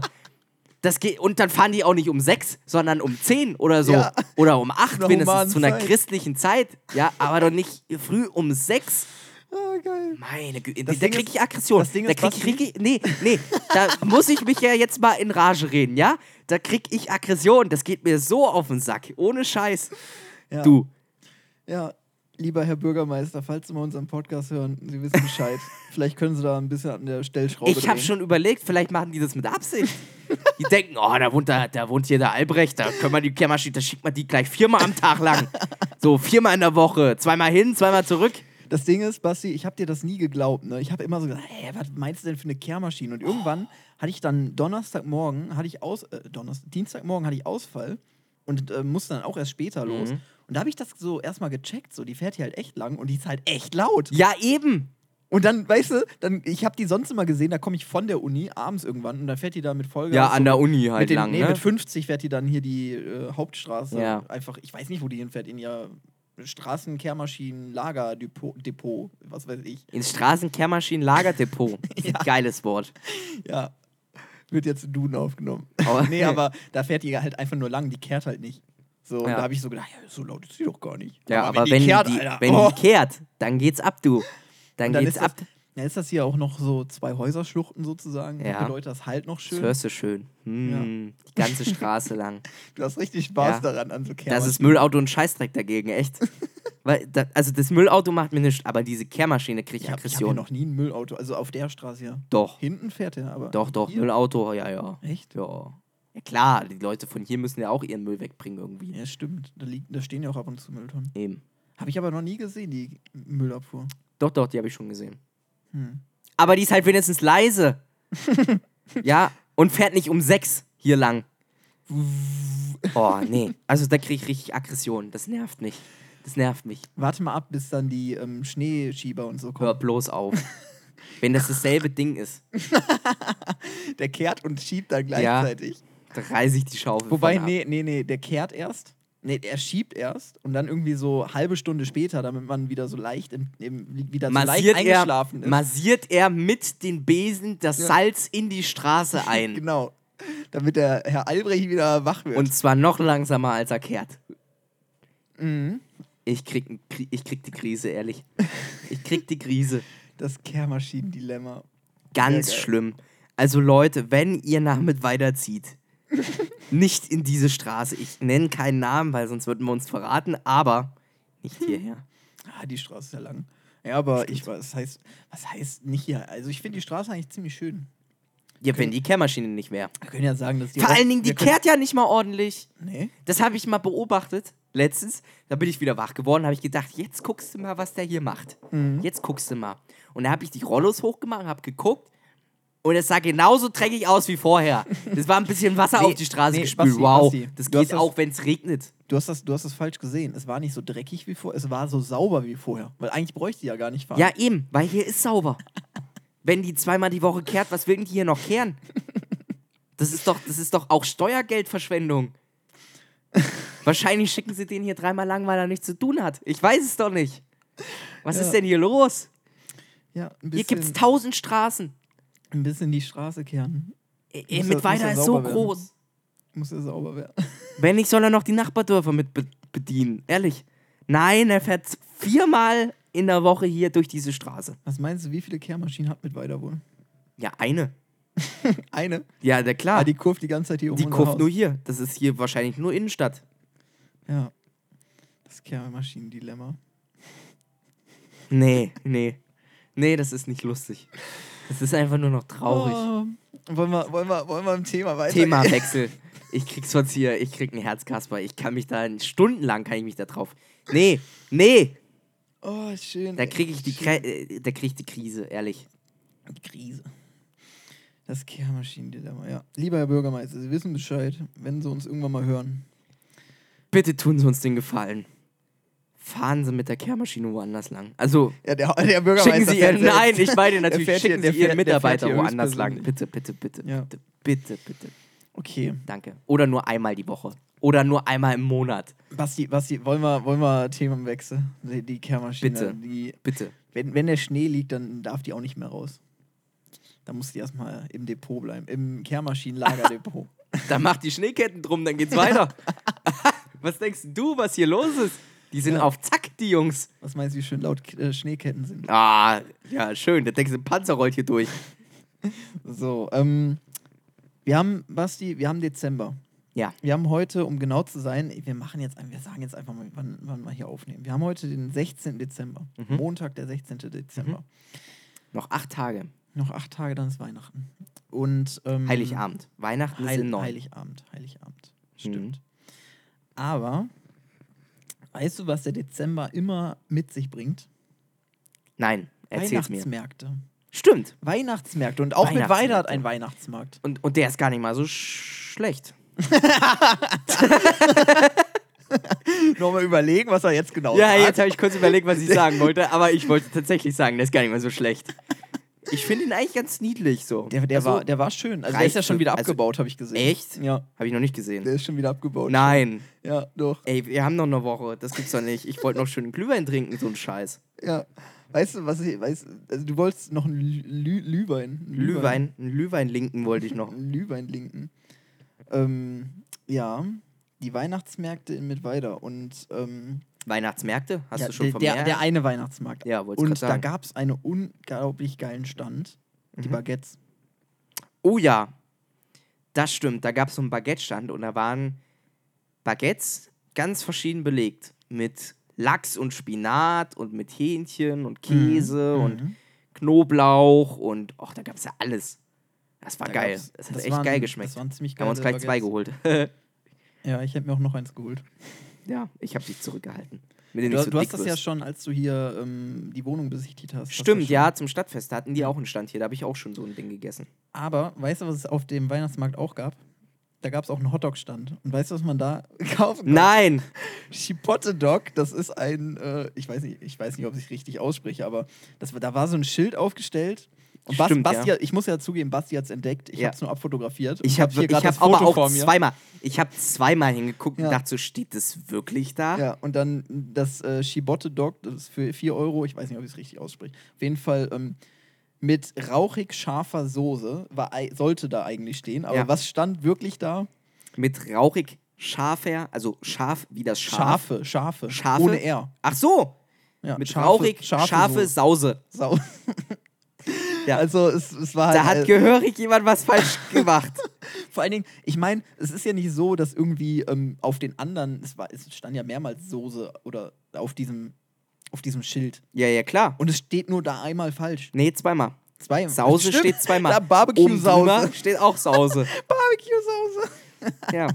[SPEAKER 2] Das geht, und dann fahren die auch nicht um sechs, sondern um zehn oder so.
[SPEAKER 1] Ja.
[SPEAKER 2] Oder um acht,
[SPEAKER 1] einer
[SPEAKER 2] wenn es
[SPEAKER 1] humanen
[SPEAKER 2] zu einer
[SPEAKER 1] Zeit.
[SPEAKER 2] christlichen Zeit. Ja, aber doch nicht früh um sechs.
[SPEAKER 1] ah, geil.
[SPEAKER 2] Meine Güte,
[SPEAKER 1] Das
[SPEAKER 2] da
[SPEAKER 1] Ding
[SPEAKER 2] kriege
[SPEAKER 1] ist-
[SPEAKER 2] ich Aggression.
[SPEAKER 1] das Ding
[SPEAKER 2] da
[SPEAKER 1] ist,
[SPEAKER 2] krieg ich
[SPEAKER 1] Basti-
[SPEAKER 2] richtig, nee, nee, da muss ich mich ja jetzt mal in Rage reden, ja? Da kriege ich Aggression. Das geht mir so auf den Sack, ohne Scheiß.
[SPEAKER 1] Ja.
[SPEAKER 2] Du,
[SPEAKER 1] Ja, lieber Herr Bürgermeister, falls Sie mal unseren Podcast hören, Sie wissen Bescheid. Vielleicht können Sie da ein bisschen an der Stellschraube
[SPEAKER 2] ich habe
[SPEAKER 1] drehen.
[SPEAKER 2] schon überlegt, vielleicht machen die das mit Absicht. Die denken, oh, da wohnt, da, da wohnt hier der Albrecht, da können wir die Kehrmaschine, da schickt man die gleich viermal am Tag lang. So viermal in der Woche, zweimal hin, zweimal zurück.
[SPEAKER 1] Das Ding ist, Basti, ich habe dir das nie geglaubt. Ne? Ich habe immer so gesagt, hä, was meinst du denn für eine Kehrmaschine? Und irgendwann hatte ich dann Donnerstagmorgen, hatte ich aus, äh, Donnerstag, Dienstagmorgen hatte ich Ausfall und äh, musste dann auch erst später los.
[SPEAKER 2] Mhm.
[SPEAKER 1] Und da habe ich das so erstmal gecheckt, so die fährt hier halt echt lang und die ist halt echt laut.
[SPEAKER 2] Ja, eben.
[SPEAKER 1] Und dann, weißt du, dann, ich habe die sonst immer gesehen, da komme ich von der Uni abends irgendwann und dann fährt die da mit Vollgas.
[SPEAKER 2] Ja, an
[SPEAKER 1] so
[SPEAKER 2] der Uni halt
[SPEAKER 1] mit den,
[SPEAKER 2] lang,
[SPEAKER 1] nee,
[SPEAKER 2] ne?
[SPEAKER 1] mit 50 fährt die dann hier die äh, Hauptstraße.
[SPEAKER 2] Ja.
[SPEAKER 1] Einfach, ich weiß nicht, wo die hinfährt, in ihr Straßenkehrmaschinen, Lager, Depot, Depot, was weiß ich.
[SPEAKER 2] Ins Straßenkehrmaschinen-Lagerdepot.
[SPEAKER 1] Ja.
[SPEAKER 2] Geiles Wort.
[SPEAKER 1] Ja. Wird jetzt in Duden aufgenommen.
[SPEAKER 2] Aber-
[SPEAKER 1] nee, aber da fährt die halt einfach nur lang, die kehrt halt nicht. So, und
[SPEAKER 2] Ja.
[SPEAKER 1] da habe ich so gedacht, ja, so laut ist die doch gar nicht.
[SPEAKER 2] Ja, aber, wenn, die,
[SPEAKER 1] kehrt,
[SPEAKER 2] die,
[SPEAKER 1] Alter,
[SPEAKER 2] wenn
[SPEAKER 1] oh.
[SPEAKER 2] die kehrt, dann geht's ab, du. Dann,
[SPEAKER 1] Und dann
[SPEAKER 2] geht's
[SPEAKER 1] ist das,
[SPEAKER 2] ab.
[SPEAKER 1] dann ist das hier auch noch so zwei Häuserschluchten sozusagen.
[SPEAKER 2] Ja.
[SPEAKER 1] Ja. Leute, das halt noch
[SPEAKER 2] Das
[SPEAKER 1] schön.
[SPEAKER 2] hörst du schön. Hm, Die ganze Straße lang.
[SPEAKER 1] Du hast richtig Spaß
[SPEAKER 2] Ja.
[SPEAKER 1] daran, an so Kerl.
[SPEAKER 2] Das ist Müllauto und Scheißdreck dagegen, echt. Weil da, also das Müllauto macht mir nichts, aber diese Kehrmaschine kriegt
[SPEAKER 1] ich habe hab hier
[SPEAKER 2] Aggression.
[SPEAKER 1] noch nie ein Müllauto, also auf der Straße hier.
[SPEAKER 2] doch,
[SPEAKER 1] Hinten fährt er, aber.
[SPEAKER 2] doch, doch,
[SPEAKER 1] hier-
[SPEAKER 2] Müllauto, ja, ja.
[SPEAKER 1] Echt?
[SPEAKER 2] Ja. Ja klar, die Leute von hier müssen ja auch ihren Müll wegbringen irgendwie.
[SPEAKER 1] Ja, stimmt. Da, liegt, da stehen ja auch ab und zu Mülltonnen.
[SPEAKER 2] Eben.
[SPEAKER 1] Habe ich aber noch nie gesehen, die Müllabfuhr.
[SPEAKER 2] Doch, doch, die habe ich schon gesehen.
[SPEAKER 1] Hm.
[SPEAKER 2] Aber die ist halt wenigstens leise. ja, und fährt nicht um sechs hier lang. Oh, nee. Also da kriege ich richtig Aggression. Das nervt mich. Das nervt mich.
[SPEAKER 1] Warte mal ab, bis dann die ähm, Schneeschieber und so kommen.
[SPEAKER 2] Hör bloß auf. Wenn das dasselbe Ding ist,
[SPEAKER 1] Der kehrt und schiebt dann
[SPEAKER 2] Ja.
[SPEAKER 1] gleichzeitig.
[SPEAKER 2] da reiße ich die Schaufel.
[SPEAKER 1] Wobei,
[SPEAKER 2] von ab.
[SPEAKER 1] nee, nee, nee, der kehrt erst. Nee, er schiebt erst und dann irgendwie so halbe Stunde später, damit man wieder so leicht im, im wieder so also leicht
[SPEAKER 2] Massiert er,
[SPEAKER 1] eingeschlafen ist.
[SPEAKER 2] massiert er mit den Besen das
[SPEAKER 1] Ja.
[SPEAKER 2] Salz in die Straße ein.
[SPEAKER 1] Genau. Damit der Herr Albrecht wieder wach wird.
[SPEAKER 2] Und zwar noch langsamer als er kehrt.
[SPEAKER 1] mhm.
[SPEAKER 2] Ich krieg, n- krie- ich krieg die Krise, ehrlich. Ich krieg die Krise.
[SPEAKER 1] das Kehrmaschinen-Dilemma.
[SPEAKER 2] Ganz
[SPEAKER 1] Sehr geil.
[SPEAKER 2] schlimm. Also Leute, wenn ihr nach Mittweida zieht, nicht in diese Straße. Ich nenne keinen Namen, weil sonst würden wir uns verraten, aber nicht
[SPEAKER 1] Hm.
[SPEAKER 2] hierher.
[SPEAKER 1] Ah, die Straße ist ja lang. Ja, aber ich weiß, das heißt, was heißt nicht hier? Also ich finde die Straße eigentlich ziemlich schön.
[SPEAKER 2] Ja, wenn die Kehrmaschine nicht wäre.
[SPEAKER 1] Wir können ja sagen, dass die
[SPEAKER 2] Vor
[SPEAKER 1] Rock-
[SPEAKER 2] allen Dingen, die
[SPEAKER 1] wir können-
[SPEAKER 2] kehrt ja nicht mal ordentlich.
[SPEAKER 1] Nee.
[SPEAKER 2] Das habe ich mal beobachtet letztens. Da bin ich wieder wach geworden, habe ich gedacht, jetzt guckst du mal, was der hier macht.
[SPEAKER 1] Mhm.
[SPEAKER 2] Jetzt guckst du mal. Und da habe ich die Rollos hochgemacht, habe geguckt und es sah genauso dreckig aus wie vorher. Das war ein bisschen Wasser
[SPEAKER 1] Nee,
[SPEAKER 2] auf die Straße
[SPEAKER 1] nee,
[SPEAKER 2] gespült.
[SPEAKER 1] Basti,
[SPEAKER 2] wow,
[SPEAKER 1] Basti,
[SPEAKER 2] das
[SPEAKER 1] du hast
[SPEAKER 2] geht
[SPEAKER 1] das-
[SPEAKER 2] auch, wenn es regnet.
[SPEAKER 1] Du hast, das, du hast das falsch gesehen. Es war nicht so dreckig wie vorher, es war so sauber wie vorher. Weil eigentlich bräuchte die ja gar nicht fahren.
[SPEAKER 2] Ja, eben, weil hier ist sauber. wenn die zweimal die Woche kehrt, was will denn die hier noch kehren? Das ist doch, das ist doch auch Steuergeldverschwendung. Wahrscheinlich schicken sie den hier dreimal lang, weil er nichts zu tun hat. Ich weiß es doch nicht. Was
[SPEAKER 1] Ja.
[SPEAKER 2] ist denn hier los?
[SPEAKER 1] Ja, ein
[SPEAKER 2] Hier
[SPEAKER 1] bisschen,
[SPEAKER 2] gibt's tausend Straßen.
[SPEAKER 1] ein bisschen die Straße kehren.
[SPEAKER 2] Ey,
[SPEAKER 1] Muss er- muss
[SPEAKER 2] Mittweida
[SPEAKER 1] er
[SPEAKER 2] ist so
[SPEAKER 1] sauber werden.
[SPEAKER 2] groß.
[SPEAKER 1] Muss ja sauber werden.
[SPEAKER 2] Wenn nicht, soll er noch die Nachbardörfer mit be bedienen. Ehrlich. Nein, er fährt viermal in der Woche hier durch diese Straße.
[SPEAKER 1] Was meinst du, wie viele Kehrmaschinen hat mit weiter wohl?
[SPEAKER 2] Ja, eine.
[SPEAKER 1] Eine.
[SPEAKER 2] Ja, na
[SPEAKER 1] Ah,
[SPEAKER 2] klar.
[SPEAKER 1] die kurft die ganze Zeit hier um
[SPEAKER 2] die
[SPEAKER 1] unser
[SPEAKER 2] kurft
[SPEAKER 1] Haus.
[SPEAKER 2] nur hier. Das ist hier wahrscheinlich nur Innenstadt.
[SPEAKER 1] Ja. Das Kehrmaschinen-Dilemma.
[SPEAKER 2] Nee, nee. Nee, das ist nicht lustig. Das ist einfach nur noch traurig.
[SPEAKER 1] Oh, wollen, wir, wollen, wir, wollen wir im Thema weiter?
[SPEAKER 2] Themawechsel. Ich krieg sonst hier, ich krieg ein Herzkasper. Ich kann mich da stundenlang kann ich mich da drauf. Nee, nee,
[SPEAKER 1] Oh, schön.
[SPEAKER 2] da krieg ich die
[SPEAKER 1] Schön.
[SPEAKER 2] Krä- äh, da krieg ich die Krise, ehrlich.
[SPEAKER 1] Die Krise. Das Kehrmaschinen-Dilemma, ja. Lieber Herr Bürgermeister, Sie wissen Bescheid, wenn Sie uns irgendwann mal hören.
[SPEAKER 2] Bitte tun Sie uns den Gefallen. Fahren Sie mit der Kehrmaschine woanders lang. Also
[SPEAKER 1] Ja, der, der Bürgermeister.
[SPEAKER 2] schicken Sie
[SPEAKER 1] fährt
[SPEAKER 2] Ihren,
[SPEAKER 1] selbst.
[SPEAKER 2] nein, ich meine natürlich,
[SPEAKER 1] fährt hier-
[SPEAKER 2] schicken
[SPEAKER 1] der
[SPEAKER 2] Sie Ihren
[SPEAKER 1] fährt- der fährt
[SPEAKER 2] Mitarbeiter
[SPEAKER 1] hier
[SPEAKER 2] woanders lang.
[SPEAKER 1] höchstpersönlich.
[SPEAKER 2] Bitte, bitte, bitte,
[SPEAKER 1] Ja.
[SPEAKER 2] bitte, bitte, bitte.
[SPEAKER 1] Okay.
[SPEAKER 2] Danke. Oder nur einmal die Woche. Oder nur einmal im Monat.
[SPEAKER 1] Basti, Basti, wollen wir, wollen wir Themenwechsel? Die, die Kehrmaschine.
[SPEAKER 2] Bitte.
[SPEAKER 1] Die,
[SPEAKER 2] Bitte.
[SPEAKER 1] wenn, wenn der Schnee liegt, dann darf die auch nicht mehr raus. Da muss die erstmal im Depot bleiben. Im Kehrmaschinenlagerdepot.
[SPEAKER 2] Dann macht die Schneeketten drum, dann geht's weiter. was denkst du, was hier los ist? Die sind
[SPEAKER 1] Ja.
[SPEAKER 2] auf Zack, die Jungs.
[SPEAKER 1] Was meinst du, wie schön laut K- äh, Schneeketten sind?
[SPEAKER 2] Ah, ja, schön. Da denkst du, ein Panzer rollt hier durch.
[SPEAKER 1] So, ähm, wir haben, Basti, wir haben Dezember.
[SPEAKER 2] Ja.
[SPEAKER 1] Wir haben heute, um genau zu sein, wir machen jetzt, ein- wir sagen jetzt einfach mal, wann, wann wir hier aufnehmen. Wir haben heute den 16. Dezember.
[SPEAKER 2] Mhm.
[SPEAKER 1] Montag, der 16. Dezember.
[SPEAKER 2] Noch acht Tage.
[SPEAKER 1] Noch acht Tage, dann ist Weihnachten. Und ähm,
[SPEAKER 2] Heiligabend. Weihnachten ist
[SPEAKER 1] Heil
[SPEAKER 2] in neun. Mhm.
[SPEAKER 1] Heiligabend, Heiligabend. Stimmt. Aber weißt du, was der Dezember immer mit sich bringt?
[SPEAKER 2] Nein, erzähl's mir.
[SPEAKER 1] Weihnachtsmärkte.
[SPEAKER 2] Stimmt.
[SPEAKER 1] Weihnachtsmärkte. Und auch mit
[SPEAKER 2] Weihnachtsmärkte.
[SPEAKER 1] Weida hat ein Weihnachtsmarkt.
[SPEAKER 2] Und, und der ist gar nicht mal so sch schlecht.
[SPEAKER 1] Nochmal überlegen, was er jetzt genau
[SPEAKER 2] Ja,
[SPEAKER 1] sagt.
[SPEAKER 2] jetzt habe ich kurz überlegt, was ich sagen wollte, aber ich wollte tatsächlich sagen, der ist gar nicht mal so schlecht. Ich finde ihn eigentlich ganz niedlich so.
[SPEAKER 1] Der, der,
[SPEAKER 2] Also,
[SPEAKER 1] war, der war schön. Also der
[SPEAKER 2] reicht
[SPEAKER 1] ist ja schon
[SPEAKER 2] für-
[SPEAKER 1] wieder
[SPEAKER 2] also-
[SPEAKER 1] abgebaut, habe ich gesehen.
[SPEAKER 2] Echt?
[SPEAKER 1] Ja.
[SPEAKER 2] Habe ich noch nicht gesehen.
[SPEAKER 1] Der ist schon wieder abgebaut.
[SPEAKER 2] Nein.
[SPEAKER 1] Ja, doch.
[SPEAKER 2] Ey, wir haben noch eine Woche. Das gibt's doch nicht. Ich wollte noch schön einen Glühwein trinken, so ein Scheiß.
[SPEAKER 1] Ja. Weißt du, was ich. Weißt, also du wolltest noch einen Lü Lü Lüwein.
[SPEAKER 2] Glühwein, einen Glühwein linken wollte ich noch.
[SPEAKER 1] Einen Lüwein linken. Ähm, ja. Die Weihnachtsmärkte in Mittweida. Und ähm,
[SPEAKER 2] Weihnachtsmärkte? Hast
[SPEAKER 1] ja,
[SPEAKER 2] du schon
[SPEAKER 1] der, der,
[SPEAKER 2] vermerkt?
[SPEAKER 1] der eine Weihnachtsmarkt.
[SPEAKER 2] ja, wollte ich gerade
[SPEAKER 1] Und da
[SPEAKER 2] sagen.
[SPEAKER 1] gab es einen unglaublich geilen Stand. Die
[SPEAKER 2] Mhm.
[SPEAKER 1] Baguettes.
[SPEAKER 2] Oh ja. Das stimmt. Da gab es so einen Baguette-Stand und da waren Baguettes ganz verschieden belegt. Mit Lachs und Spinat und mit Hähnchen und Käse und
[SPEAKER 1] Mhm.
[SPEAKER 2] Knoblauch und ach, da gab es ja alles. Das war
[SPEAKER 1] Da
[SPEAKER 2] geil.
[SPEAKER 1] gab's-
[SPEAKER 2] Das hat echt
[SPEAKER 1] waren-
[SPEAKER 2] geil geschmeckt.
[SPEAKER 1] Das waren ziemlich
[SPEAKER 2] Haben wir uns
[SPEAKER 1] geile
[SPEAKER 2] gleich zwei
[SPEAKER 1] Baguettes.
[SPEAKER 2] geholt.
[SPEAKER 1] Ja, ich hätte mir auch noch eins geholt.
[SPEAKER 2] ja, ich habe dich zurückgehalten. Mit denen
[SPEAKER 1] Du,
[SPEAKER 2] ich so
[SPEAKER 1] du
[SPEAKER 2] dick
[SPEAKER 1] hast das ja
[SPEAKER 2] wirst.
[SPEAKER 1] schon, als du hier ähm, die Wohnung besichtigt hast. hast du
[SPEAKER 2] Stimmt,
[SPEAKER 1] schon-
[SPEAKER 2] ja, zum Stadtfest. Da hatten die auch einen Stand hier. Da habe ich auch schon so ein Ding gegessen.
[SPEAKER 1] Aber weißt du, was es auf dem Weihnachtsmarkt auch gab? Da gab es auch einen Hotdog-Stand. Und weißt du, was man da kaufen kann?
[SPEAKER 2] Nein!
[SPEAKER 1] Chipotle Dog, das ist ein, äh, ich, weiß nicht, ich weiß nicht, ob ich es richtig ausspreche, aber das, war- da war so ein Schild aufgestellt. Und Bas,
[SPEAKER 2] Stimmt,
[SPEAKER 1] Basti, ich muss ja zugeben, Basti hat es entdeckt. Ich
[SPEAKER 2] Ja.
[SPEAKER 1] habe es nur abfotografiert. Und
[SPEAKER 2] Ich habe
[SPEAKER 1] hab hier
[SPEAKER 2] ich
[SPEAKER 1] gerade
[SPEAKER 2] hab
[SPEAKER 1] das
[SPEAKER 2] aber
[SPEAKER 1] Foto
[SPEAKER 2] auch
[SPEAKER 1] vor mir.
[SPEAKER 2] zweimal. Ich habe zweimal hingeguckt
[SPEAKER 1] Ja.
[SPEAKER 2] und dachte, so steht das wirklich da?
[SPEAKER 1] Ja, und dann das äh, Shibotte Dog, das ist für 4 Euro, ich weiß nicht, ob ich es richtig ausspreche. Auf jeden Fall ähm, mit rauchig scharfer Soße war, ei- sollte da eigentlich stehen, aber
[SPEAKER 2] Ja.
[SPEAKER 1] was stand wirklich da?
[SPEAKER 2] Mit rauchig scharfer, also scharf wie das Schaf.
[SPEAKER 1] Schafe, Schafe,
[SPEAKER 2] Schafe?
[SPEAKER 1] ohne R.
[SPEAKER 2] Ach so!
[SPEAKER 1] Ja,
[SPEAKER 2] Mit
[SPEAKER 1] scharfe-
[SPEAKER 2] rauchig scharfe
[SPEAKER 1] Soße.
[SPEAKER 2] Sause.
[SPEAKER 1] Sau.
[SPEAKER 2] Ja.
[SPEAKER 1] Also es, es war halt,
[SPEAKER 2] Da hat
[SPEAKER 1] äh,
[SPEAKER 2] gehörig jemand was falsch gemacht.
[SPEAKER 1] vor allen Dingen, ich meine, es ist ja nicht so, dass irgendwie ähm, auf den anderen, es, war, es stand ja mehrmals Soße oder auf diesem, auf diesem Schild.
[SPEAKER 2] Ja, ja, klar.
[SPEAKER 1] Und es steht nur da einmal falsch.
[SPEAKER 2] Nee, zweimal.
[SPEAKER 1] Zwei.
[SPEAKER 2] Sause
[SPEAKER 1] Stimmt.
[SPEAKER 2] steht zweimal.
[SPEAKER 1] Da
[SPEAKER 2] Oben drüber
[SPEAKER 1] Barbecue-Sause.
[SPEAKER 2] steht auch Sause.
[SPEAKER 1] Barbecue-Sause.
[SPEAKER 2] ja.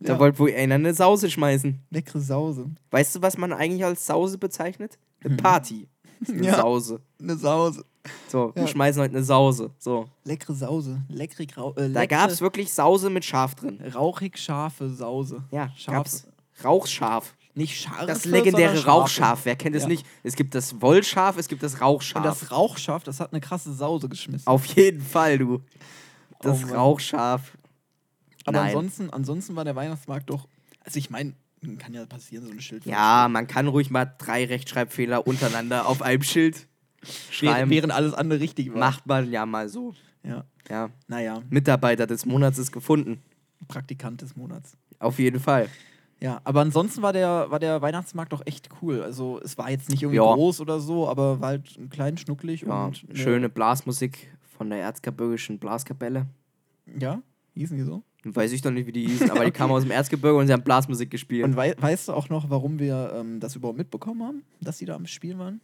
[SPEAKER 2] Da
[SPEAKER 1] Ja.
[SPEAKER 2] wollte wohl einer eine Sause schmeißen.
[SPEAKER 1] Leckere Sause.
[SPEAKER 2] Weißt du, was man eigentlich als Sause bezeichnet? Eine Party. Das ist eine
[SPEAKER 1] Hm. Ja.
[SPEAKER 2] Sause.
[SPEAKER 1] Eine Sause.
[SPEAKER 2] So, wir
[SPEAKER 1] Ja.
[SPEAKER 2] schmeißen heute eine Sause. So.
[SPEAKER 1] Leckere Sause. Leckrig, rau äh,
[SPEAKER 2] Da
[SPEAKER 1] leckere,
[SPEAKER 2] gab es wirklich Sause mit Schaf drin.
[SPEAKER 1] rauchig scharfe Sause.
[SPEAKER 2] Ja,
[SPEAKER 1] Scharf.
[SPEAKER 2] gab's Rauchschaf.
[SPEAKER 1] Nicht scharf.
[SPEAKER 2] Das legendäre Rauchschaf. Wer kennt es
[SPEAKER 1] Ja.
[SPEAKER 2] nicht? Es gibt das Wollschaf, es gibt das
[SPEAKER 1] Und
[SPEAKER 2] Rauchschaf.
[SPEAKER 1] das Rauchschaf, das hat eine krasse Sause geschmissen.
[SPEAKER 2] Auf jeden Fall, du. Das
[SPEAKER 1] Oh Mann.
[SPEAKER 2] Rauchschaf.
[SPEAKER 1] Aber
[SPEAKER 2] Nein.
[SPEAKER 1] ansonsten, ansonsten war der Weihnachtsmarkt doch. Also ich meine, kann ja passieren, so ein Schild.
[SPEAKER 2] Ja, man kann ruhig mal drei Rechtschreibfehler untereinander auf einem Schild
[SPEAKER 1] während,
[SPEAKER 2] schreiben.
[SPEAKER 1] während alles andere richtig war.
[SPEAKER 2] Macht man ja mal so.
[SPEAKER 1] Ja.
[SPEAKER 2] Ja.
[SPEAKER 1] Naja,
[SPEAKER 2] Mitarbeiter des Monats ist gefunden.
[SPEAKER 1] Praktikant des Monats.
[SPEAKER 2] Auf jeden Fall.
[SPEAKER 1] Ja, aber ansonsten war der, war der Weihnachtsmarkt doch echt cool. Also es war jetzt nicht irgendwie
[SPEAKER 2] Ja.
[SPEAKER 1] groß oder so, aber war halt klein, schnucklig
[SPEAKER 2] Ja,
[SPEAKER 1] und äh, eine-
[SPEAKER 2] schöne Blasmusik von der Erzgebirgischen Blaskapelle.
[SPEAKER 1] Ja, hießen die so?
[SPEAKER 2] Weiß ich doch nicht, wie die hießen, aber die kamen aus dem Erzgebirge und sie haben Blasmusik gespielt.
[SPEAKER 1] Und wei weißt du auch noch, warum wir ähm, das überhaupt mitbekommen haben, dass die da am Spiel waren?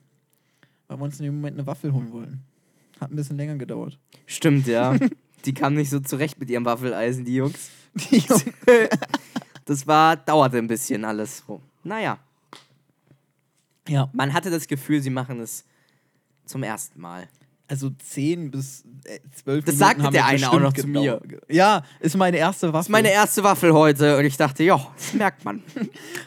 [SPEAKER 1] Weil wir uns in dem Moment eine Waffel holen wollten. Hat ein bisschen länger gedauert.
[SPEAKER 2] Stimmt, ja. die kamen nicht so zurecht mit ihrem Waffeleisen, die Jungs.
[SPEAKER 1] Die Jungs-
[SPEAKER 2] Das war, dauerte ein bisschen alles. So. Naja,
[SPEAKER 1] ja,
[SPEAKER 2] man hatte das Gefühl, sie machen es zum ersten Mal.
[SPEAKER 1] also 10 bis äh, 12
[SPEAKER 2] Das
[SPEAKER 1] Minuten.
[SPEAKER 2] sagte
[SPEAKER 1] haben
[SPEAKER 2] der
[SPEAKER 1] wir
[SPEAKER 2] eine auch noch
[SPEAKER 1] bestimmt
[SPEAKER 2] zu mir.
[SPEAKER 1] gedauert. Ja, ist meine erste Waffel.
[SPEAKER 2] Das ist meine erste Waffel heute und ich dachte, ja, das merkt man.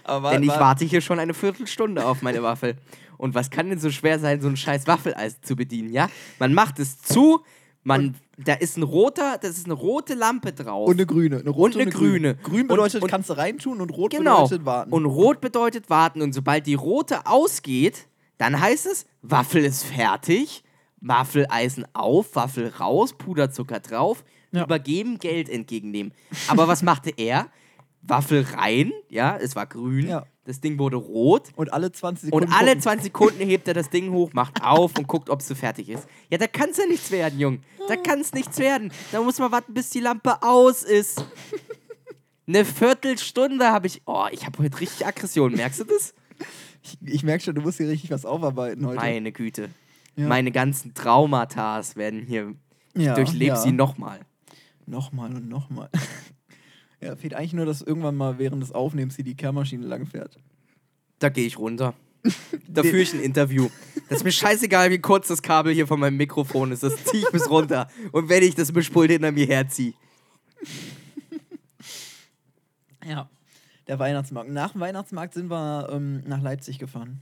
[SPEAKER 1] Aber war,
[SPEAKER 2] Denn ich
[SPEAKER 1] war-
[SPEAKER 2] warte hier schon eine Viertelstunde auf meine Waffel. Und was kann denn so schwer sein, so ein scheiß Waffeleisen zu bedienen, ja? Man macht es zu, man, da ist ein roter, das ist eine rote Lampe drauf.
[SPEAKER 1] Und eine grüne. Eine rote
[SPEAKER 2] Und eine grüne.
[SPEAKER 1] Grün bedeutet,
[SPEAKER 2] Und- und-
[SPEAKER 1] kannst du reintun und rot
[SPEAKER 2] Genau.
[SPEAKER 1] bedeutet warten.
[SPEAKER 2] Und rot bedeutet warten. Und sobald die rote ausgeht, dann heißt es, Waffel ist fertig, Waffeleisen auf, Waffel raus, Puderzucker drauf,
[SPEAKER 1] Ja.
[SPEAKER 2] übergeben, Geld entgegennehmen. Aber was machte er? Waffel rein, ja, es war grün,
[SPEAKER 1] Ja.
[SPEAKER 2] das Ding wurde rot.
[SPEAKER 1] Und alle 20 Sekunden.
[SPEAKER 2] Und alle
[SPEAKER 1] gucken.
[SPEAKER 2] 20 Sekunden hebt er das Ding hoch, macht auf und guckt, ob sie fertig ist. Ja, da kann's ja nichts werden, Jung. Da kann's nichts werden. Da muss man warten, bis die Lampe aus ist. Eine Viertelstunde habe ich. Oh, ich habe heute richtig Aggression, merkst du das?
[SPEAKER 1] Ich, ich merke schon, du musst hier richtig was aufarbeiten heute.
[SPEAKER 2] Meine Güte.
[SPEAKER 1] Ja.
[SPEAKER 2] Meine ganzen Traumata werden hier. Ich
[SPEAKER 1] Ja,
[SPEAKER 2] durchlebe
[SPEAKER 1] ja.
[SPEAKER 2] sie nochmal.
[SPEAKER 1] Nochmal und nochmal. ja, fehlt eigentlich nur, dass irgendwann mal während des Aufnehmens hier die Kehrmaschine langfährt.
[SPEAKER 2] Da gehe ich runter. Dafür ich ein Interview. Das ist mir scheißegal, wie kurz das Kabel hier von meinem Mikrofon ist. Das ziehe ich bis runter. Und wenn ich das Mischpult hinter mir herziehe.
[SPEAKER 1] Ja. Der Weihnachtsmarkt. Nach dem Weihnachtsmarkt sind wir ähm, nach Leipzig gefahren.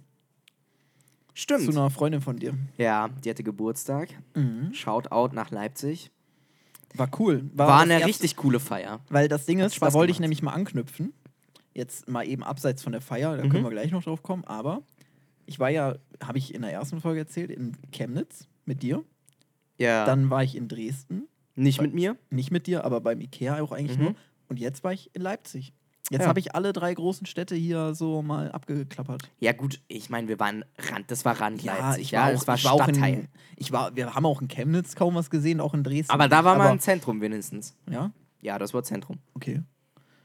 [SPEAKER 1] Zu
[SPEAKER 2] Stimmt.
[SPEAKER 1] einer Freundin von dir.
[SPEAKER 2] Ja, die hatte Geburtstag.
[SPEAKER 1] Mhm.
[SPEAKER 2] Shoutout nach Leipzig.
[SPEAKER 1] War cool.
[SPEAKER 2] War,
[SPEAKER 1] das
[SPEAKER 2] eine
[SPEAKER 1] erste-
[SPEAKER 2] richtig coole Feier.
[SPEAKER 1] Weil das Ding
[SPEAKER 2] Hat
[SPEAKER 1] ist,
[SPEAKER 2] Spaß
[SPEAKER 1] da wollte ich
[SPEAKER 2] gemacht.
[SPEAKER 1] nämlich mal anknüpfen. Jetzt mal eben abseits von der Feier,
[SPEAKER 2] Mhm.
[SPEAKER 1] da können wir gleich noch drauf kommen. Aber ich war ja, habe ich in der ersten Folge erzählt, in Chemnitz mit dir.
[SPEAKER 2] Ja. Dann
[SPEAKER 1] Dann war ich in Dresden,
[SPEAKER 2] nicht mit mir.
[SPEAKER 1] nicht mit dir, aber beim Ikea auch eigentlich
[SPEAKER 2] Mhm.
[SPEAKER 1] nur. Und jetzt war ich in Leipzig. Jetzt
[SPEAKER 2] Ja.
[SPEAKER 1] habe ich alle drei großen Städte hier so mal abgeklappert.
[SPEAKER 2] Ja, gut, ich meine, wir waren Rand, das war Rand Leipzig.
[SPEAKER 1] ich
[SPEAKER 2] Ja, es war
[SPEAKER 1] ich auch
[SPEAKER 2] Stadtteil.
[SPEAKER 1] in, ich war, wir haben auch in Chemnitz kaum was gesehen, auch in Dresden.
[SPEAKER 2] aber da war
[SPEAKER 1] nicht.
[SPEAKER 2] mal ein Zentrum wenigstens.
[SPEAKER 1] Aber- ja,
[SPEAKER 2] Ja, das war Zentrum.
[SPEAKER 1] Okay.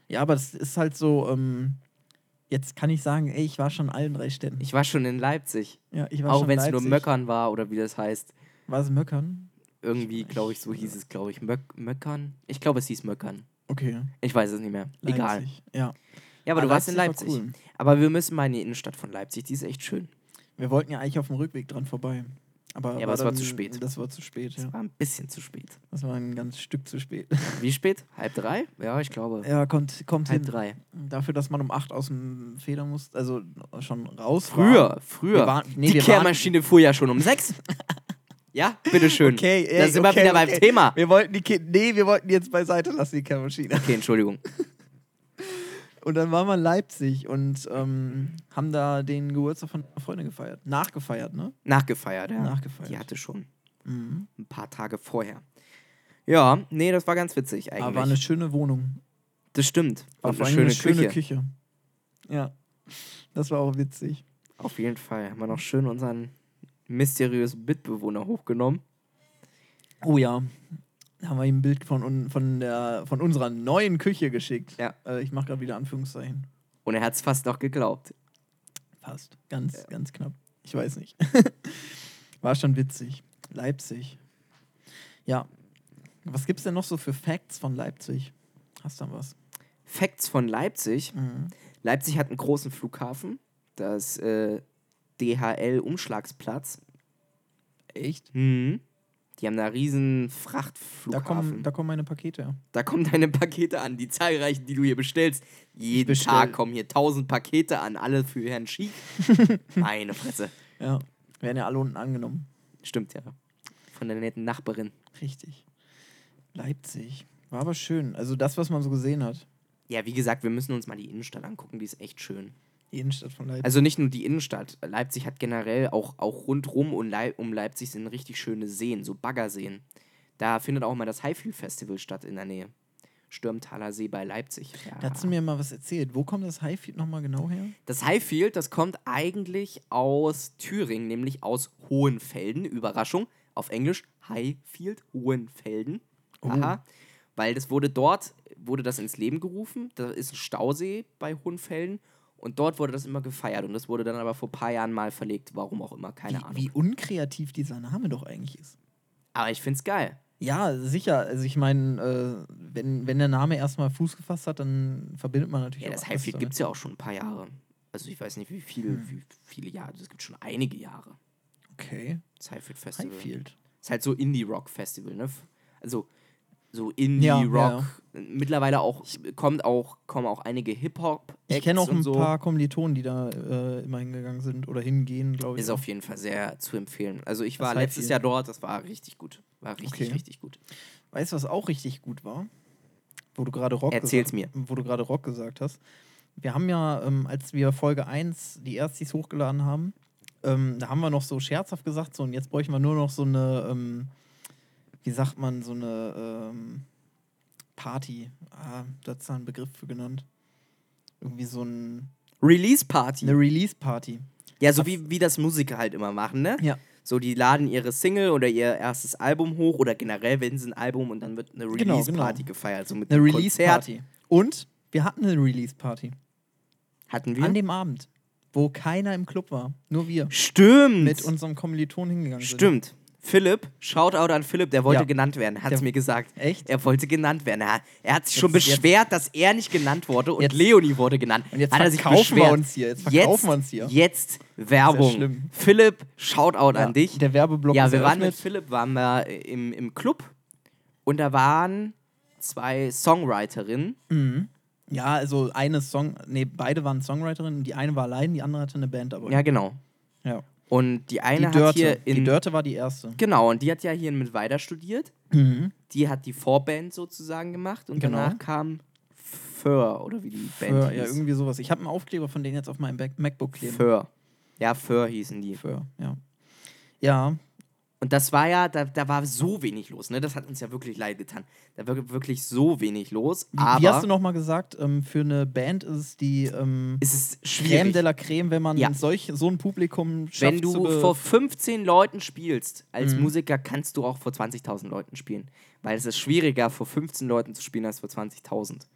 [SPEAKER 1] Ja, aber das ist halt so, ähm, jetzt kann ich sagen, ey, ich war schon in allen drei Städten.
[SPEAKER 2] Ich war schon in Leipzig.
[SPEAKER 1] ja, ich war
[SPEAKER 2] Auch
[SPEAKER 1] schon
[SPEAKER 2] wenn es nur
[SPEAKER 1] Leipzig.
[SPEAKER 2] Möckern war oder wie das heißt.
[SPEAKER 1] War es Möckern?
[SPEAKER 2] Irgendwie,
[SPEAKER 1] Ich-
[SPEAKER 2] glaube ich, so hieß es, glaube ich. Möck Möckern? Ich glaube, es hieß Möckern.
[SPEAKER 1] Okay.
[SPEAKER 2] Ich weiß es nicht mehr. Egal.
[SPEAKER 1] Leipzig. Ja.
[SPEAKER 2] Ja, aber du
[SPEAKER 1] Ah,
[SPEAKER 2] warst in Leipzig.
[SPEAKER 1] war cool.
[SPEAKER 2] Aber wir müssen mal in die Innenstadt von Leipzig. Die ist echt schön.
[SPEAKER 1] Wir wollten ja eigentlich auf dem Rückweg dran vorbei. Aber,
[SPEAKER 2] aber es war zu spät.
[SPEAKER 1] Das war zu spät,
[SPEAKER 2] Es
[SPEAKER 1] ja.
[SPEAKER 2] war ein bisschen zu spät.
[SPEAKER 1] Das war ein ganz Stück zu spät.
[SPEAKER 2] Wie spät? Halb drei? Ja, ich glaube.
[SPEAKER 1] ja, kommt, kommt
[SPEAKER 2] Halb
[SPEAKER 1] hin.
[SPEAKER 2] drei.
[SPEAKER 1] Dafür, dass man um acht aus dem Feder muss, also schon raus. war.
[SPEAKER 2] Früher, früher.
[SPEAKER 1] Wir waren- nee,
[SPEAKER 2] die
[SPEAKER 1] wir waren-
[SPEAKER 2] Kehrmaschine fuhr ja schon um sechs. ja, bitteschön.
[SPEAKER 1] Okay, ey,
[SPEAKER 2] da sind
[SPEAKER 1] okay,
[SPEAKER 2] wir wieder
[SPEAKER 1] okay.
[SPEAKER 2] beim Thema.
[SPEAKER 1] Wir wollten die Ki Nee, wir wollten die jetzt beiseite lassen, die Kammmaschine.
[SPEAKER 2] Okay, Entschuldigung.
[SPEAKER 1] Und dann waren wir in Leipzig und ähm, haben da den Geburtstag von einer Freundin gefeiert. Nachgefeiert, ne?
[SPEAKER 2] Nachgefeiert, ja.
[SPEAKER 1] Nachgefeiert.
[SPEAKER 2] Die hatte schon
[SPEAKER 1] Mhm.
[SPEAKER 2] ein paar Tage vorher. Ja, nee, das war ganz witzig eigentlich.
[SPEAKER 1] Aber war eine schöne Wohnung.
[SPEAKER 2] das stimmt.
[SPEAKER 1] War
[SPEAKER 2] Und
[SPEAKER 1] vor
[SPEAKER 2] eine
[SPEAKER 1] allem
[SPEAKER 2] schöne, Küche.
[SPEAKER 1] Ja. Das war auch witzig.
[SPEAKER 2] Auf jeden Fall haben wir noch schön unseren mysteriösen Mitbewohner hochgenommen.
[SPEAKER 1] Oh ja. Da haben wir ihm ein Bild von, un- von, der, von unserer neuen Küche geschickt.
[SPEAKER 2] Ja.
[SPEAKER 1] Äh, ich mache gerade wieder Anführungszeichen.
[SPEAKER 2] Und er hat es fast noch geglaubt.
[SPEAKER 1] Passt. Ganz, ganz knapp. Ich weiß nicht. war schon witzig. Leipzig. Ja. Was gibt's denn noch so für Facts von Leipzig? Hast du da was?
[SPEAKER 2] Facts von Leipzig.
[SPEAKER 1] Mhm.
[SPEAKER 2] Leipzig hat einen großen Flughafen. Das äh, DHL-Umschlagsplatz.
[SPEAKER 1] Echt?
[SPEAKER 2] Mhm. Die haben da riesen Frachtflughafen.
[SPEAKER 1] Da kommen, da kommen meine Pakete her.
[SPEAKER 2] Da kommen deine Pakete an, die zahlreichen, die du hier bestellst. Jeden
[SPEAKER 1] bestell-
[SPEAKER 2] Tag kommen hier tausend Pakete an, alle für Herrn Schiek. Meine Fresse.
[SPEAKER 1] Ja. Werden ja alle unten angenommen.
[SPEAKER 2] Stimmt ja. Von der netten Nachbarin.
[SPEAKER 1] Richtig. Leipzig. War aber schön. Also das, was man so gesehen hat.
[SPEAKER 2] Ja, wie gesagt, wir müssen uns mal die Innenstadt angucken, die ist echt schön.
[SPEAKER 1] Die Innenstadt von Leipzig.
[SPEAKER 2] Also nicht nur die Innenstadt. Leipzig hat generell auch, auch rundrum und Lei um Leipzig sind richtig schöne Seen, so Baggerseen. Da findet auch mal das Highfield Festival statt in der Nähe. Stürmtaler See bei Leipzig. Ja.
[SPEAKER 1] da hast du mir mal was erzählt. Wo kommt das Highfield nochmal genau her?
[SPEAKER 2] Das Highfield, das kommt eigentlich aus Thüringen, nämlich aus Hohenfelden. Überraschung, auf Englisch Highfield Hohenfelden.
[SPEAKER 1] Oh.
[SPEAKER 2] Aha. Weil das wurde dort, wurde das ins Leben gerufen. Da ist ein Stausee bei Hohenfelden. Und dort wurde das immer gefeiert. Und das wurde dann aber vor ein paar Jahren mal verlegt. Warum auch immer, keine Ahnung.
[SPEAKER 1] wie, wie unkreativ dieser Name doch eigentlich ist.
[SPEAKER 2] Aber ich find's geil.
[SPEAKER 1] Ja, sicher. Also ich meine, äh, wenn, wenn der Name erstmal Fuß gefasst hat, dann verbindet man natürlich
[SPEAKER 2] Ja,
[SPEAKER 1] auch Hm.
[SPEAKER 2] das
[SPEAKER 1] alles
[SPEAKER 2] Highfield
[SPEAKER 1] damit.
[SPEAKER 2] gibt es ja auch schon ein paar Jahre. Also ich weiß nicht, wie viele, wie viele Jahre. Es gibt schon einige Jahre.
[SPEAKER 1] Okay.
[SPEAKER 2] Das Highfield Festival.
[SPEAKER 1] Highfield.
[SPEAKER 2] Ist halt so Indie-Rock-Festival, ne? F- Also so Indie-Rock.
[SPEAKER 1] ja,
[SPEAKER 2] Mittlerweile auch kommt auch, kommen auch einige Hip-Hop.
[SPEAKER 1] Ich kenne auch ein
[SPEAKER 2] so.
[SPEAKER 1] paar Kommilitonen, die da äh, immer hingegangen sind oder hingehen, glaube ich.
[SPEAKER 2] Ist auf jeden Fall sehr zu empfehlen. Also ich war
[SPEAKER 1] Das
[SPEAKER 2] letztes
[SPEAKER 1] Highfield.
[SPEAKER 2] Jahr dort, das war richtig gut. War richtig,
[SPEAKER 1] Okay.
[SPEAKER 2] richtig gut.
[SPEAKER 1] Weißt du, was auch richtig gut war? Wo du gerade Rock
[SPEAKER 2] Erzähl's
[SPEAKER 1] gesagt, Wo du gerade Rock gesagt hast. Wir haben ja, ähm, als wir Folge 1, die Erstis hochgeladen haben, ähm, da haben wir noch so scherzhaft gesagt, so und jetzt bräuchten wir nur noch so eine, ähm, wie sagt man, so eine ähm, Party. Ah, da hat's da einen Begriff für genannt. Irgendwie so ein,
[SPEAKER 2] Release-Party.
[SPEAKER 1] eine Release-Party.
[SPEAKER 2] Ja, so wie, wie das Musiker halt immer machen, ne?
[SPEAKER 1] Ja.
[SPEAKER 2] So, die laden ihre Single oder ihr erstes Album hoch oder generell wenn sie ein Album und dann wird eine
[SPEAKER 1] Genau,
[SPEAKER 2] Release-Party
[SPEAKER 1] genau.
[SPEAKER 2] gefeiert. So mit
[SPEAKER 1] Eine
[SPEAKER 2] einem
[SPEAKER 1] Release-Party. Und wir hatten eine Release-Party.
[SPEAKER 2] Konzert. Hatten
[SPEAKER 1] An
[SPEAKER 2] wir.
[SPEAKER 1] dem Abend, wo keiner im Club war. Nur wir.
[SPEAKER 2] Stimmt.
[SPEAKER 1] mit unserem Kommiliton hingegangen sind.
[SPEAKER 2] Stimmt. Philipp, Shoutout an Philipp, der wollte
[SPEAKER 1] Ja.
[SPEAKER 2] genannt werden, hat es
[SPEAKER 1] Der-
[SPEAKER 2] mir gesagt.
[SPEAKER 1] Echt?
[SPEAKER 2] Er wollte genannt werden. Er, er hat sich schon
[SPEAKER 1] Jetzt- jetzt-
[SPEAKER 2] beschwert, dass er nicht genannt wurde und
[SPEAKER 1] Jetzt-
[SPEAKER 2] Leonie wurde genannt.
[SPEAKER 1] Und jetzt
[SPEAKER 2] hat er sich
[SPEAKER 1] verkaufen wir
[SPEAKER 2] beschwert.
[SPEAKER 1] uns hier, jetzt verkaufen wir uns hier.
[SPEAKER 2] Jetzt Werbung.
[SPEAKER 1] schlimm.
[SPEAKER 2] Philipp, Shoutout
[SPEAKER 1] Ja,
[SPEAKER 2] an dich.
[SPEAKER 1] Der Werbeblock
[SPEAKER 2] Ja,
[SPEAKER 1] ist
[SPEAKER 2] wir waren mit
[SPEAKER 1] eröffnet.
[SPEAKER 2] Philipp, waren wir im, im Club und da waren zwei Songwriterinnen.
[SPEAKER 1] Ja, also eine Song, nee, beide waren Songwriterinnen. Die eine war allein, die andere hatte eine Band dabei.
[SPEAKER 2] Ja, genau.
[SPEAKER 1] Ja.
[SPEAKER 2] Und die eine
[SPEAKER 1] Die
[SPEAKER 2] hat
[SPEAKER 1] Dörte.
[SPEAKER 2] hier in
[SPEAKER 1] Die Dörte war die erste.
[SPEAKER 2] Genau, und die hat ja hier in Mittweida studiert.
[SPEAKER 1] Mhm.
[SPEAKER 2] Die hat die Vorband sozusagen gemacht und
[SPEAKER 1] Genau.
[SPEAKER 2] danach kam Föhr oder wie die Band
[SPEAKER 1] Föhr,
[SPEAKER 2] hieß.
[SPEAKER 1] ja, irgendwie sowas. Ich habe einen Aufkleber von denen jetzt auf meinem Back- MacBook kleben.
[SPEAKER 2] Föhr. Ja, Föhr hießen die.
[SPEAKER 1] Föhr, ja. Ja,
[SPEAKER 2] Und das war ja, da, da war so wenig los, ne? Das hat uns ja wirklich leid getan. Da war wirklich so wenig los,
[SPEAKER 1] wie,
[SPEAKER 2] aber
[SPEAKER 1] wie hast du nochmal gesagt, ähm, für eine Band ist es die ähm,
[SPEAKER 2] es ist
[SPEAKER 1] Creme
[SPEAKER 2] schwierig.
[SPEAKER 1] de la Creme, wenn man
[SPEAKER 2] Ja.
[SPEAKER 1] solch, so ein Publikum schafft
[SPEAKER 2] Wenn
[SPEAKER 1] zu
[SPEAKER 2] du
[SPEAKER 1] be-
[SPEAKER 2] vor 15 Leuten spielst, als
[SPEAKER 1] Mhm.
[SPEAKER 2] Musiker kannst du auch vor 20.000 Leuten spielen. Weil es ist schwieriger, vor 15 Leuten zu spielen, als vor 20.000.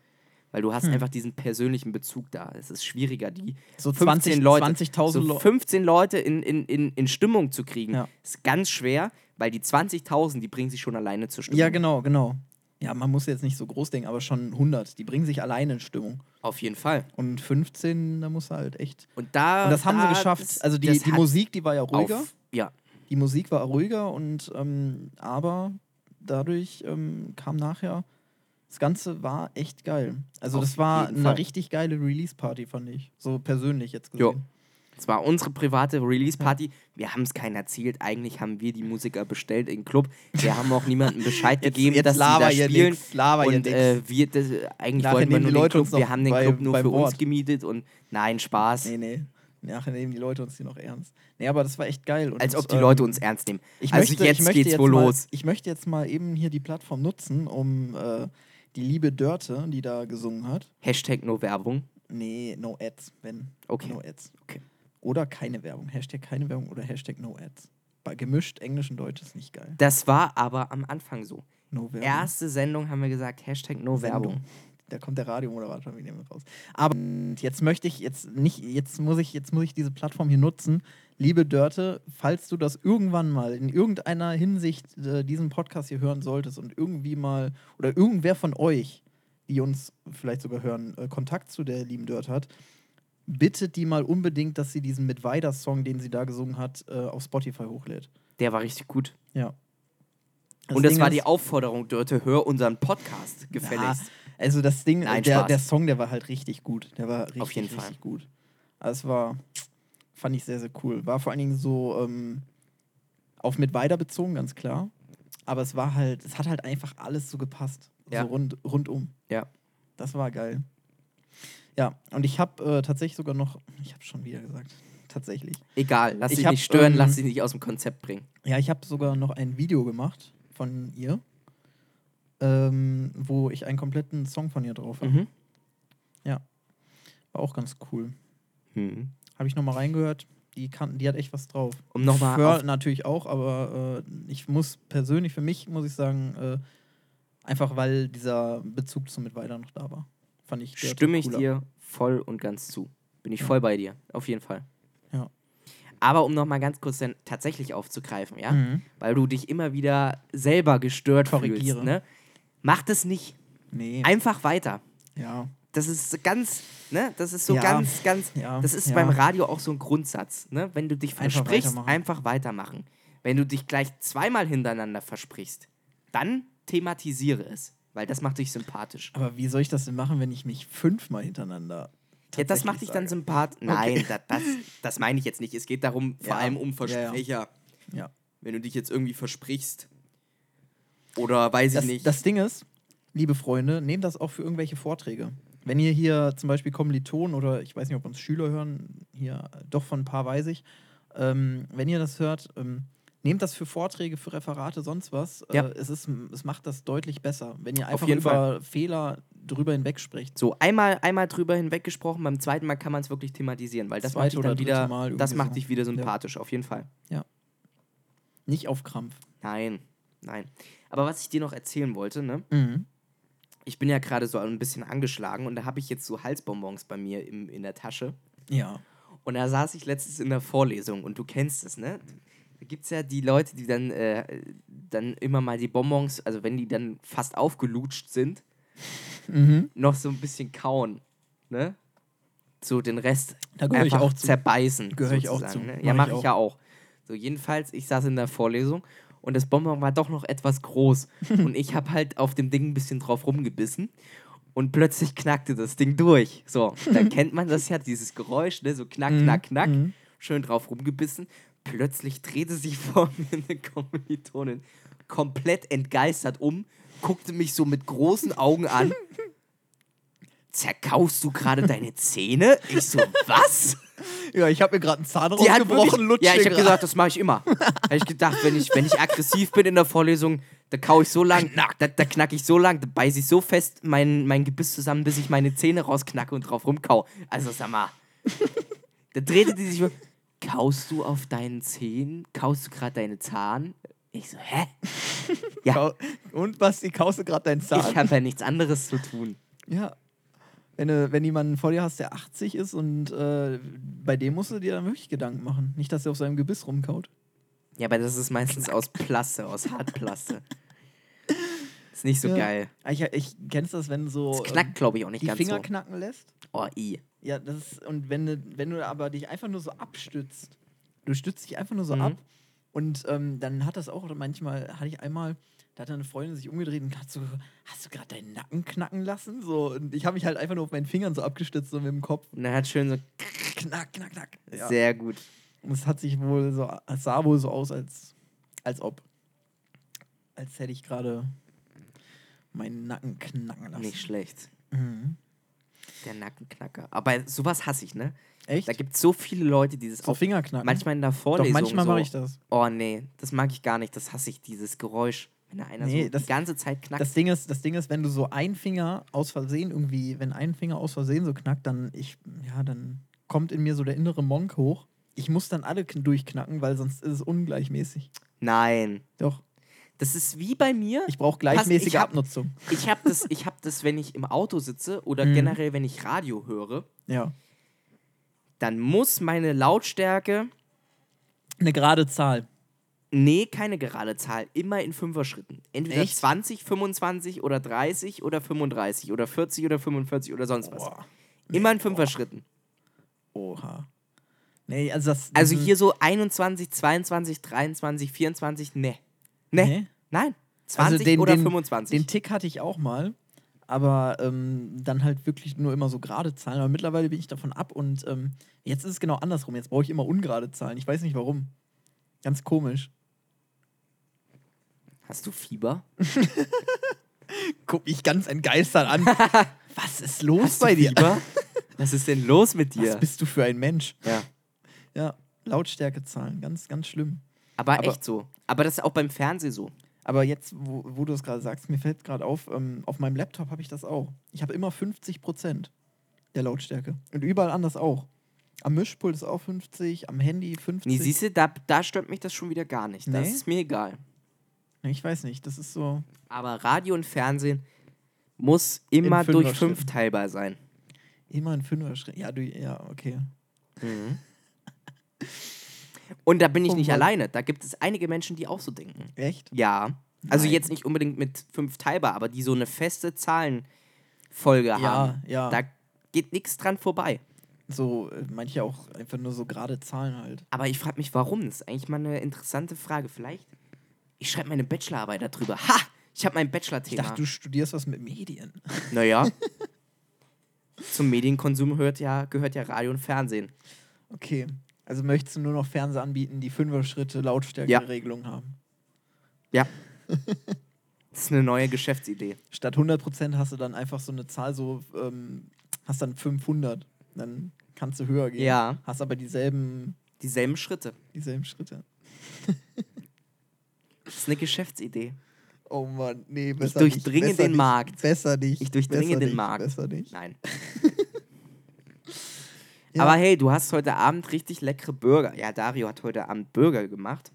[SPEAKER 2] Weil du hast
[SPEAKER 1] Hm.
[SPEAKER 2] einfach diesen persönlichen Bezug da. Es ist schwieriger, die
[SPEAKER 1] so
[SPEAKER 2] 15
[SPEAKER 1] 20
[SPEAKER 2] Leute,
[SPEAKER 1] 20.000
[SPEAKER 2] so
[SPEAKER 1] Leute.
[SPEAKER 2] 15 Leute in, in, in, in Stimmung zu kriegen,
[SPEAKER 1] Ja.
[SPEAKER 2] ist ganz schwer, weil die 20.000, die bringen sich schon alleine zur Stimmung.
[SPEAKER 1] Ja, genau, genau. Ja, man muss jetzt nicht so groß denken, aber schon 100. Die bringen sich alleine in Stimmung.
[SPEAKER 2] Auf jeden Fall.
[SPEAKER 1] Und 15, da muss halt echt.
[SPEAKER 2] Und, da,
[SPEAKER 1] Und das haben
[SPEAKER 2] da,
[SPEAKER 1] sie geschafft.
[SPEAKER 2] das-
[SPEAKER 1] Also die,
[SPEAKER 2] das
[SPEAKER 1] die
[SPEAKER 2] hat
[SPEAKER 1] Musik, die war ja
[SPEAKER 2] auf-
[SPEAKER 1] ruhiger.
[SPEAKER 2] Ja,
[SPEAKER 1] Die Musik war ruhiger und ähm, aber dadurch ähm, kam nachher. Das Ganze war echt geil. Also
[SPEAKER 2] Auf
[SPEAKER 1] das war
[SPEAKER 2] jeden
[SPEAKER 1] eine
[SPEAKER 2] Fall.
[SPEAKER 1] richtig geile Release-Party, fand ich. So persönlich jetzt
[SPEAKER 2] Jo.
[SPEAKER 1] gesehen.
[SPEAKER 2] es war unsere private Release-Party. Wir haben es keinen erzählt. Eigentlich haben wir die Musiker bestellt im Club. Wir haben auch niemandem Bescheid gegeben, dass sie da
[SPEAKER 1] ihr
[SPEAKER 2] spielen.
[SPEAKER 1] nix, laber ihr
[SPEAKER 2] Und
[SPEAKER 1] nix.
[SPEAKER 2] äh, wir, das, eigentlich
[SPEAKER 1] Nachher
[SPEAKER 2] wollten wir
[SPEAKER 1] nehmen
[SPEAKER 2] nur
[SPEAKER 1] die
[SPEAKER 2] den
[SPEAKER 1] Leute
[SPEAKER 2] Club,
[SPEAKER 1] uns noch
[SPEAKER 2] wir haben den
[SPEAKER 1] bei-
[SPEAKER 2] Club nur
[SPEAKER 1] beim
[SPEAKER 2] für uns
[SPEAKER 1] Wort.
[SPEAKER 2] gemietet und nein, Spaß.
[SPEAKER 1] Nee, nee. Nachher nehmen die Leute uns hier noch ernst. Nee, aber das war echt geil. Und
[SPEAKER 2] Als
[SPEAKER 1] das,
[SPEAKER 2] ob die
[SPEAKER 1] ähm,
[SPEAKER 2] Leute uns ernst nehmen.
[SPEAKER 1] ich
[SPEAKER 2] also
[SPEAKER 1] möchte,
[SPEAKER 2] jetzt
[SPEAKER 1] ich möchte
[SPEAKER 2] geht's wohl
[SPEAKER 1] mal,
[SPEAKER 2] los.
[SPEAKER 1] Ich möchte jetzt mal eben hier die Plattform nutzen, um äh, die liebe Dörte, die da gesungen hat.
[SPEAKER 2] Hashtag nur Werbung.
[SPEAKER 1] Nee, no ads, wenn.
[SPEAKER 2] Okay.
[SPEAKER 1] No ads.
[SPEAKER 2] Okay.
[SPEAKER 1] Oder keine Werbung. Hashtag keine Werbung oder Hashtag no ads. Bei gemischt Englisch und Deutsch ist nicht geil.
[SPEAKER 2] Das war aber am Anfang so.
[SPEAKER 1] No Werbung.
[SPEAKER 2] Erste Sendung haben wir gesagt, Hashtag no
[SPEAKER 1] Sendung.
[SPEAKER 2] Werbung.
[SPEAKER 1] Da kommt der Radiomoderator wieder mit raus. Aber und jetzt möchte ich jetzt nicht, jetzt muss ich, jetzt muss ich diese Plattform hier nutzen. Liebe Dörte, falls du das irgendwann mal in irgendeiner Hinsicht äh, diesen Podcast hier hören solltest und irgendwie mal oder irgendwer von euch, die uns vielleicht sogar hören, äh, Kontakt zu der lieben Dörte hat, bittet die mal unbedingt, dass sie diesen mit Song, den sie da gesungen hat, äh, auf Spotify hochlädt.
[SPEAKER 2] Der war richtig gut.
[SPEAKER 1] Ja.
[SPEAKER 2] und das
[SPEAKER 1] Ding
[SPEAKER 2] war
[SPEAKER 1] ist-
[SPEAKER 2] die Aufforderung, Dörte, hör unseren Podcast gefälligst.
[SPEAKER 1] ja, also das Ding,
[SPEAKER 2] Nein,
[SPEAKER 1] der,
[SPEAKER 2] Spaß.
[SPEAKER 1] der Song, der war halt richtig gut. Der war richtig,
[SPEAKER 2] Auf jeden
[SPEAKER 1] richtig
[SPEAKER 2] Fall.
[SPEAKER 1] gut. Also es war, fand ich sehr, sehr cool. War vor allen Dingen so ähm, auf mit weiter bezogen, ganz klar. Aber es war halt, es hat halt einfach alles so gepasst.
[SPEAKER 2] Ja.
[SPEAKER 1] So rund, rundum.
[SPEAKER 2] Ja.
[SPEAKER 1] Das war geil. Ja, und ich habe äh, tatsächlich sogar noch, ich habe schon wieder gesagt, tatsächlich.
[SPEAKER 2] Egal, lass
[SPEAKER 1] Ich
[SPEAKER 2] dich
[SPEAKER 1] hab,
[SPEAKER 2] nicht stören,
[SPEAKER 1] ähm,
[SPEAKER 2] lass dich nicht aus dem Konzept bringen.
[SPEAKER 1] Ja, ich habe sogar noch ein Video gemacht von ihr, ähm, wo ich einen kompletten Song von ihr drauf habe.
[SPEAKER 2] Mhm.
[SPEAKER 1] War auch ganz cool.
[SPEAKER 2] Mhm.
[SPEAKER 1] Habe ich nochmal reingehört. Die, kann, die hat echt was drauf.
[SPEAKER 2] Um nochmal
[SPEAKER 1] Föhr
[SPEAKER 2] auf-
[SPEAKER 1] natürlich auch, aber äh, ich muss persönlich, für mich muss ich sagen, äh, einfach weil dieser Bezug zu Mitweiler noch da war. Fand ich Dörte
[SPEAKER 2] Stimme ich
[SPEAKER 1] cooler.
[SPEAKER 2] dir voll und ganz zu. Bin ich voll bei dir, auf jeden Fall.
[SPEAKER 1] Ja.
[SPEAKER 2] Aber um nochmal ganz kurz dann tatsächlich aufzugreifen, ja,
[SPEAKER 1] Mhm.
[SPEAKER 2] weil du dich immer wieder selber gestört
[SPEAKER 1] Korrigiere.
[SPEAKER 2] fühlst, ne? Mach das nicht.
[SPEAKER 1] Nee.
[SPEAKER 2] Einfach weiter.
[SPEAKER 1] ja.
[SPEAKER 2] Das ist ganz, ne? Das ist so
[SPEAKER 1] Ja.
[SPEAKER 2] ganz, ganz.
[SPEAKER 1] Ja.
[SPEAKER 2] Das ist
[SPEAKER 1] ja.
[SPEAKER 2] beim Radio auch so ein Grundsatz, ne? Wenn du dich
[SPEAKER 1] Einfach
[SPEAKER 2] versprichst,
[SPEAKER 1] weitermachen.
[SPEAKER 2] einfach weitermachen. Wenn du dich gleich zweimal hintereinander versprichst, dann thematisiere es, weil das macht dich sympathisch.
[SPEAKER 1] Aber wie soll ich das denn machen, wenn ich mich fünfmal hintereinander.
[SPEAKER 2] Ja, das
[SPEAKER 1] tatsächlich
[SPEAKER 2] macht dich dann
[SPEAKER 1] sage?
[SPEAKER 2] sympathisch. Nein, da, das, das meine ich jetzt nicht. Es geht darum, vor
[SPEAKER 1] Ja.
[SPEAKER 2] allem
[SPEAKER 1] Ja,
[SPEAKER 2] um
[SPEAKER 1] ja.
[SPEAKER 2] Versprecher.
[SPEAKER 1] Ja.
[SPEAKER 2] Wenn du dich jetzt irgendwie versprichst. Oder weiß ich
[SPEAKER 1] das,
[SPEAKER 2] nicht.
[SPEAKER 1] Das Ding ist, liebe Freunde, nehmt das auch für irgendwelche Vorträge. Wenn ihr hier zum Beispiel Kommilitonen oder ich weiß nicht, ob uns Schüler hören, hier äh, doch von ein paar weiß ich, ähm, wenn ihr das hört, ähm, nehmt das für Vorträge, für Referate, sonst was.
[SPEAKER 2] Ja.
[SPEAKER 1] Äh, es, ist, es macht das deutlich besser, wenn ihr einfach
[SPEAKER 2] jeden
[SPEAKER 1] über
[SPEAKER 2] Fall.
[SPEAKER 1] Fehler drüber hinweg spricht.
[SPEAKER 2] so, einmal, einmal drüber hinweggesprochen, beim zweiten Mal kann man es wirklich thematisieren, weil das macht
[SPEAKER 1] Zweite
[SPEAKER 2] dich dann
[SPEAKER 1] oder dritte
[SPEAKER 2] wieder,
[SPEAKER 1] Mal
[SPEAKER 2] das
[SPEAKER 1] irgendwie
[SPEAKER 2] macht
[SPEAKER 1] so.
[SPEAKER 2] dich wieder
[SPEAKER 1] Ja.
[SPEAKER 2] sympathisch, auf jeden Fall.
[SPEAKER 1] Nicht auf Krampf.
[SPEAKER 2] Nein, nein. Aber was ich dir noch erzählen wollte, ne? Ich bin ja gerade so ein bisschen angeschlagen und da habe ich jetzt so Halsbonbons bei mir im, in der Tasche.
[SPEAKER 1] Ja.
[SPEAKER 2] Und da saß ich letztens in der Vorlesung und du kennst es, ne? Da gibt es ja die Leute, die dann, äh, dann immer mal die Bonbons, also wenn die dann fast aufgelutscht sind,
[SPEAKER 1] Mhm.
[SPEAKER 2] noch so ein bisschen kauen. Ne? So den Rest
[SPEAKER 1] Da gehöre ich
[SPEAKER 2] einfach
[SPEAKER 1] auch zu.
[SPEAKER 2] zerbeißen.
[SPEAKER 1] Gehöre ich auch
[SPEAKER 2] sozusagen,
[SPEAKER 1] zu.
[SPEAKER 2] Ne?
[SPEAKER 1] Mach
[SPEAKER 2] Ja,
[SPEAKER 1] ich
[SPEAKER 2] mache ich
[SPEAKER 1] auch.
[SPEAKER 2] ja auch. So, jedenfalls, ich saß in der Vorlesung und das Bonbon war doch noch etwas groß. und ich habe halt auf dem Ding ein bisschen drauf rumgebissen. Und plötzlich knackte das Ding durch. So, da kennt man das ja, dieses Geräusch, ne? So knack,
[SPEAKER 1] Mhm,
[SPEAKER 2] knack, knack.
[SPEAKER 1] mhm.
[SPEAKER 2] Schön drauf rumgebissen. Plötzlich drehte sich vor mir eine Kommilitonin komplett entgeistert um, guckte mich so mit großen Augen an. Zerkaust du gerade deine Zähne? Ich so, was?
[SPEAKER 1] Ja, ich habe mir gerade einen Zahn
[SPEAKER 2] Die hat wirklich,
[SPEAKER 1] rausgebrochen, lutsche
[SPEAKER 2] Ja, ich habe
[SPEAKER 1] grad.
[SPEAKER 2] gesagt, das mache ich immer. Habe ich gedacht, wenn ich, wenn ich aggressiv bin in der Vorlesung, da kau ich so lang, da, da knack ich so lang, da beiß ich so fest mein, mein Gebiss zusammen, bis ich meine Zähne rausknacke und drauf rumkau. Also sag mal, da drehte die sich um. Kaust du auf deinen Zähnen? Kaust du gerade deine Zahn? Ich so, hä?
[SPEAKER 1] Kau- Und Basti, kaust du gerade deinen Zahn?
[SPEAKER 2] Ich habe ja nichts anderes zu tun.
[SPEAKER 1] ja. Wenn du wenn jemanden vor dir hast, der 80 ist und äh, bei dem musst du dir dann wirklich Gedanken machen. Nicht, dass er auf seinem Gebiss rumkaut.
[SPEAKER 2] Ja, aber das ist meistens aus Plasse, aus Hartplaste. Ist nicht so
[SPEAKER 1] Ja.
[SPEAKER 2] geil.
[SPEAKER 1] Ah, Ich, ich kennst das, wenn so
[SPEAKER 2] Das
[SPEAKER 1] ähm,
[SPEAKER 2] knackt, glaube ich, auch nicht
[SPEAKER 1] die
[SPEAKER 2] ganz
[SPEAKER 1] Finger
[SPEAKER 2] so.
[SPEAKER 1] knacken lässt.
[SPEAKER 2] Oh, i.
[SPEAKER 1] Ja, das ist, und wenn du, wenn du aber dich einfach nur so abstützt, du stützt dich einfach nur so
[SPEAKER 2] Mhm.
[SPEAKER 1] ab und ähm, dann hat das auch manchmal, hatte ich einmal, da hat eine Freundin sich umgedreht und hat so, hast du gerade deinen Nacken knacken lassen? So, und ich habe mich halt einfach nur auf meinen Fingern so abgestützt und mit dem Kopf
[SPEAKER 2] Und dann hat schön so
[SPEAKER 1] knack, knack, knack. Ja.
[SPEAKER 2] Sehr gut.
[SPEAKER 1] Und es hat sich wohl so, es sah wohl so aus, als, als ob, als hätte ich gerade meinen Nacken knacken lassen.
[SPEAKER 2] Nicht schlecht.
[SPEAKER 1] Mhm.
[SPEAKER 2] Der Nackenknacker. Aber sowas hasse ich, ne?
[SPEAKER 1] Echt?
[SPEAKER 2] Da gibt es so viele Leute, die das
[SPEAKER 1] so
[SPEAKER 2] auch
[SPEAKER 1] Fingerknacken.
[SPEAKER 2] manchmal in der
[SPEAKER 1] Doch,
[SPEAKER 2] Vorlesung
[SPEAKER 1] manchmal
[SPEAKER 2] so,
[SPEAKER 1] mache ich das.
[SPEAKER 2] Oh nee, das mag ich gar nicht. Das hasse ich, dieses Geräusch. Wenn da einer
[SPEAKER 1] Nee,
[SPEAKER 2] so
[SPEAKER 1] das-
[SPEAKER 2] die ganze Zeit knackt.
[SPEAKER 1] Das Ding, ist, das Ding ist, wenn du so einen Finger aus Versehen irgendwie, wenn ein Finger aus Versehen so knackt, dann ich, ja, dann kommt in mir so der innere Monk hoch. Ich muss dann alle kn- durchknacken, weil sonst ist es ungleichmäßig.
[SPEAKER 2] Nein.
[SPEAKER 1] Doch,
[SPEAKER 2] Das ist wie bei mir.
[SPEAKER 1] ich brauche gleichmäßige
[SPEAKER 2] ich hab-
[SPEAKER 1] Abnutzung.
[SPEAKER 2] Ich habe das, ich hab das, wenn ich im Auto sitze oder
[SPEAKER 1] Mhm.
[SPEAKER 2] generell, wenn ich Radio höre,
[SPEAKER 1] Ja.
[SPEAKER 2] dann muss meine Lautstärke,
[SPEAKER 1] Eine gerade Zahl.
[SPEAKER 2] nee, keine gerade Zahl, immer in Fünfer-Schritten. Entweder
[SPEAKER 1] Echt?
[SPEAKER 2] 20, 25 oder 30 oder 35 oder 40 oder 45 oder sonst was.
[SPEAKER 1] Boah.
[SPEAKER 2] Immer in Fünfer-Schritten.
[SPEAKER 1] Oha. Nee, also das.
[SPEAKER 2] Also
[SPEAKER 1] diesen-
[SPEAKER 2] hier so 21, 22, 23, 24, ne. Ne?
[SPEAKER 1] Nee.
[SPEAKER 2] Nein. 20
[SPEAKER 1] Also den-
[SPEAKER 2] oder
[SPEAKER 1] den-
[SPEAKER 2] 25.
[SPEAKER 1] Den Tick hatte ich auch mal, aber ähm, dann halt wirklich nur immer so gerade Zahlen. Aber mittlerweile bin ich davon ab und ähm, jetzt ist es genau andersrum. Jetzt brauche ich immer ungerade Zahlen. Ich weiß nicht warum. Ganz komisch.
[SPEAKER 2] Hast du Fieber?
[SPEAKER 1] Guck mich ganz entgeistert an. Was ist los
[SPEAKER 2] Hast
[SPEAKER 1] bei dir?
[SPEAKER 2] du Fieber? Was ist denn los mit
[SPEAKER 1] Was
[SPEAKER 2] dir?
[SPEAKER 1] bist du für ein Mensch?
[SPEAKER 2] Ja.
[SPEAKER 1] Ja, Lautstärkezahlen, ganz, ganz schlimm.
[SPEAKER 2] Aber,
[SPEAKER 1] Aber-
[SPEAKER 2] echt so. Aber das ist auch beim Fernsehen so.
[SPEAKER 1] Aber jetzt, wo, wo du es gerade sagst, mir fällt gerade auf, ähm, auf meinem Laptop habe ich das auch. Ich habe immer 50 Prozent der Lautstärke. Und überall anders auch. Am Mischpult ist auch 50, am Handy 50.
[SPEAKER 2] Nee, siehst du, da, da stört mich das schon wieder gar nicht. Das
[SPEAKER 1] Nee?
[SPEAKER 2] ist mir egal.
[SPEAKER 1] Nee, ich weiß nicht, das ist so.
[SPEAKER 2] Aber Radio und Fernsehen muss immer
[SPEAKER 1] Fünfer
[SPEAKER 2] durch fünf
[SPEAKER 1] Schritten.
[SPEAKER 2] teilbar sein.
[SPEAKER 1] Immer ein Fünfer Schritt. Ja, du, ja, okay.
[SPEAKER 2] Und da bin ich
[SPEAKER 1] Oh
[SPEAKER 2] nicht
[SPEAKER 1] Mann.
[SPEAKER 2] alleine. Da gibt es einige Menschen, die auch so denken.
[SPEAKER 1] Echt?
[SPEAKER 2] Ja. Also
[SPEAKER 1] Nein.
[SPEAKER 2] jetzt nicht unbedingt mit fünf teilbar, aber die so eine feste Zahlenfolge haben.
[SPEAKER 1] ja.
[SPEAKER 2] Da geht nichts dran vorbei.
[SPEAKER 1] So, äh, manche auch einfach nur so gerade Zahlen halt.
[SPEAKER 2] Aber ich frage mich, warum? Das ist eigentlich mal eine interessante Frage. Vielleicht, ich schreibe meine Bachelorarbeit darüber. Ha! Ich habe mein
[SPEAKER 1] Ich
[SPEAKER 2] Bachelor-Thema.
[SPEAKER 1] dachte, du studierst was mit Medien.
[SPEAKER 2] Naja. Zum Medienkonsum hört ja, gehört ja Radio und Fernsehen.
[SPEAKER 1] Okay. Also möchtest du nur noch Fernseher anbieten, die Fünfer Schritte Lautstärkeregelung haben?
[SPEAKER 2] Ja. Das ist eine neue Geschäftsidee.
[SPEAKER 1] Statt 100% hast du dann einfach so eine Zahl, so ähm, hast dann 500. Dann kannst du höher gehen.
[SPEAKER 2] Ja.
[SPEAKER 1] Hast aber dieselben,
[SPEAKER 2] Dieselben Schritte.
[SPEAKER 1] dieselben Schritte.
[SPEAKER 2] Das ist eine Geschäftsidee.
[SPEAKER 1] Oh Mann, nee, besser
[SPEAKER 2] durchdringe
[SPEAKER 1] nicht, besser
[SPEAKER 2] den
[SPEAKER 1] nicht,
[SPEAKER 2] Markt.
[SPEAKER 1] Besser nicht.
[SPEAKER 2] Ich durchdringe
[SPEAKER 1] besser
[SPEAKER 2] den
[SPEAKER 1] nicht,
[SPEAKER 2] Markt.
[SPEAKER 1] Besser nicht.
[SPEAKER 2] Nein.
[SPEAKER 1] Ja.
[SPEAKER 2] Aber hey, du hast heute Abend richtig leckere Burger. Ja, Dario hat heute Abend Burger gemacht.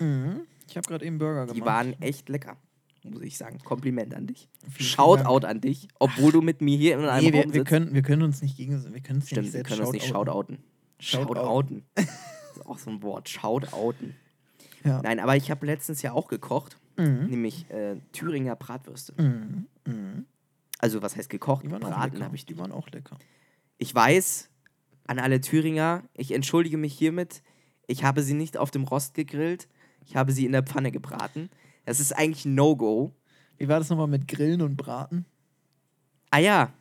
[SPEAKER 1] Mhm. Ich habe gerade eben Burger
[SPEAKER 2] Die
[SPEAKER 1] gemacht.
[SPEAKER 2] waren echt lecker. Muss ich sagen. Kompliment an dich.
[SPEAKER 1] vielen
[SPEAKER 2] Shoutout an dich, obwohl du mit mir hier in
[SPEAKER 1] Nee,
[SPEAKER 2] einem Raum
[SPEAKER 1] wir, wir,
[SPEAKER 2] sitzt.
[SPEAKER 1] können, wir können uns nicht gegen wir können uns ja
[SPEAKER 2] Stimmt,
[SPEAKER 1] nicht
[SPEAKER 2] wir
[SPEAKER 1] selbst
[SPEAKER 2] können das nicht
[SPEAKER 1] shoutouten.
[SPEAKER 2] shoutouten.
[SPEAKER 1] Shoutouten.
[SPEAKER 2] Shoutouten. Das ist auch so ein Wort. Shoutouten.
[SPEAKER 1] Ja.
[SPEAKER 2] Nein, aber ich habe letztens ja auch gekocht,
[SPEAKER 1] Mhm.
[SPEAKER 2] nämlich äh, Thüringer Bratwürste.
[SPEAKER 1] Mhm. Mhm.
[SPEAKER 2] Also was heißt gekocht?
[SPEAKER 1] Die waren auch
[SPEAKER 2] Braten
[SPEAKER 1] lecker.
[SPEAKER 2] habe ich die.
[SPEAKER 1] Die waren auch lecker.
[SPEAKER 2] Ich weiß, an alle Thüringer, ich entschuldige mich hiermit, ich habe sie nicht auf dem Rost gegrillt, ich habe sie in der Pfanne gebraten. Das ist eigentlich ein No-Go.
[SPEAKER 1] Wie war das nochmal mit Grillen und Braten?
[SPEAKER 2] Ah ja,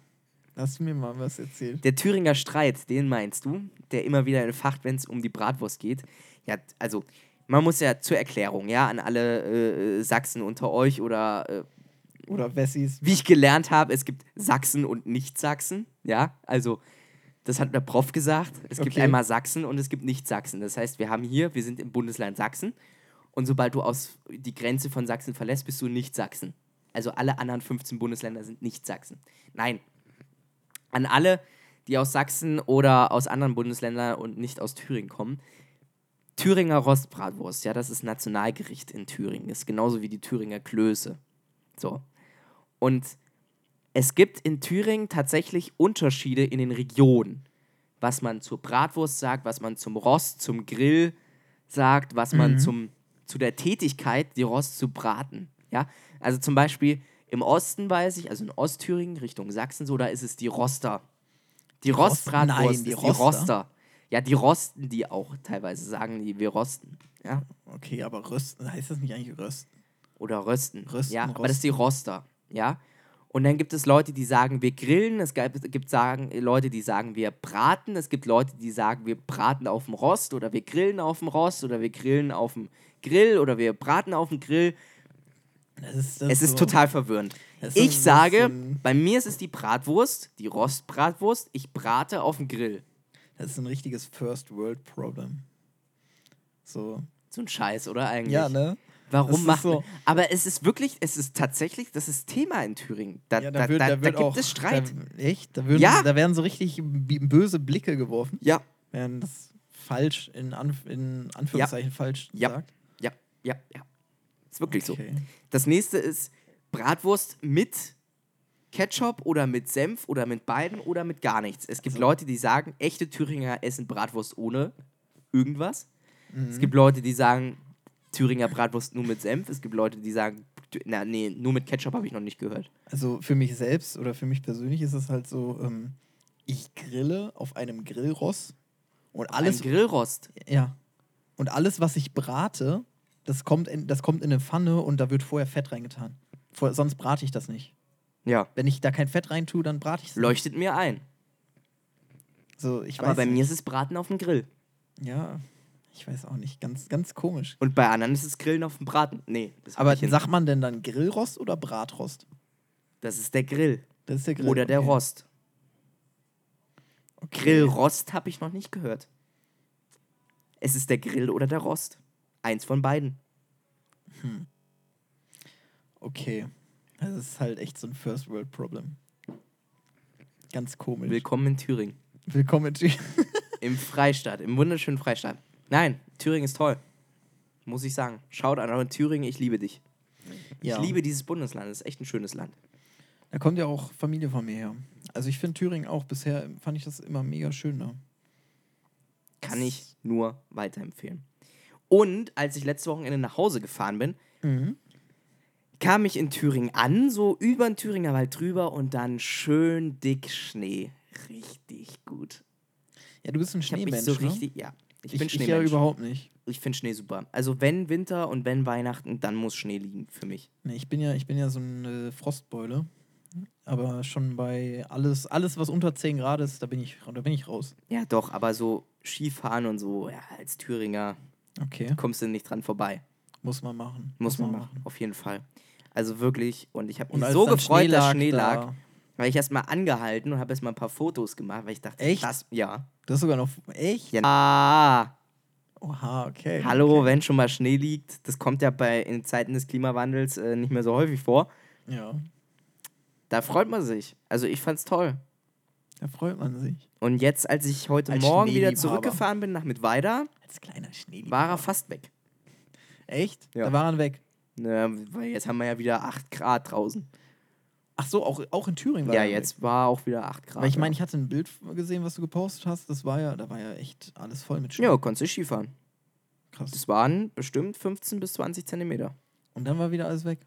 [SPEAKER 1] Hast du mir mal was erzählt?
[SPEAKER 2] Der Thüringer Streit, den meinst du, der immer wieder entfacht, wenn es um die Bratwurst geht. Ja, also, man muss ja zur Erklärung, ja, an alle äh, Sachsen unter euch oder äh,
[SPEAKER 1] Oder Wessis?
[SPEAKER 2] wie ich gelernt habe, es gibt Sachsen und Nicht-Sachsen, ja, also. Das hat der Prof gesagt. Es gibt
[SPEAKER 1] Okay.
[SPEAKER 2] einmal Sachsen und es gibt Nicht-Sachsen. Das heißt, wir haben hier, wir sind im Bundesland Sachsen. Und sobald du aus die Grenze von Sachsen verlässt, bist du Nicht-Sachsen. Also alle anderen 15 Bundesländer sind Nicht-Sachsen. Nein, an alle, die aus Sachsen oder aus anderen Bundesländern und nicht aus Thüringen kommen. Thüringer Rostbratwurst, ja, das ist Nationalgericht in Thüringen, ist genauso wie die Thüringer Klöße. So. Und es gibt in Thüringen tatsächlich Unterschiede in den Regionen, was man zur Bratwurst sagt, was man zum Rost, zum Grill sagt, was man
[SPEAKER 1] Mhm.
[SPEAKER 2] zum, zu der Tätigkeit, die Rost zu braten. Ja, also zum Beispiel im Osten weiß ich, also in Ostthüringen Richtung Sachsen, so da ist es die Roster. Die
[SPEAKER 1] Rost-
[SPEAKER 2] Rostbratwurst,
[SPEAKER 1] Nein,
[SPEAKER 2] die,
[SPEAKER 1] die
[SPEAKER 2] ist die
[SPEAKER 1] Roster.
[SPEAKER 2] Roster. Ja, die rosten die auch teilweise, sagen die, wir rosten. Ja?
[SPEAKER 1] Okay, aber rösten, heißt das nicht eigentlich rösten?
[SPEAKER 2] Oder rösten.
[SPEAKER 1] Rösten,
[SPEAKER 2] ja, aber das ist die Roster. Ja? Und dann gibt es Leute, die sagen, wir grillen. Es gab- gibt sagen, Leute, die sagen, wir braten. Es gibt Leute, die sagen, wir braten auf dem Rost oder wir grillen auf dem Rost oder wir grillen auf dem Grill oder wir braten auf dem Grill.
[SPEAKER 1] Das ist, das
[SPEAKER 2] Es ist
[SPEAKER 1] so-
[SPEAKER 2] total verwirrend.
[SPEAKER 1] das ist
[SPEAKER 2] Ich
[SPEAKER 1] so ein
[SPEAKER 2] sage,
[SPEAKER 1] bisschen-
[SPEAKER 2] bei mir ist es die Bratwurst, die Rostbratwurst. Ich brate auf dem Grill.
[SPEAKER 1] Das ist ein richtiges First-World-Problem. So.
[SPEAKER 2] So ein Scheiß, oder eigentlich?
[SPEAKER 1] Ja, ne? Das
[SPEAKER 2] Warum
[SPEAKER 1] ist
[SPEAKER 2] macht
[SPEAKER 1] so.
[SPEAKER 2] man? Aber es ist wirklich, es ist tatsächlich, das ist Thema in Thüringen. Da,
[SPEAKER 1] ja,
[SPEAKER 2] da, da,
[SPEAKER 1] wird-
[SPEAKER 2] da,
[SPEAKER 1] wird
[SPEAKER 2] gibt
[SPEAKER 1] auch-
[SPEAKER 2] es Streit.
[SPEAKER 1] Da, echt? Da, würden,
[SPEAKER 2] Ja.
[SPEAKER 1] da werden so richtig b- böse Blicke geworfen,
[SPEAKER 2] ja,
[SPEAKER 1] wenn das falsch, in, Anf in Anführungszeichen falsch
[SPEAKER 2] Ja.
[SPEAKER 1] sagt.
[SPEAKER 2] ja, ja, ja. Ist wirklich so.
[SPEAKER 1] Okay.
[SPEAKER 2] Das nächste ist Bratwurst mit Ketchup oder mit Senf oder mit beiden oder mit gar nichts. Es gibt
[SPEAKER 1] Also-
[SPEAKER 2] Leute, die sagen, echte Thüringer essen Bratwurst ohne irgendwas. Es
[SPEAKER 1] Mhm.
[SPEAKER 2] gibt Leute, die sagen, Thüringer Bratwurst nur mit Senf. Es gibt Leute, die sagen, Thü- na, nee, nur mit Ketchup habe ich noch nicht gehört.
[SPEAKER 1] Also für mich selbst oder für mich persönlich ist es halt so, ähm, ich grille auf einem Grillross und alles,
[SPEAKER 2] Ein Grillrost.
[SPEAKER 1] ja, und alles, was ich brate, das kommt, in, das kommt in eine Pfanne und da wird vorher Fett reingetan. Vor, sonst brate ich das nicht.
[SPEAKER 2] Ja.
[SPEAKER 1] Wenn ich da kein Fett rein tue, dann brate ich es.
[SPEAKER 2] Leuchtet mir ein.
[SPEAKER 1] So, ich
[SPEAKER 2] Aber
[SPEAKER 1] weiß
[SPEAKER 2] bei
[SPEAKER 1] nicht.
[SPEAKER 2] mir ist es Braten auf dem Grill.
[SPEAKER 1] Ja, ich weiß auch nicht. Ganz, ganz komisch. Und
[SPEAKER 2] Und bei anderen ist es Grillen auf dem Braten. Nee, das hab
[SPEAKER 1] Aber
[SPEAKER 2] ich hin.
[SPEAKER 1] sagt man denn dann Grillrost oder Bratrost?
[SPEAKER 2] das ist der Grill.
[SPEAKER 1] Das ist der Grill.
[SPEAKER 2] Oder der
[SPEAKER 1] okay.
[SPEAKER 2] Rost.
[SPEAKER 1] Okay.
[SPEAKER 2] Grillrost habe ich noch nicht gehört. Es ist der Grill oder der Rost. Eins von beiden.
[SPEAKER 1] Okay. Das ist halt echt so ein First World Problem. Ganz komisch.
[SPEAKER 2] Willkommen in Thüringen.
[SPEAKER 1] Willkommen. in-
[SPEAKER 2] Im Freistaat, im wunderschönen Freistaat. Nein, Thüringen ist toll. Muss ich sagen. Schaut an, aber Thüringen, ich liebe dich.
[SPEAKER 1] ja.
[SPEAKER 2] Ich liebe dieses Bundesland. Es ist echt ein schönes Land.
[SPEAKER 1] Da kommt ja auch Familie von mir her. Also ich finde Thüringen auch bisher fand ich das immer mega schön. Ne?
[SPEAKER 2] Kann ich nur weiterempfehlen. Und als ich letztes Wochenende nach Hause gefahren bin,
[SPEAKER 1] Mhm.
[SPEAKER 2] kam ich in Thüringen an, so über den Thüringer Wald drüber und dann schön dick Schnee. Richtig gut.
[SPEAKER 1] Ja, du bist ein
[SPEAKER 2] Ich habe mich
[SPEAKER 1] Schneemensch.
[SPEAKER 2] so
[SPEAKER 1] ne?
[SPEAKER 2] richtig, ja. Ich, bin
[SPEAKER 1] ich ja
[SPEAKER 2] Schneemensch.
[SPEAKER 1] überhaupt nicht.
[SPEAKER 2] Ich finde Schnee super. Also wenn Winter und wenn Weihnachten, dann muss Schnee liegen für mich.
[SPEAKER 1] Nee, ich bin ja, ich bin ja so eine Frostbeule. Aber schon bei alles, alles, was unter 10 Grad ist, da bin ich, da bin ich raus.
[SPEAKER 2] Ja, doch, aber so Skifahren und so, ja, als Thüringer
[SPEAKER 1] Okay.
[SPEAKER 2] kommst du nicht dran vorbei.
[SPEAKER 1] Muss man machen.
[SPEAKER 2] Muss man machen, auf jeden Fall. Also wirklich, und ich habe
[SPEAKER 1] Und
[SPEAKER 2] mich
[SPEAKER 1] als
[SPEAKER 2] so
[SPEAKER 1] dann
[SPEAKER 2] gefreut,
[SPEAKER 1] Schnee
[SPEAKER 2] dass
[SPEAKER 1] lag,
[SPEAKER 2] Schnee
[SPEAKER 1] da-
[SPEAKER 2] lag, weil ich erstmal angehalten und habe erstmal ein paar Fotos gemacht, weil ich dachte,
[SPEAKER 1] Echt?
[SPEAKER 2] das, ja.
[SPEAKER 1] Das ist sogar noch. Echt?
[SPEAKER 2] ja. Ah,
[SPEAKER 1] Oha, okay.
[SPEAKER 2] Hallo,
[SPEAKER 1] okay.
[SPEAKER 2] wenn schon mal Schnee liegt, das kommt ja bei in Zeiten des Klimawandels äh, nicht mehr so häufig vor.
[SPEAKER 1] Ja,
[SPEAKER 2] Da freut man sich. Also ich fand's toll.
[SPEAKER 1] da freut man sich.
[SPEAKER 2] Und jetzt, als ich heute
[SPEAKER 1] Als
[SPEAKER 2] Morgen wieder
[SPEAKER 1] Schneeliebhaber.
[SPEAKER 2] zurückgefahren bin nach Mittweida,
[SPEAKER 1] Als kleiner Schnee.
[SPEAKER 2] war er fast weg.
[SPEAKER 1] Echt?
[SPEAKER 2] Ja.
[SPEAKER 1] Da waren wir weg.
[SPEAKER 2] Naja, weil jetzt haben wir ja wieder 8 Grad draußen.
[SPEAKER 1] Ach so, auch, auch in Thüringen war
[SPEAKER 2] ja,
[SPEAKER 1] er weg.
[SPEAKER 2] jetzt war auch wieder 8 Grad.
[SPEAKER 1] Weil ich
[SPEAKER 2] ja.
[SPEAKER 1] meine, ich hatte ein Bild gesehen, was du gepostet hast. Das war ja, da war ja echt alles voll mit Schnee.
[SPEAKER 2] ja, konntest du Skifahren.
[SPEAKER 1] Krass.
[SPEAKER 2] Das waren bestimmt 15 bis 20 Zentimeter.
[SPEAKER 1] Und dann war wieder alles weg.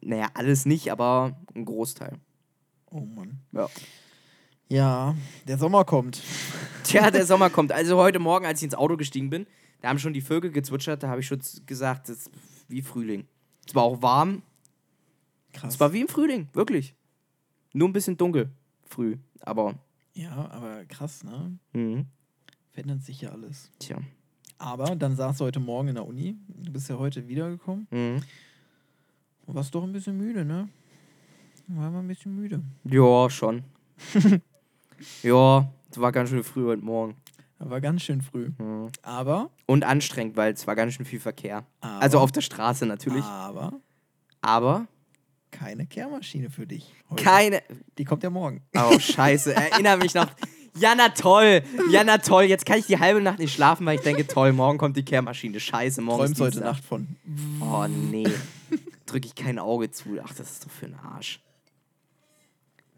[SPEAKER 2] Naja, alles nicht, aber ein Großteil.
[SPEAKER 1] Oh Mann.
[SPEAKER 2] Ja.
[SPEAKER 1] Ja, der Sommer kommt.
[SPEAKER 2] Tja, der Sommer kommt. Also heute Morgen, als ich ins Auto gestiegen bin, da haben schon die Vögel gezwitschert, da habe ich schon z- gesagt, das ist wie Frühling. Es war auch warm,
[SPEAKER 1] Krass.
[SPEAKER 2] es war wie im Frühling, wirklich. Nur ein bisschen dunkel, früh, aber
[SPEAKER 1] ja, aber krass, ne?
[SPEAKER 2] mhm.
[SPEAKER 1] Verändert sich ja alles.
[SPEAKER 2] tja.
[SPEAKER 1] Aber dann saß du heute Morgen in der Uni. Du bist ja heute wiedergekommen.
[SPEAKER 2] Mhm.
[SPEAKER 1] Und warst doch ein bisschen müde, ne? War mal ein bisschen müde.
[SPEAKER 2] Ja, schon. ja, es war ganz schön früh heute Morgen.
[SPEAKER 1] War ganz schön früh.
[SPEAKER 2] Mhm.
[SPEAKER 1] Aber,
[SPEAKER 2] Und anstrengend, weil es war ganz schön viel Verkehr.
[SPEAKER 1] aber
[SPEAKER 2] Also auf der Straße natürlich,
[SPEAKER 1] aber
[SPEAKER 2] aber
[SPEAKER 1] keine Kehrmaschine für dich. heute.
[SPEAKER 2] keine.
[SPEAKER 1] Die kommt ja morgen.
[SPEAKER 2] Oh, scheiße, erinnere mich noch. Ja, na toll, ja, na toll. Jetzt kann ich die halbe Nacht nicht schlafen, weil ich denke, toll, morgen kommt die Kehrmaschine. Scheiße, morgen
[SPEAKER 1] Träumst
[SPEAKER 2] ist
[SPEAKER 1] heute
[SPEAKER 2] Dienstag.
[SPEAKER 1] Nacht von.
[SPEAKER 2] Oh, nee. Drücke ich kein Auge zu. Ach, das ist doch für ein Arsch.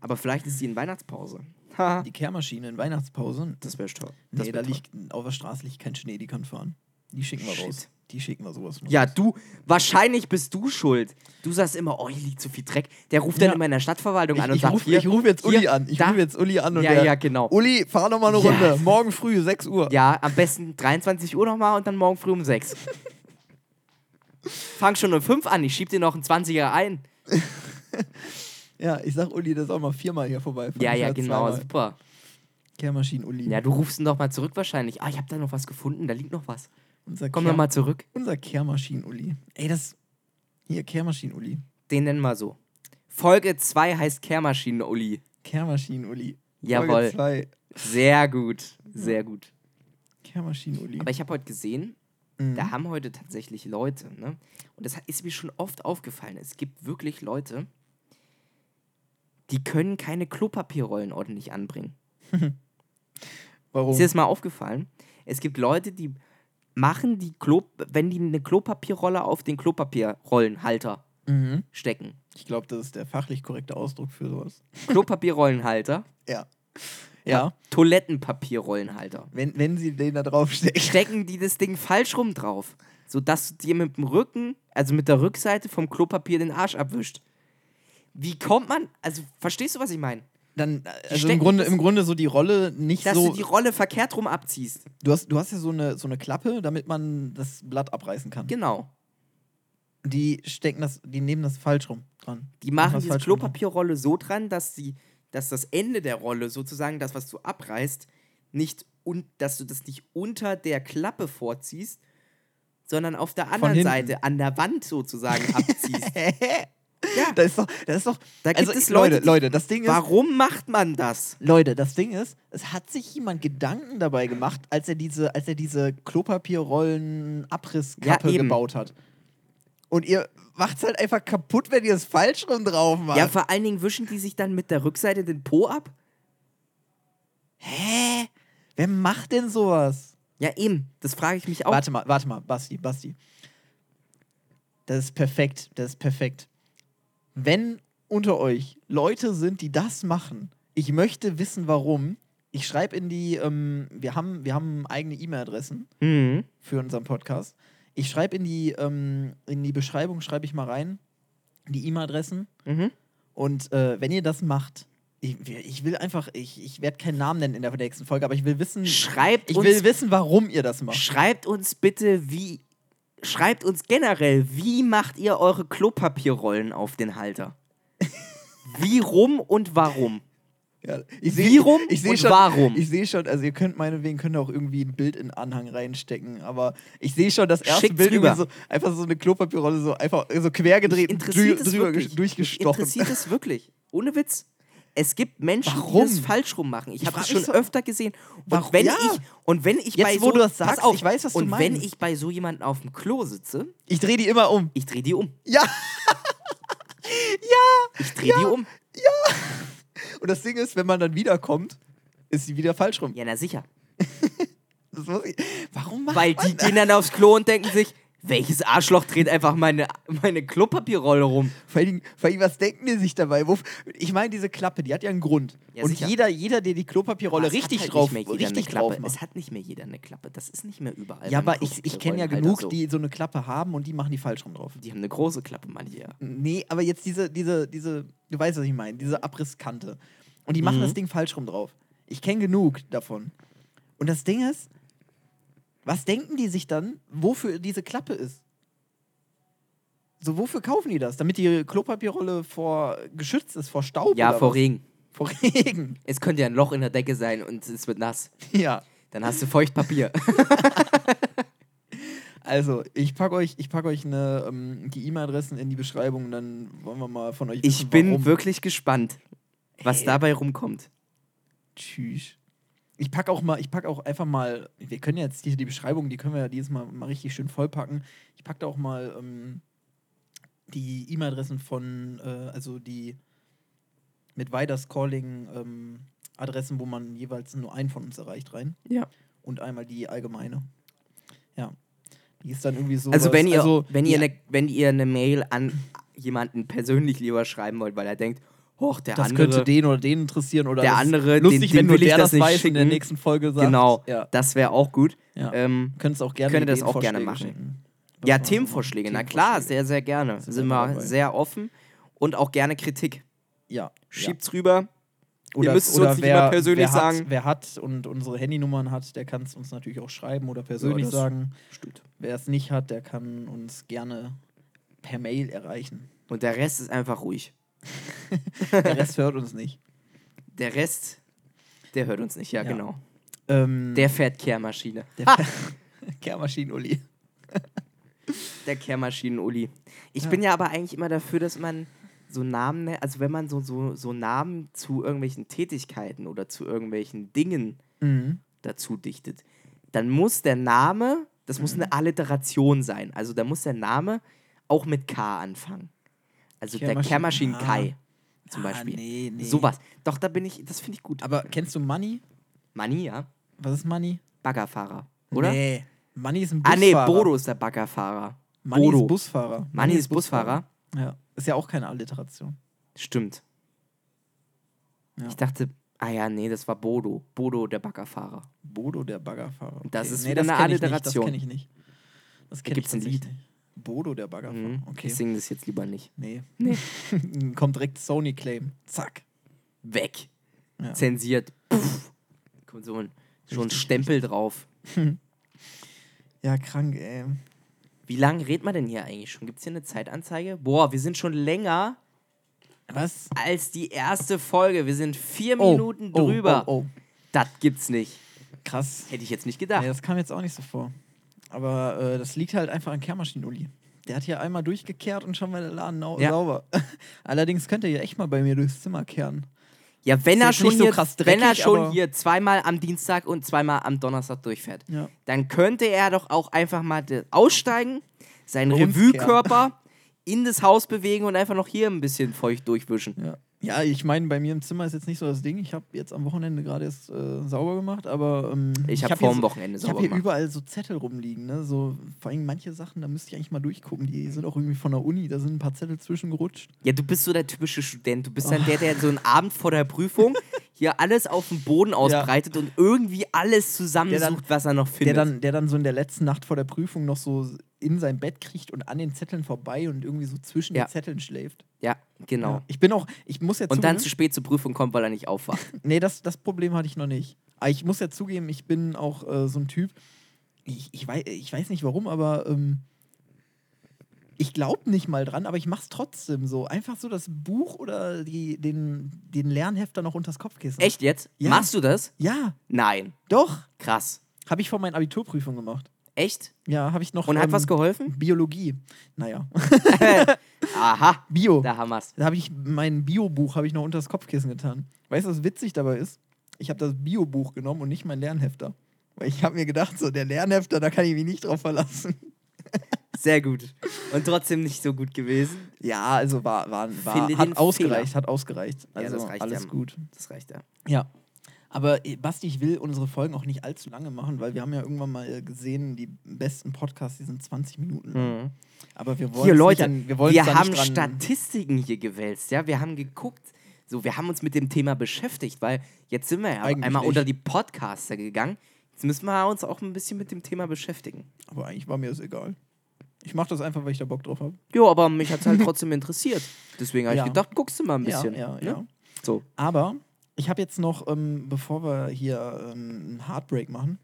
[SPEAKER 2] Aber vielleicht ist die in Weihnachtspause. Haha.
[SPEAKER 1] Die Kehrmaschine in Weihnachtspause.
[SPEAKER 2] das wäre toll. Das
[SPEAKER 1] Nee, da
[SPEAKER 2] wär toll.
[SPEAKER 1] liegt auf der Straße liegt kein Schnee, die kann fahren. Die schicken wir
[SPEAKER 2] Shit.
[SPEAKER 1] raus. Die schicken wir sowas von.
[SPEAKER 2] Ja, du, wahrscheinlich bist du schuld. Du sagst immer, oh, hier liegt so viel Dreck. Der ruft
[SPEAKER 1] Ja.
[SPEAKER 2] dann immer in der Stadtverwaltung
[SPEAKER 1] ich,
[SPEAKER 2] an und
[SPEAKER 1] ich,
[SPEAKER 2] sagt,
[SPEAKER 1] ruf,
[SPEAKER 2] hier,
[SPEAKER 1] ich ruf jetzt Uli
[SPEAKER 2] hier,
[SPEAKER 1] an. Ich
[SPEAKER 2] da.
[SPEAKER 1] rufe jetzt Uli an und
[SPEAKER 2] ja,
[SPEAKER 1] der,
[SPEAKER 2] ja, genau.
[SPEAKER 1] Uli, fahr noch mal eine
[SPEAKER 2] Ja.
[SPEAKER 1] Runde. Morgen früh, 6 Uhr.
[SPEAKER 2] Ja, am besten 23 Uhr nochmal und dann morgen früh um 6. Fang schon um 5 an, ich schieb dir noch einen 20er ein.
[SPEAKER 1] Ja, ich sag Uli, das auch mal viermal hier vorbei.
[SPEAKER 2] Ja, ja,
[SPEAKER 1] Fünf,
[SPEAKER 2] genau,
[SPEAKER 1] zweimal.
[SPEAKER 2] super.
[SPEAKER 1] Kehrmaschinen, Uli.
[SPEAKER 2] Ja, du rufst ihn doch mal zurück wahrscheinlich. Ah, ich hab da noch was gefunden, da liegt noch was.
[SPEAKER 1] unser
[SPEAKER 2] Komm
[SPEAKER 1] Kehr,
[SPEAKER 2] doch mal zurück.
[SPEAKER 1] Unser Kehrmaschinen, Uli. Ey, das. Hier, Kehrmaschinen, Uli.
[SPEAKER 2] Den nennen wir so. Folge 2 heißt Kehrmaschinen-Uli.
[SPEAKER 1] Kehrmaschinen, Uli.
[SPEAKER 2] Jawohl.
[SPEAKER 1] Folge zwei.
[SPEAKER 2] Sehr gut, sehr gut.
[SPEAKER 1] Kehrmaschinen, Uli.
[SPEAKER 2] Aber ich habe heute gesehen,
[SPEAKER 1] Mhm.
[SPEAKER 2] Da haben heute tatsächlich Leute, ne? Und das ist mir schon oft aufgefallen. Es gibt wirklich Leute, die können keine Klopapierrollen ordentlich anbringen.
[SPEAKER 1] Warum?
[SPEAKER 2] Ist dir das mal aufgefallen? Es gibt Leute, die machen die Klo, wenn die eine Klopapierrolle auf den Klopapierrollenhalter
[SPEAKER 1] Mhm.
[SPEAKER 2] stecken.
[SPEAKER 1] Ich glaube, das ist der fachlich korrekte Ausdruck für sowas.
[SPEAKER 2] Klopapierrollenhalter,
[SPEAKER 1] Ja. Ja,
[SPEAKER 2] Toilettenpapierrollenhalter.
[SPEAKER 1] wenn, wenn sie den da draufstecken.
[SPEAKER 2] Stecken die das Ding falsch rum drauf, sodass du dir mit dem Rücken, also mit der Rückseite vom Klopapier den Arsch abwischt. Wie kommt man, also verstehst du, was ich meine?
[SPEAKER 1] Dann, also im
[SPEAKER 2] stecken
[SPEAKER 1] Grunde,
[SPEAKER 2] das-
[SPEAKER 1] im Grunde so die Rolle nicht
[SPEAKER 2] Dass
[SPEAKER 1] so.
[SPEAKER 2] du die Rolle verkehrt rum abziehst.
[SPEAKER 1] du, hast, du hast ja so eine, so eine Klappe, damit man das Blatt abreißen kann.
[SPEAKER 2] Genau.
[SPEAKER 1] Die stecken das, die nehmen das falsch rum dran.
[SPEAKER 2] Die machen
[SPEAKER 1] das
[SPEAKER 2] diese
[SPEAKER 1] falsch rum dran.
[SPEAKER 2] Klopapierrolle so dran, dass sie, dass das Ende der Rolle sozusagen, das, was du abreißt, nicht und dass du das nicht unter der Klappe vorziehst, sondern auf der anderen
[SPEAKER 1] hinten.
[SPEAKER 2] Seite, an der Wand sozusagen abziehst. ja,
[SPEAKER 1] Das ist doch, das ist doch.
[SPEAKER 2] da gibt
[SPEAKER 1] also,
[SPEAKER 2] es
[SPEAKER 1] Leute,
[SPEAKER 2] Leute, die-
[SPEAKER 1] Leute, das Ding ist.
[SPEAKER 2] Warum macht man das?
[SPEAKER 1] Leute, das Ding ist, es hat sich jemand Gedanken dabei gemacht, als er diese, als er diese Klopapierrollen Abrisskappe
[SPEAKER 2] Ja, eben.
[SPEAKER 1] gebaut hat. Und ihr macht's halt einfach kaputt, wenn ihr es falsch rum drauf macht.
[SPEAKER 2] Ja, vor allen Dingen wischen die sich dann mit der Rückseite den Po ab?
[SPEAKER 1] Hä? Wer macht denn sowas?
[SPEAKER 2] Ja, eben. Das frage ich mich auch.
[SPEAKER 1] Warte mal, warte mal, Basti, Basti. Das ist perfekt, das ist perfekt. Wenn unter euch Leute sind, die das machen, ich möchte wissen, warum. Ich schreibe in die, ähm, wir, haben, wir haben eigene E-Mail-Adressen
[SPEAKER 2] Mhm.
[SPEAKER 1] für unseren Podcast. Ich schreibe in die, ähm, in die Beschreibung, schreibe ich mal rein, die E-Mail-Adressen.
[SPEAKER 2] Mhm.
[SPEAKER 1] Und äh, wenn ihr das macht, ich, ich will einfach, ich, ich werde keinen Namen nennen in der nächsten Folge, aber ich will wissen,
[SPEAKER 2] Schreibt
[SPEAKER 1] Ich
[SPEAKER 2] uns
[SPEAKER 1] will wissen, warum ihr das macht.
[SPEAKER 2] Schreibt uns bitte, wie. Schreibt uns generell, wie macht ihr eure Klopapierrollen auf den Halter? Wie rum und warum?
[SPEAKER 1] Ja, ich
[SPEAKER 2] Wie rum
[SPEAKER 1] ich seh
[SPEAKER 2] und
[SPEAKER 1] schon,
[SPEAKER 2] warum?
[SPEAKER 1] Ich sehe schon, also ihr könnt meinetwegen könnt ihr auch irgendwie ein Bild in den Anhang reinstecken, aber ich sehe schon das erste
[SPEAKER 2] Schickt's
[SPEAKER 1] Bild
[SPEAKER 2] rüber.
[SPEAKER 1] irgendwie so, einfach so eine Klopapierrolle so einfach so quer gedreht und drü
[SPEAKER 2] Interessiert es
[SPEAKER 1] drüber
[SPEAKER 2] wirklich?
[SPEAKER 1] ges- durchgestochen.
[SPEAKER 2] Interessiert es wirklich? Ohne Witz. Es gibt Menschen,
[SPEAKER 1] Warum?
[SPEAKER 2] die das falsch rum machen. Ich
[SPEAKER 1] Ich
[SPEAKER 2] habe das
[SPEAKER 1] frag mich
[SPEAKER 2] schon
[SPEAKER 1] so-
[SPEAKER 2] öfter gesehen. Und
[SPEAKER 1] Warum?
[SPEAKER 2] wenn
[SPEAKER 1] Ja.
[SPEAKER 2] ich und wenn ich
[SPEAKER 1] Jetzt,
[SPEAKER 2] bei
[SPEAKER 1] wo
[SPEAKER 2] so
[SPEAKER 1] du das
[SPEAKER 2] pass
[SPEAKER 1] sagst,
[SPEAKER 2] auf,
[SPEAKER 1] ich weiß, was du
[SPEAKER 2] und wenn
[SPEAKER 1] meinst.
[SPEAKER 2] ich bei so jemanden auf dem Klo sitze,
[SPEAKER 1] Ich drehe die immer um.
[SPEAKER 2] ich drehe die um.
[SPEAKER 1] Ja,
[SPEAKER 2] Ich drehe die um.
[SPEAKER 1] und das Ding ist, wenn man dann wiederkommt, ist sie wieder falsch rum.
[SPEAKER 2] Ja, na sicher.
[SPEAKER 1] Das muss ich, warum macht
[SPEAKER 2] Weil
[SPEAKER 1] man
[SPEAKER 2] die gehen dann aufs Klo und denken sich, Welches Arschloch dreht einfach meine, meine Klopapierrolle rum?
[SPEAKER 1] Vor allem, vor allem, was denken die sich dabei? Wo, ich meine, diese Klappe, die hat ja einen Grund.
[SPEAKER 2] Ja,
[SPEAKER 1] und
[SPEAKER 2] sicher.
[SPEAKER 1] jeder, jeder, der die Klopapierrolle
[SPEAKER 2] Es hat
[SPEAKER 1] richtig
[SPEAKER 2] halt
[SPEAKER 1] drauf,
[SPEAKER 2] nicht mehr jeder
[SPEAKER 1] richtig
[SPEAKER 2] eine Klappe.
[SPEAKER 1] drauf macht.
[SPEAKER 2] Es hat nicht mehr jeder eine Klappe. Das ist nicht mehr überall.
[SPEAKER 1] Ja,
[SPEAKER 2] beim
[SPEAKER 1] aber ich, ich kenne ja
[SPEAKER 2] Klopapierrollenhalter
[SPEAKER 1] genug,
[SPEAKER 2] halt so.
[SPEAKER 1] die so eine Klappe haben und die machen die falsch rum drauf.
[SPEAKER 2] Die haben eine große Klappe, manche. ja.
[SPEAKER 1] Nee, aber jetzt diese, diese, diese, du weißt, was ich meine, diese Abrisskante. Und die machen
[SPEAKER 2] Mhm.
[SPEAKER 1] das Ding falsch rum drauf. Ich kenne genug davon. Und das Ding ist, was denken die sich dann, wofür diese Klappe ist? So, wofür kaufen die das? Damit die Klopapierrolle vor geschützt ist, vor Staub?
[SPEAKER 2] Ja,
[SPEAKER 1] oder
[SPEAKER 2] vor
[SPEAKER 1] was?
[SPEAKER 2] Regen.
[SPEAKER 1] vor Regen.
[SPEAKER 2] Es könnte ja ein Loch in der Decke sein und es wird nass.
[SPEAKER 1] Ja.
[SPEAKER 2] Dann hast du Feuchtpapier.
[SPEAKER 1] Also, ich packe euch, ich pack euch eine, ähm, die E-Mail-Adressen in die Beschreibung und dann wollen wir mal von euch
[SPEAKER 2] Ich
[SPEAKER 1] wissen,
[SPEAKER 2] bin
[SPEAKER 1] warum.
[SPEAKER 2] wirklich gespannt, was
[SPEAKER 1] Ey.
[SPEAKER 2] dabei rumkommt.
[SPEAKER 1] Tschüss. Ich pack auch mal, ich pack auch einfach mal, wir können jetzt die, die Beschreibung, die können wir ja dieses Mal mal richtig schön vollpacken. Ich pack da auch mal ähm, die E-Mail-Adressen von, äh, also die mit Weiders Calling ähm, Adressen, wo man jeweils nur einen von uns erreicht rein
[SPEAKER 2] Ja.
[SPEAKER 1] und einmal die allgemeine. Ja. Die ist dann irgendwie so.
[SPEAKER 2] Also wenn ihr, wenn,
[SPEAKER 1] die,
[SPEAKER 2] ihr ne, wenn ihr eine Mail an jemanden persönlich lieber schreiben wollt, weil er denkt, hoch, der
[SPEAKER 1] das
[SPEAKER 2] andere,
[SPEAKER 1] könnte den oder den interessieren oder
[SPEAKER 2] der
[SPEAKER 1] das ist
[SPEAKER 2] andere,
[SPEAKER 1] lustig,
[SPEAKER 2] den-
[SPEAKER 1] wenn
[SPEAKER 2] den
[SPEAKER 1] nur
[SPEAKER 2] will ich
[SPEAKER 1] der
[SPEAKER 2] das nicht
[SPEAKER 1] weiß in der
[SPEAKER 2] schicken.
[SPEAKER 1] nächsten Folge sagt.
[SPEAKER 2] genau,
[SPEAKER 1] Ja.
[SPEAKER 2] das wäre auch gut.
[SPEAKER 1] Ja.
[SPEAKER 2] Ähm,
[SPEAKER 1] Könntest auch gerne
[SPEAKER 2] Könnt ihr das
[SPEAKER 1] Ideen,
[SPEAKER 2] auch gerne
[SPEAKER 1] Vorschläge
[SPEAKER 2] machen.
[SPEAKER 1] schicken. Das
[SPEAKER 2] ja,
[SPEAKER 1] machen wir mal.
[SPEAKER 2] Themenvorschläge, na klar,
[SPEAKER 1] Themenvorschläge.
[SPEAKER 2] sehr, sehr gerne.
[SPEAKER 1] Sind
[SPEAKER 2] Sind
[SPEAKER 1] wir
[SPEAKER 2] wir
[SPEAKER 1] dabei.
[SPEAKER 2] sehr offen und auch gerne Kritik.
[SPEAKER 1] ja.
[SPEAKER 2] Schiebt's rüber.
[SPEAKER 1] ja. Oder-
[SPEAKER 2] müsst es
[SPEAKER 1] oder
[SPEAKER 2] uns nicht immer persönlich
[SPEAKER 1] wer hat,
[SPEAKER 2] sagen.
[SPEAKER 1] Wer hat und unsere Handynummern hat, der kann es uns natürlich auch schreiben oder persönlich
[SPEAKER 2] das-
[SPEAKER 1] sagen.
[SPEAKER 2] Stimmt.
[SPEAKER 1] Wer es nicht hat, der kann uns gerne per Mail erreichen.
[SPEAKER 2] Und der Rest ist einfach ruhig.
[SPEAKER 1] Der Rest hört uns nicht.
[SPEAKER 2] Der Rest, der hört uns nicht, ja,
[SPEAKER 1] Ja.
[SPEAKER 2] genau.
[SPEAKER 1] Ähm,
[SPEAKER 2] Der fährt Kehrmaschine.
[SPEAKER 1] der
[SPEAKER 2] ha!
[SPEAKER 1] Kehrmaschinen-Uli.
[SPEAKER 2] Der Kehrmaschinen-Uli. Ich
[SPEAKER 1] Ja.
[SPEAKER 2] bin ja aber eigentlich immer dafür, dass man so Namen, ne- also wenn man so, so, so Namen zu irgendwelchen Tätigkeiten oder zu irgendwelchen Dingen
[SPEAKER 1] Mhm.
[SPEAKER 2] dazu dichtet, dann muss der Name, das
[SPEAKER 1] Mhm.
[SPEAKER 2] muss eine Alliteration sein. Also da muss der Name auch mit K anfangen. Also der
[SPEAKER 1] Kehrmaschinen-
[SPEAKER 2] Kehrmaschinen-Kai zum Beispiel.
[SPEAKER 1] Ah, nee, nee.
[SPEAKER 2] Sowas. Doch, da bin ich, das finde ich gut.
[SPEAKER 1] Aber kennst du Money?
[SPEAKER 2] Mania,
[SPEAKER 1] Was ist Money?
[SPEAKER 2] Baggerfahrer, oder?
[SPEAKER 1] Nee. Money ist ein
[SPEAKER 2] Ah, nee,
[SPEAKER 1] Busfahrer.
[SPEAKER 2] Bodo ist der Baggerfahrer.
[SPEAKER 1] Money
[SPEAKER 2] Bodo.
[SPEAKER 1] ist Busfahrer. Money,
[SPEAKER 2] Mani ist Busfahrer.
[SPEAKER 1] Ja. Ist ja auch keine Alliteration.
[SPEAKER 2] Stimmt.
[SPEAKER 1] Ja.
[SPEAKER 2] Ich dachte, ah ja, nee, das war Bodo. Bodo, der Baggerfahrer.
[SPEAKER 1] Bodo der Baggerfahrer. Okay.
[SPEAKER 2] Das ist wieder
[SPEAKER 1] das
[SPEAKER 2] eine
[SPEAKER 1] kenn ich
[SPEAKER 2] Alliteration.
[SPEAKER 1] Nicht, das kenne ich nicht. Das kenne ich
[SPEAKER 2] gibt's ein Lied.
[SPEAKER 1] tatsächlich nicht. Bodo der Baggerfahrer.
[SPEAKER 2] Mhm.
[SPEAKER 1] Okay.
[SPEAKER 2] Ich singe das jetzt lieber nicht.
[SPEAKER 1] Nee.
[SPEAKER 2] Nee.
[SPEAKER 1] Kommt direkt Sony Claim. Zack.
[SPEAKER 2] Weg.
[SPEAKER 1] Ja.
[SPEAKER 2] Zensiert. Puff. Kommt so ein, so ein
[SPEAKER 1] Richtig,
[SPEAKER 2] Stempel drauf.
[SPEAKER 1] Ja, krank, ey.
[SPEAKER 2] Wie lange redet man denn hier eigentlich schon? Gibt es hier eine Zeitanzeige? Boah, wir sind schon länger
[SPEAKER 1] Was?
[SPEAKER 2] als die erste Folge. Wir sind vier Minuten drüber.
[SPEAKER 1] Oh, oh,
[SPEAKER 2] Das gibt's nicht.
[SPEAKER 1] krass.
[SPEAKER 2] Hätte ich jetzt nicht
[SPEAKER 1] Nee,
[SPEAKER 2] gedacht.
[SPEAKER 1] das kam jetzt auch nicht so vor. Aber äh, das liegt halt einfach an Kehrmaschinen-Uli. Der hat hier einmal durchgekehrt und schon war der Laden au-
[SPEAKER 2] Ja.
[SPEAKER 1] sauber. Allerdings könnte er ja echt mal bei mir durchs Zimmer kehren.
[SPEAKER 2] Ja, wenn er
[SPEAKER 1] jetzt
[SPEAKER 2] schon,
[SPEAKER 1] nicht so
[SPEAKER 2] hier,
[SPEAKER 1] krass
[SPEAKER 2] wenn er
[SPEAKER 1] dreckig,
[SPEAKER 2] schon
[SPEAKER 1] aber-
[SPEAKER 2] hier zweimal am Dienstag und zweimal am Donnerstag durchfährt,
[SPEAKER 1] Ja.
[SPEAKER 2] dann könnte er doch auch einfach mal de- aussteigen, seinen
[SPEAKER 1] Umkehren.
[SPEAKER 2] Revue-Körper in das Haus bewegen und einfach noch hier ein bisschen feucht durchwischen.
[SPEAKER 1] Ja, ja ich meine, bei mir im Zimmer ist jetzt nicht so das Ding. Ich habe jetzt am Wochenende gerade erst äh, sauber gemacht, aber ähm,
[SPEAKER 2] Ich habe
[SPEAKER 1] hab
[SPEAKER 2] vor
[SPEAKER 1] hier
[SPEAKER 2] dem
[SPEAKER 1] so,
[SPEAKER 2] Wochenende
[SPEAKER 1] Ich habe
[SPEAKER 2] sauber
[SPEAKER 1] hier
[SPEAKER 2] gemacht.
[SPEAKER 1] überall so Zettel rumliegen, ne? So, vor allem manche Sachen, da müsste ich eigentlich mal durchgucken. Die sind auch irgendwie von der Uni, da sind ein paar Zettel zwischengerutscht.
[SPEAKER 2] Ja, du bist so der typische Student. Du bist
[SPEAKER 1] Oh.
[SPEAKER 2] dann der, der so einen Abend vor der Prüfung hier alles auf dem Boden ausbreitet und irgendwie alles zusammensucht, was er noch
[SPEAKER 1] Der
[SPEAKER 2] findet.
[SPEAKER 1] dann, der dann so in der letzten Nacht vor der Prüfung noch so in sein Bett kriegt und an den Zetteln vorbei und irgendwie so zwischen
[SPEAKER 2] Ja.
[SPEAKER 1] den Zetteln schläft.
[SPEAKER 2] ja, genau.
[SPEAKER 1] Ja. Ich bin auch, ich muss jetzt
[SPEAKER 2] Und dann zu spät zur Prüfung kommt, weil er nicht aufwacht.
[SPEAKER 1] Nee, das, das Problem hatte ich noch nicht. Aber ich muss ja zugeben, ich bin auch äh, so ein Typ. Ich, ich, weiß, ich weiß nicht warum, aber ähm, ich glaube nicht mal dran, aber ich mach's trotzdem so. Einfach so das Buch oder die, den, den Lernhefter noch unters Kopfkissen.
[SPEAKER 2] Echt jetzt?
[SPEAKER 1] Ja.
[SPEAKER 2] Machst du das?
[SPEAKER 1] Ja,
[SPEAKER 2] Nein.
[SPEAKER 1] doch.
[SPEAKER 2] Krass.
[SPEAKER 1] Habe ich vor meinen Abiturprüfungen gemacht.
[SPEAKER 2] Echt?
[SPEAKER 1] Ja, habe ich noch.
[SPEAKER 2] Und hat
[SPEAKER 1] ähm,
[SPEAKER 2] was geholfen?
[SPEAKER 1] Biologie. Naja,
[SPEAKER 2] Aha,
[SPEAKER 1] Bio.
[SPEAKER 2] da haben wir's.
[SPEAKER 1] Da habe ich mein Bio-Buch habe ich noch unters Kopfkissen getan. Weißt du, was witzig dabei ist? Ich habe das Bio-Buch genommen und nicht mein Lernhefter. Weil ich habe mir gedacht, so der Lernhefter, da kann ich mich nicht drauf verlassen.
[SPEAKER 2] Sehr gut. Und trotzdem nicht so gut gewesen.
[SPEAKER 1] Ja, also war, war, war
[SPEAKER 2] Finde den
[SPEAKER 1] hat ausgereicht, hat ausgereicht.
[SPEAKER 2] Ja,
[SPEAKER 1] Also
[SPEAKER 2] das reicht
[SPEAKER 1] alles
[SPEAKER 2] ja.
[SPEAKER 1] gut.
[SPEAKER 2] Das reicht ja.
[SPEAKER 1] Ja. Aber eh, Basti, ich will unsere Folgen auch nicht allzu lange machen, weil wir haben ja irgendwann mal äh, gesehen, die besten Podcasts, die sind 20 Minuten lang.
[SPEAKER 2] Mhm.
[SPEAKER 1] Aber wir wollen
[SPEAKER 2] Hier,
[SPEAKER 1] es
[SPEAKER 2] Leute,
[SPEAKER 1] nicht an, wir, wollen
[SPEAKER 2] wir
[SPEAKER 1] es da
[SPEAKER 2] haben
[SPEAKER 1] nicht dran,
[SPEAKER 2] Statistiken hier gewälzt, ja, wir haben geguckt, so, wir haben uns mit dem Thema beschäftigt, weil jetzt sind wir ja
[SPEAKER 1] Eigentlich
[SPEAKER 2] einmal
[SPEAKER 1] nicht.
[SPEAKER 2] unter die Podcaster gegangen, jetzt müssen wir uns auch ein bisschen mit dem Thema beschäftigen.
[SPEAKER 1] Aber eigentlich war mir das egal. Ich mache das einfach, weil ich da Bock drauf habe.
[SPEAKER 2] Jo, aber mich hat es halt trotzdem interessiert, deswegen habe
[SPEAKER 1] Ja.
[SPEAKER 2] ich gedacht, guckst du mal ein bisschen.
[SPEAKER 1] Ja, ja,
[SPEAKER 2] ne?
[SPEAKER 1] ja.
[SPEAKER 2] So,
[SPEAKER 1] Aber ich habe jetzt noch, ähm, bevor wir hier ähm, einen Heartbreak machen,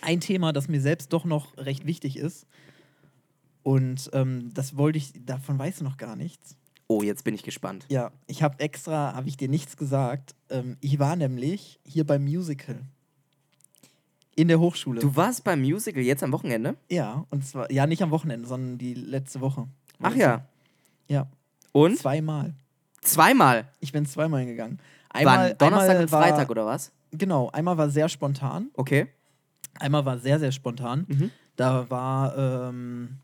[SPEAKER 1] ein Thema, das mir selbst doch noch recht wichtig ist. Und ähm, das wollte ich, davon weißt du noch gar nichts.
[SPEAKER 2] oh, jetzt bin ich gespannt.
[SPEAKER 1] Ja, ich habe extra, habe ich dir nichts gesagt. Ähm, ich war nämlich hier beim Musical. In der Hochschule.
[SPEAKER 2] Du warst beim Musical jetzt am Wochenende?
[SPEAKER 1] Ja, und zwar, ja, nicht am Wochenende, sondern die letzte Woche.
[SPEAKER 2] Ach ja.
[SPEAKER 1] Ja,
[SPEAKER 2] Und?
[SPEAKER 1] zweimal.
[SPEAKER 2] Zweimal?
[SPEAKER 1] Ich bin zweimal hingegangen.
[SPEAKER 2] Wann? Donnerstag
[SPEAKER 1] einmal
[SPEAKER 2] und
[SPEAKER 1] war-
[SPEAKER 2] Freitag oder was?
[SPEAKER 1] Genau, einmal war sehr spontan.
[SPEAKER 2] Okay.
[SPEAKER 1] Einmal war sehr, sehr spontan.
[SPEAKER 2] Mhm.
[SPEAKER 1] Da war, ähm,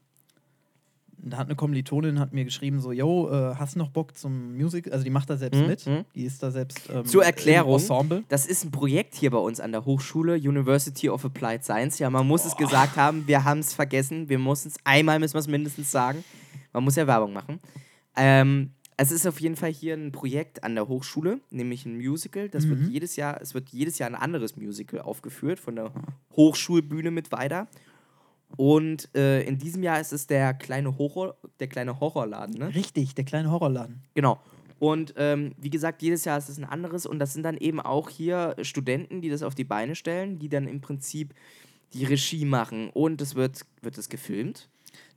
[SPEAKER 1] da hat eine Kommilitonin hat mir geschrieben, so, yo, äh, hast noch Bock zum Musical? Also die macht da selbst
[SPEAKER 2] Mhm,
[SPEAKER 1] mit.
[SPEAKER 2] mhm.
[SPEAKER 1] Die ist da selbst ähm,
[SPEAKER 2] Zur Erklärung.
[SPEAKER 1] im Ensemble.
[SPEAKER 2] Das ist ein Projekt hier bei uns an der Hochschule, University of Applied Science. Ja, man muss es gesagt haben, wir haben es vergessen. Wir mussten es einmal, müssen wir es mindestens sagen. Man muss ja Werbung machen. Ähm, es ist auf jeden Fall hier ein Projekt an der Hochschule, nämlich ein Musical. Das wird jedes Jahr, es wird jedes Jahr ein anderes Musical aufgeführt von der Hochschulbühne mit weiter. Und äh, in diesem Jahr ist es der kleine Horror, der kleine Horrorladen, ne?
[SPEAKER 1] Richtig, der kleine Horrorladen.
[SPEAKER 2] Genau. Und ähm, wie gesagt, jedes Jahr ist es ein anderes und das sind dann eben auch hier Studenten, die das auf die Beine stellen, die dann im Prinzip die Regie machen und es wird, wird es gefilmt.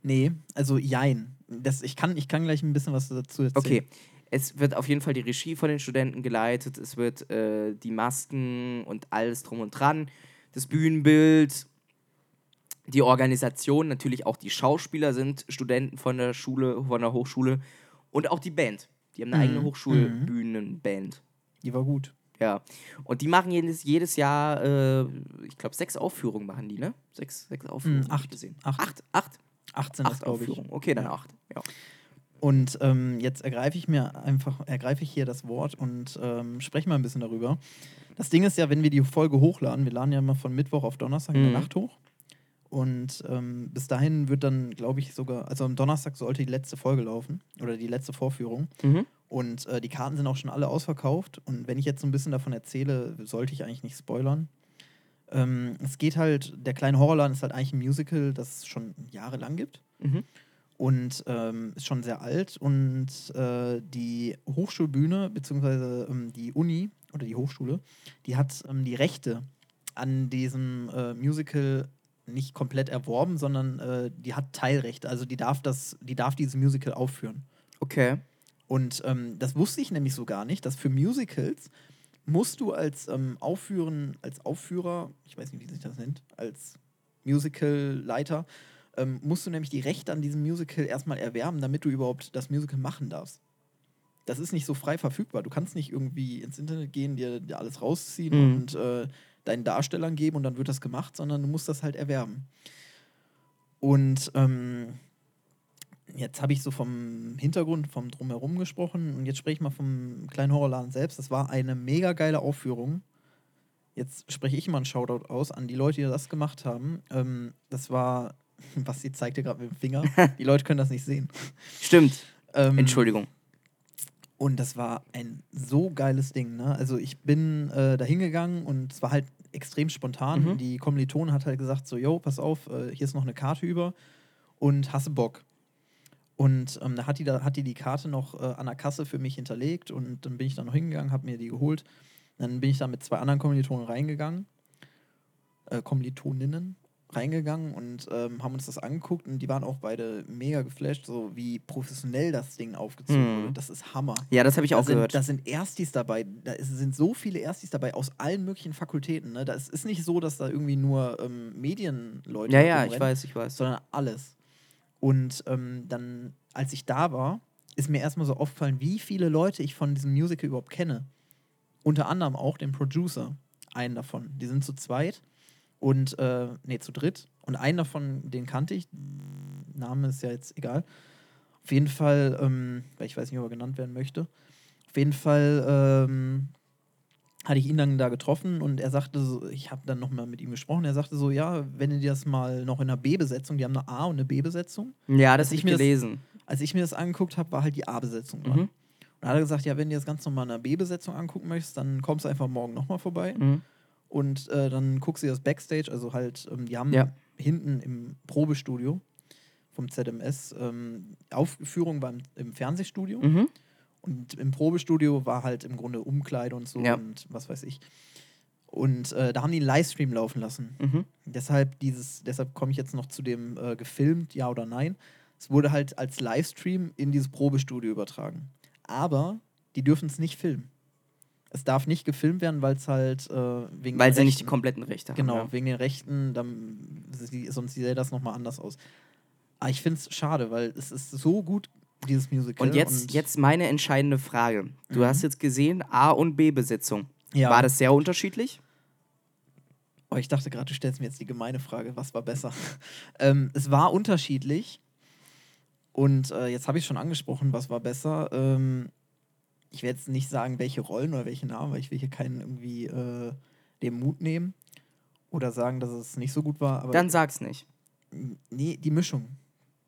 [SPEAKER 1] Nee, also jein. Das, ich, kann, ich kann gleich ein bisschen was dazu erzählen.
[SPEAKER 2] Okay. Es wird auf jeden Fall die Regie von den Studenten geleitet, es wird äh, die Masken und alles drum und dran, das Bühnenbild, die Organisation, natürlich auch die Schauspieler sind Studenten von der Schule, von der Hochschule und auch die Band. Die haben eine eigene
[SPEAKER 1] Mhm.
[SPEAKER 2] Hochschulbühnenband.
[SPEAKER 1] Die war gut.
[SPEAKER 2] Ja. Und die machen jedes, jedes Jahr, äh, ich glaube, sechs Aufführungen machen die, ne? Sechs, sechs Aufführungen.
[SPEAKER 1] Mm,
[SPEAKER 2] hab ich
[SPEAKER 1] acht.
[SPEAKER 2] Gesehen.
[SPEAKER 1] Acht.
[SPEAKER 2] Acht, acht,
[SPEAKER 1] 18
[SPEAKER 2] acht
[SPEAKER 1] glaube ich.
[SPEAKER 2] Aufführungen. Okay, dann
[SPEAKER 1] Ja.
[SPEAKER 2] acht. Ja.
[SPEAKER 1] Und ähm, jetzt ergreife ich mir einfach, ergreife ich hier das Wort und ähm, spreche mal ein bisschen darüber. Das Ding ist ja, wenn wir die Folge hochladen, wir laden ja immer von Mittwoch auf Donnerstag in
[SPEAKER 2] Mhm.
[SPEAKER 1] der Nacht hoch. Und ähm, bis dahin wird dann, glaube ich, sogar, also am Donnerstag sollte die letzte Folge laufen oder die letzte Vorführung.
[SPEAKER 2] Mhm.
[SPEAKER 1] Und äh, die Karten sind auch schon alle ausverkauft. Und wenn ich jetzt so ein bisschen davon erzähle, sollte ich eigentlich nicht spoilern. Ähm, es geht halt, der kleine Horrorladen ist halt eigentlich ein Musical, das es schon jahrelang gibt
[SPEAKER 2] Mhm.
[SPEAKER 1] und ähm, ist schon sehr alt. Und äh, die Hochschulbühne, beziehungsweise ähm, die Uni oder die Hochschule, die hat ähm, die Rechte an diesem äh, Musical nicht komplett erworben, sondern äh, die hat Teilrechte. Also die darf das, die darf dieses Musical aufführen.
[SPEAKER 2] Okay.
[SPEAKER 1] Und ähm, das wusste ich nämlich so gar nicht, dass für Musicals musst du als ähm, Aufführen, als Aufführer, ich weiß nicht, wie sich das nennt, als Musical-Leiter, ähm, musst du nämlich die Rechte an diesem Musical erstmal erwerben, damit du überhaupt das Musical machen darfst. Das ist nicht so frei verfügbar. Du kannst nicht irgendwie ins Internet gehen, dir, dir alles rausziehen
[SPEAKER 2] Mhm.
[SPEAKER 1] und äh, deinen Darstellern geben und dann wird das gemacht, sondern du musst das halt erwerben. Und ähm, jetzt habe ich so vom Hintergrund, vom Drumherum gesprochen und jetzt spreche ich mal vom kleinen Horrorladen selbst. Das war eine mega geile Aufführung. Jetzt spreche ich mal einen Shoutout aus an die Leute, die das gemacht haben. Ähm, das war, was sie zeigte gerade mit dem Finger. Die Leute können das nicht sehen.
[SPEAKER 2] Stimmt.
[SPEAKER 1] Ähm,
[SPEAKER 2] Entschuldigung.
[SPEAKER 1] und das war ein so geiles Ding. Ne? Also ich bin äh, da hingegangen und es war halt extrem spontan.
[SPEAKER 2] Mhm.
[SPEAKER 1] Die Kommilitonin hat halt gesagt so, yo, pass auf, äh, hier ist noch eine Karte über und hast du Bock. Und ähm, da hat die, da hat die die Karte noch äh, an der Kasse für mich hinterlegt und dann bin ich da noch hingegangen, habe mir die geholt. Dann bin ich da mit zwei anderen Kommilitonen reingegangen, äh, Kommilitoninnen reingegangen und ähm, haben uns das angeguckt und die waren auch beide mega geflasht, so wie professionell das Ding aufgezogen
[SPEAKER 2] Mhm.
[SPEAKER 1] wurde. Das ist Hammer.
[SPEAKER 2] Ja, das habe ich
[SPEAKER 1] Da
[SPEAKER 2] auch
[SPEAKER 1] sind,
[SPEAKER 2] gehört.
[SPEAKER 1] Da sind Erstis dabei, da ist, sind so viele Erstis dabei aus allen möglichen Fakultäten. Ne? Das ist nicht so, dass da irgendwie nur ähm, Medienleute
[SPEAKER 2] Ja, ja,
[SPEAKER 1] rumrennen,
[SPEAKER 2] ich weiß, ich weiß.
[SPEAKER 1] Sondern alles. Und ähm, dann, als ich da war, ist mir erstmal so aufgefallen, wie viele Leute ich von diesem Musical überhaupt kenne. Unter anderem auch den Producer, einen davon. Die sind zu zweit und, äh, nee, zu dritt. Und einen davon, den kannte ich. Name ist ja jetzt egal. Auf jeden Fall, ähm, weil ich weiß nicht, ob er genannt werden möchte. Auf jeden Fall ähm, hatte ich ihn dann da getroffen und er sagte so, ich habe dann nochmal mit ihm gesprochen, er sagte so, ja, wenn du dir das mal noch in einer B-Besetzung, die haben eine A- und eine B-Besetzung.
[SPEAKER 2] Ja,
[SPEAKER 1] Dass
[SPEAKER 2] das habe
[SPEAKER 1] ich
[SPEAKER 2] ich
[SPEAKER 1] mir das-
[SPEAKER 2] gelesen.
[SPEAKER 1] Als ich mir das angeguckt habe, war halt die A-Besetzung dran.
[SPEAKER 2] Mhm.
[SPEAKER 1] Und dann hat er gesagt, ja, wenn du dir das Ganze nochmal in einer B-Besetzung angucken möchtest, dann kommst du einfach morgen nochmal vorbei
[SPEAKER 2] Mhm.
[SPEAKER 1] und äh, dann guckst du dir das Backstage, also halt, ähm, die haben
[SPEAKER 2] Ja.
[SPEAKER 1] hinten im Probestudio vom ZMS, ähm, Aufführung war im, im Fernsehstudio.
[SPEAKER 2] Mhm.
[SPEAKER 1] Und im Probestudio war halt im Grunde Umkleide und so
[SPEAKER 2] Ja.
[SPEAKER 1] und was weiß ich. Und äh, da haben die einen Livestream laufen lassen.
[SPEAKER 2] Mhm.
[SPEAKER 1] Deshalb dieses, deshalb komme ich jetzt noch zu dem äh, gefilmt, ja oder nein. Es wurde halt als Livestream in dieses Probestudio übertragen. Aber die dürfen es nicht filmen. Es darf nicht gefilmt werden, weil es halt äh, wegen
[SPEAKER 2] Weil
[SPEAKER 1] den
[SPEAKER 2] sie nicht die
[SPEAKER 1] Rechten-
[SPEAKER 2] kompletten Rechte haben.
[SPEAKER 1] Genau,
[SPEAKER 2] ja.
[SPEAKER 1] wegen den Rechten, dann, sie- sonst sähe das nochmal anders aus. Aber ich finde es schade, weil es ist so gut, dieses Musical.
[SPEAKER 2] Und jetzt, jetzt meine entscheidende Frage. Du hast jetzt gesehen, A- und B-Besetzung.
[SPEAKER 1] Mhm. Ja.
[SPEAKER 2] War das sehr unterschiedlich?
[SPEAKER 1] Oh, ich dachte gerade, du stellst mir jetzt die gemeine Frage, was war besser? ähm, es war unterschiedlich. Und äh, jetzt habe ich schon angesprochen, was war besser. Ähm, ich werde jetzt nicht sagen, welche Rollen oder welche Namen, weil ich will hier keinen irgendwie äh, den Mut nehmen oder sagen, dass es nicht so gut war. Aber
[SPEAKER 2] Dann sag's nicht.
[SPEAKER 1] nee, die Mischung.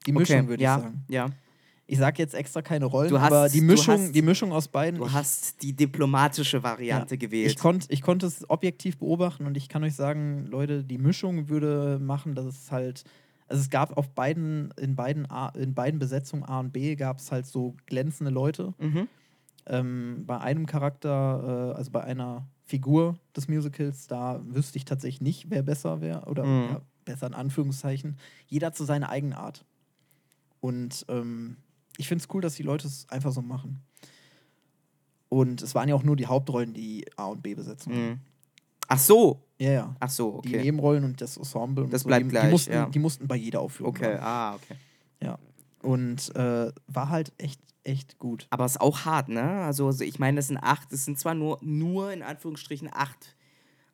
[SPEAKER 1] Die Mischung würde
[SPEAKER 2] ja,
[SPEAKER 1] ich sagen.
[SPEAKER 2] Ja.
[SPEAKER 1] Ich sage jetzt extra keine Rollen,
[SPEAKER 2] Du hast-
[SPEAKER 1] aber die
[SPEAKER 2] du
[SPEAKER 1] Mischung,
[SPEAKER 2] hast-
[SPEAKER 1] die Mischung aus beiden.
[SPEAKER 2] Du
[SPEAKER 1] ich-
[SPEAKER 2] hast die diplomatische Variante
[SPEAKER 1] Mhm. Ja.
[SPEAKER 2] gewählt.
[SPEAKER 1] Ich, konnt, ich konnte es objektiv beobachten und ich kann euch sagen, Leute, die Mischung würde machen, dass es halt, also es gab auf beiden, in beiden, A, in beiden Besetzungen A und B gab es halt so glänzende Leute.
[SPEAKER 2] mhm.
[SPEAKER 1] Ähm, bei einem Charakter, äh, also bei einer Figur des Musicals, da wüsste ich tatsächlich nicht, wer besser wäre oder
[SPEAKER 2] Mhm.
[SPEAKER 1] ja, besser in Anführungszeichen. Jeder hat so seine eigene Art. Und ähm, ich finde es cool, dass die Leute es einfach so machen. Und es waren ja auch nur die Hauptrollen, die A und B besetzen.
[SPEAKER 2] Mhm. Ach so.
[SPEAKER 1] Ja, ja.
[SPEAKER 2] Ach so,
[SPEAKER 1] Die
[SPEAKER 2] okay.
[SPEAKER 1] Nebenrollen und das Ensemble. Und
[SPEAKER 2] Das
[SPEAKER 1] so,
[SPEAKER 2] bleibt
[SPEAKER 1] die,
[SPEAKER 2] gleich,
[SPEAKER 1] Die mussten,
[SPEAKER 2] ja.
[SPEAKER 1] die mussten bei jeder Aufführung.
[SPEAKER 2] Okay,
[SPEAKER 1] Machen.
[SPEAKER 2] ah, okay.
[SPEAKER 1] Und äh, war halt echt, echt gut.
[SPEAKER 2] Aber ist auch hart, ne? Also, also ich meine, das sind acht, das sind zwar nur, nur in Anführungsstrichen acht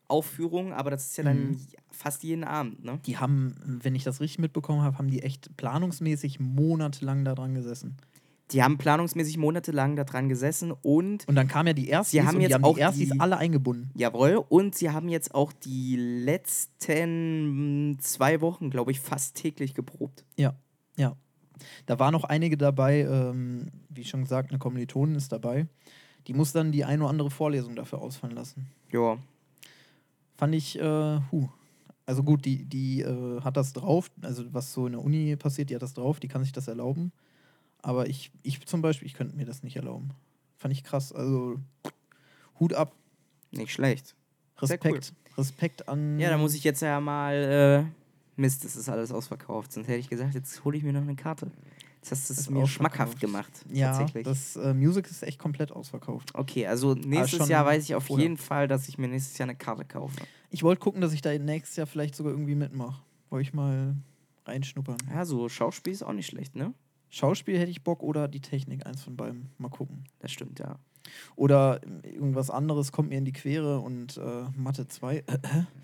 [SPEAKER 2] Aufführungen, aber das ist ja dann
[SPEAKER 1] Mhm.
[SPEAKER 2] fast jeden Abend, ne?
[SPEAKER 1] Die haben, wenn ich das richtig mitbekommen habe, haben die echt planungsmäßig monatelang da dran gesessen.
[SPEAKER 2] Die haben planungsmäßig monatelang da dran gesessen und
[SPEAKER 1] Und dann kam ja die Erstis
[SPEAKER 2] Sie haben
[SPEAKER 1] und
[SPEAKER 2] jetzt
[SPEAKER 1] die haben
[SPEAKER 2] auch
[SPEAKER 1] die Erstis
[SPEAKER 2] die-
[SPEAKER 1] alle eingebunden.
[SPEAKER 2] Jawohl, und sie haben jetzt auch die letzten mm, zwei Wochen, glaube ich, fast täglich geprobt.
[SPEAKER 1] Ja, ja. Da waren auch einige dabei, ähm, wie schon gesagt, eine Kommilitonin ist dabei. Die muss dann die ein oder andere Vorlesung dafür ausfallen lassen.
[SPEAKER 2] Ja.
[SPEAKER 1] Fand ich, äh, hu. Also gut, die, die äh, hat das drauf, also was so in der Uni passiert, die hat das drauf, die kann sich das erlauben. Aber ich, ich zum Beispiel, ich könnte mir das nicht erlauben. Fand ich krass. Also Hut ab,
[SPEAKER 2] Nicht schlecht. Sehr cool.
[SPEAKER 1] Respekt. Respekt an.
[SPEAKER 2] Ja, da muss ich jetzt ja mal. Äh, Mist, das ist alles ausverkauft. Sonst hätte ich gesagt, jetzt hole ich mir noch eine Karte. Jetzt hast du es
[SPEAKER 1] Ist
[SPEAKER 2] mir
[SPEAKER 1] ausverkauft.
[SPEAKER 2] schmackhaft gemacht.
[SPEAKER 1] Ja,
[SPEAKER 2] tatsächlich.
[SPEAKER 1] das äh, Music ist echt komplett ausverkauft.
[SPEAKER 2] okay, also nächstes
[SPEAKER 1] schon
[SPEAKER 2] Jahr weiß ich auf
[SPEAKER 1] vorher.
[SPEAKER 2] jeden Fall, dass ich mir nächstes Jahr eine Karte kaufe.
[SPEAKER 1] Ich wollte gucken, dass ich da nächstes Jahr vielleicht sogar irgendwie mitmache. Wollte ich mal reinschnuppern.
[SPEAKER 2] Ja, so Schauspiel ist auch nicht schlecht, ne?
[SPEAKER 1] Schauspiel hätte ich Bock oder die Technik, eins von beiden. Mal gucken.
[SPEAKER 2] Das stimmt, ja.
[SPEAKER 1] Oder irgendwas anderes kommt mir in die Quere und äh, Mathe 2.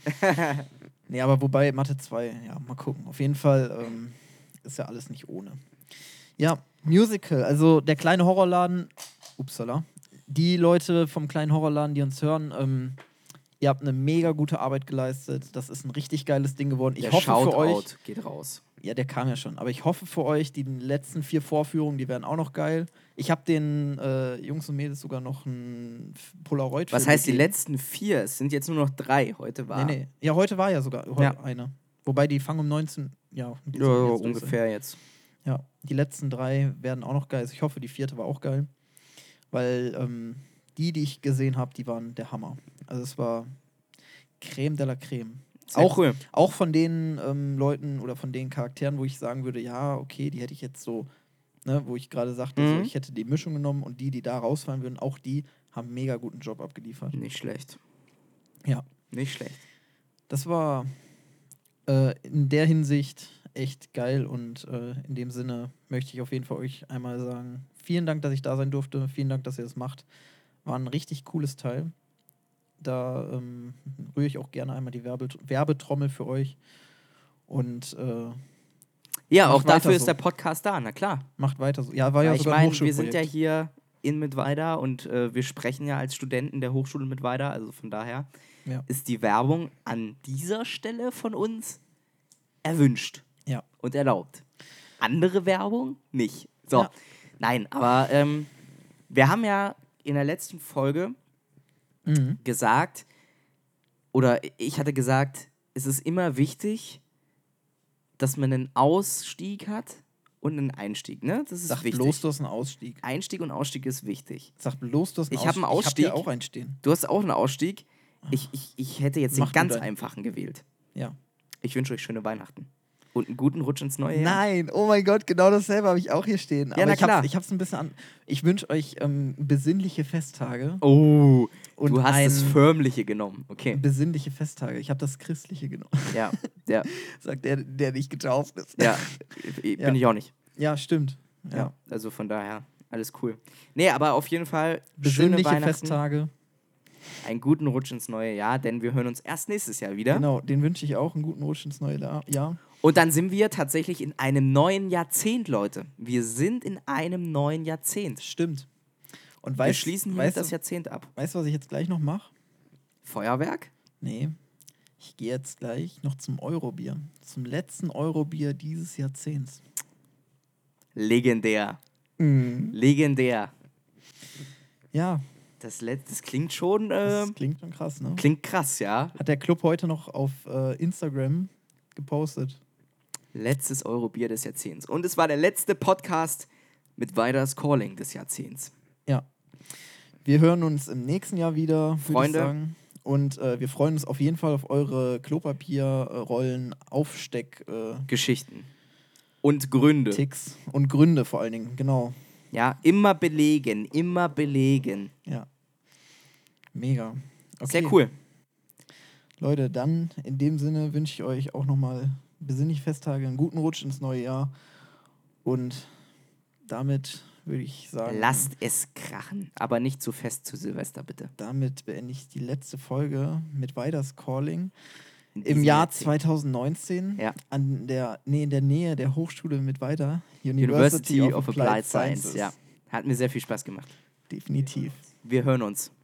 [SPEAKER 1] nee, aber wobei Mathe 2, ja, mal gucken. Auf jeden Fall ähm, ist ja alles nicht ohne. Ja, Musical, also der kleine Horrorladen. Upsala. Die Leute vom kleinen Horrorladen, die uns hören, ähm, ihr habt eine mega gute Arbeit geleistet. Das ist ein richtig geiles Ding geworden. Ich
[SPEAKER 2] Der
[SPEAKER 1] hoffe für euch.
[SPEAKER 2] Shoutout geht raus.
[SPEAKER 1] Ja, der kam ja schon. Aber ich hoffe für euch, die letzten vier Vorführungen, die werden auch noch geil. Ich habe den äh, Jungs und Mädels sogar noch ein F- Polaroid.
[SPEAKER 2] Was heißt die letzten vier? Es sind jetzt nur noch drei. Heute war.
[SPEAKER 1] Nee, nee. Ja, heute war ja sogar heute
[SPEAKER 2] Ja.
[SPEAKER 1] eine. Wobei die fangen um 19. Ja, die
[SPEAKER 2] Ja,
[SPEAKER 1] sollen
[SPEAKER 2] ja,
[SPEAKER 1] jetzt durch sein.
[SPEAKER 2] ungefähr jetzt.
[SPEAKER 1] Ja, die letzten drei werden auch noch geil. Also ich hoffe, die vierte war auch geil. Weil ähm, die, die ich gesehen habe, die waren der Hammer. Also es war Creme de la Creme.
[SPEAKER 2] Sehr
[SPEAKER 1] auch,
[SPEAKER 2] cool.
[SPEAKER 1] auch von den ähm, Leuten oder von den Charakteren, wo ich sagen würde, ja, okay, die hätte ich jetzt so, ne, wo ich gerade sagte, so,
[SPEAKER 2] Mhm.
[SPEAKER 1] ich hätte die Mischung genommen und die, die da rausfallen würden, auch die haben mega guten Job abgeliefert.
[SPEAKER 2] Nicht schlecht.
[SPEAKER 1] Ja,
[SPEAKER 2] Nicht schlecht.
[SPEAKER 1] das war äh, in der Hinsicht echt geil und äh, in dem Sinne möchte ich auf jeden Fall euch einmal sagen, vielen Dank, dass ich da sein durfte, vielen Dank, dass ihr das macht. War ein richtig cooles Teil. Da ähm, rühre ich auch gerne einmal die Werbe Werbetrommel für euch und äh,
[SPEAKER 2] Ja,
[SPEAKER 1] Mach
[SPEAKER 2] auch dafür
[SPEAKER 1] weiter
[SPEAKER 2] ist
[SPEAKER 1] so.
[SPEAKER 2] der Podcast da, na klar.
[SPEAKER 1] macht weiter so. Ja, war ja,
[SPEAKER 2] Weil ich
[SPEAKER 1] sogar ein
[SPEAKER 2] meine, wir sind ja
[SPEAKER 1] Hochschulprojekt.
[SPEAKER 2] hier in Mittweida und äh, wir sprechen ja als Studenten der Hochschule Mittweida, also von daher
[SPEAKER 1] Ja.
[SPEAKER 2] ist die Werbung an dieser Stelle von uns erwünscht
[SPEAKER 1] Ja.
[SPEAKER 2] und erlaubt. Andere Werbung nicht. So,
[SPEAKER 1] Ja.
[SPEAKER 2] nein, aber ähm, wir haben ja in der letzten Folge
[SPEAKER 1] Mhm.
[SPEAKER 2] gesagt, oder ich hatte gesagt, es ist immer wichtig, dass man einen Ausstieg hat und einen Einstieg. Ne? Das ist
[SPEAKER 1] Sag
[SPEAKER 2] wichtig.
[SPEAKER 1] bloß, du hast einen Ausstieg.
[SPEAKER 2] Einstieg und Ausstieg ist wichtig.
[SPEAKER 1] Sag bloß, du hast
[SPEAKER 2] Ich hab einen
[SPEAKER 1] Ich hab
[SPEAKER 2] Ausstieg.
[SPEAKER 1] dir auch einen stehen.
[SPEAKER 2] Du hast auch einen Ausstieg. Ich, ich, ich hätte jetzt
[SPEAKER 1] Mach
[SPEAKER 2] den
[SPEAKER 1] du
[SPEAKER 2] ganz
[SPEAKER 1] deinen.
[SPEAKER 2] einfachen gewählt.
[SPEAKER 1] Ja.
[SPEAKER 2] Ich wünsche euch schöne Weihnachten. Und einen guten Rutsch ins neue Jahr.
[SPEAKER 1] Nein, oh mein Gott, genau dasselbe habe ich auch hier stehen. Aber ich
[SPEAKER 2] na
[SPEAKER 1] hab's-
[SPEAKER 2] klar.
[SPEAKER 1] Ich hab's ein bisschen an. Ich wünsche euch ähm, besinnliche Festtage.
[SPEAKER 2] Oh,
[SPEAKER 1] Und
[SPEAKER 2] du hast
[SPEAKER 1] ein
[SPEAKER 2] das Förmliche genommen. Okay.
[SPEAKER 1] besinnliche Festtage. Ich habe das Christliche genommen,
[SPEAKER 2] Ja, ja,
[SPEAKER 1] sagt der, der nicht getauft ist.
[SPEAKER 2] ja. Bin
[SPEAKER 1] Ja.
[SPEAKER 2] ich auch nicht.
[SPEAKER 1] Ja, stimmt. Ja.
[SPEAKER 2] Ja. Also von daher, alles cool. Nee, aber auf jeden Fall schöne
[SPEAKER 1] Besinnliche
[SPEAKER 2] Weihnachten.
[SPEAKER 1] Festtage.
[SPEAKER 2] Einen guten Rutsch ins neue Jahr, denn wir hören uns erst nächstes Jahr wieder.
[SPEAKER 1] Genau, den wünsche ich auch. Einen guten Rutsch ins neue La- Jahr.
[SPEAKER 2] Und dann sind wir tatsächlich in einem neuen Jahrzehnt, Leute. Wir sind in einem neuen Jahrzehnt.
[SPEAKER 1] Stimmt. Und
[SPEAKER 2] Wir
[SPEAKER 1] weißt,
[SPEAKER 2] schließen hiermit
[SPEAKER 1] weißt,
[SPEAKER 2] das
[SPEAKER 1] du,
[SPEAKER 2] Jahrzehnt ab.
[SPEAKER 1] weißt du, was ich jetzt gleich noch mache?
[SPEAKER 2] Feuerwerk?
[SPEAKER 1] Nee. Ich gehe jetzt gleich noch zum Eurobier. Zum letzten Eurobier dieses Jahrzehnts.
[SPEAKER 2] Legendär. Mhm. Legendär.
[SPEAKER 1] Ja,
[SPEAKER 2] Das, letzte, das klingt schon,
[SPEAKER 1] das
[SPEAKER 2] ähm,
[SPEAKER 1] klingt schon krass, ne?
[SPEAKER 2] klingt krass, ja.
[SPEAKER 1] Hat der Club heute noch auf äh, Instagram gepostet.
[SPEAKER 2] Letztes Eurobier des Jahrzehnts. Und es war der letzte Podcast mit Weiders Calling des Jahrzehnts.
[SPEAKER 1] Ja. Wir hören uns im nächsten Jahr wieder, würde ich
[SPEAKER 2] Freunde.
[SPEAKER 1] sagen. Und äh, wir freuen uns auf jeden Fall auf eure Klopapierrollen, Aufsteck, äh,
[SPEAKER 2] Geschichten. Und Gründe.
[SPEAKER 1] Ticks und Gründe vor allen Dingen, genau.
[SPEAKER 2] Ja, immer belegen, immer belegen.
[SPEAKER 1] Ja. Mega.
[SPEAKER 2] Sehr cool.
[SPEAKER 1] Leute, dann in dem Sinne wünsche ich euch auch nochmal besinnliche Festtage, einen guten Rutsch ins neue Jahr. Und damit würde ich sagen,
[SPEAKER 2] Lasst es krachen, aber nicht zu fest zu Silvester, bitte.
[SPEAKER 1] damit beende ich die letzte Folge mit Weiders Calling im
[SPEAKER 2] In diesem
[SPEAKER 1] Jahr
[SPEAKER 2] Jahrzehnt.
[SPEAKER 1] 2019
[SPEAKER 2] Ja.
[SPEAKER 1] an der, nee, in der Nähe der Hochschule mit Weider,
[SPEAKER 2] University of Applied Science. Ja. Hat mir sehr viel Spaß gemacht.
[SPEAKER 1] Definitiv.
[SPEAKER 2] Wir hören uns.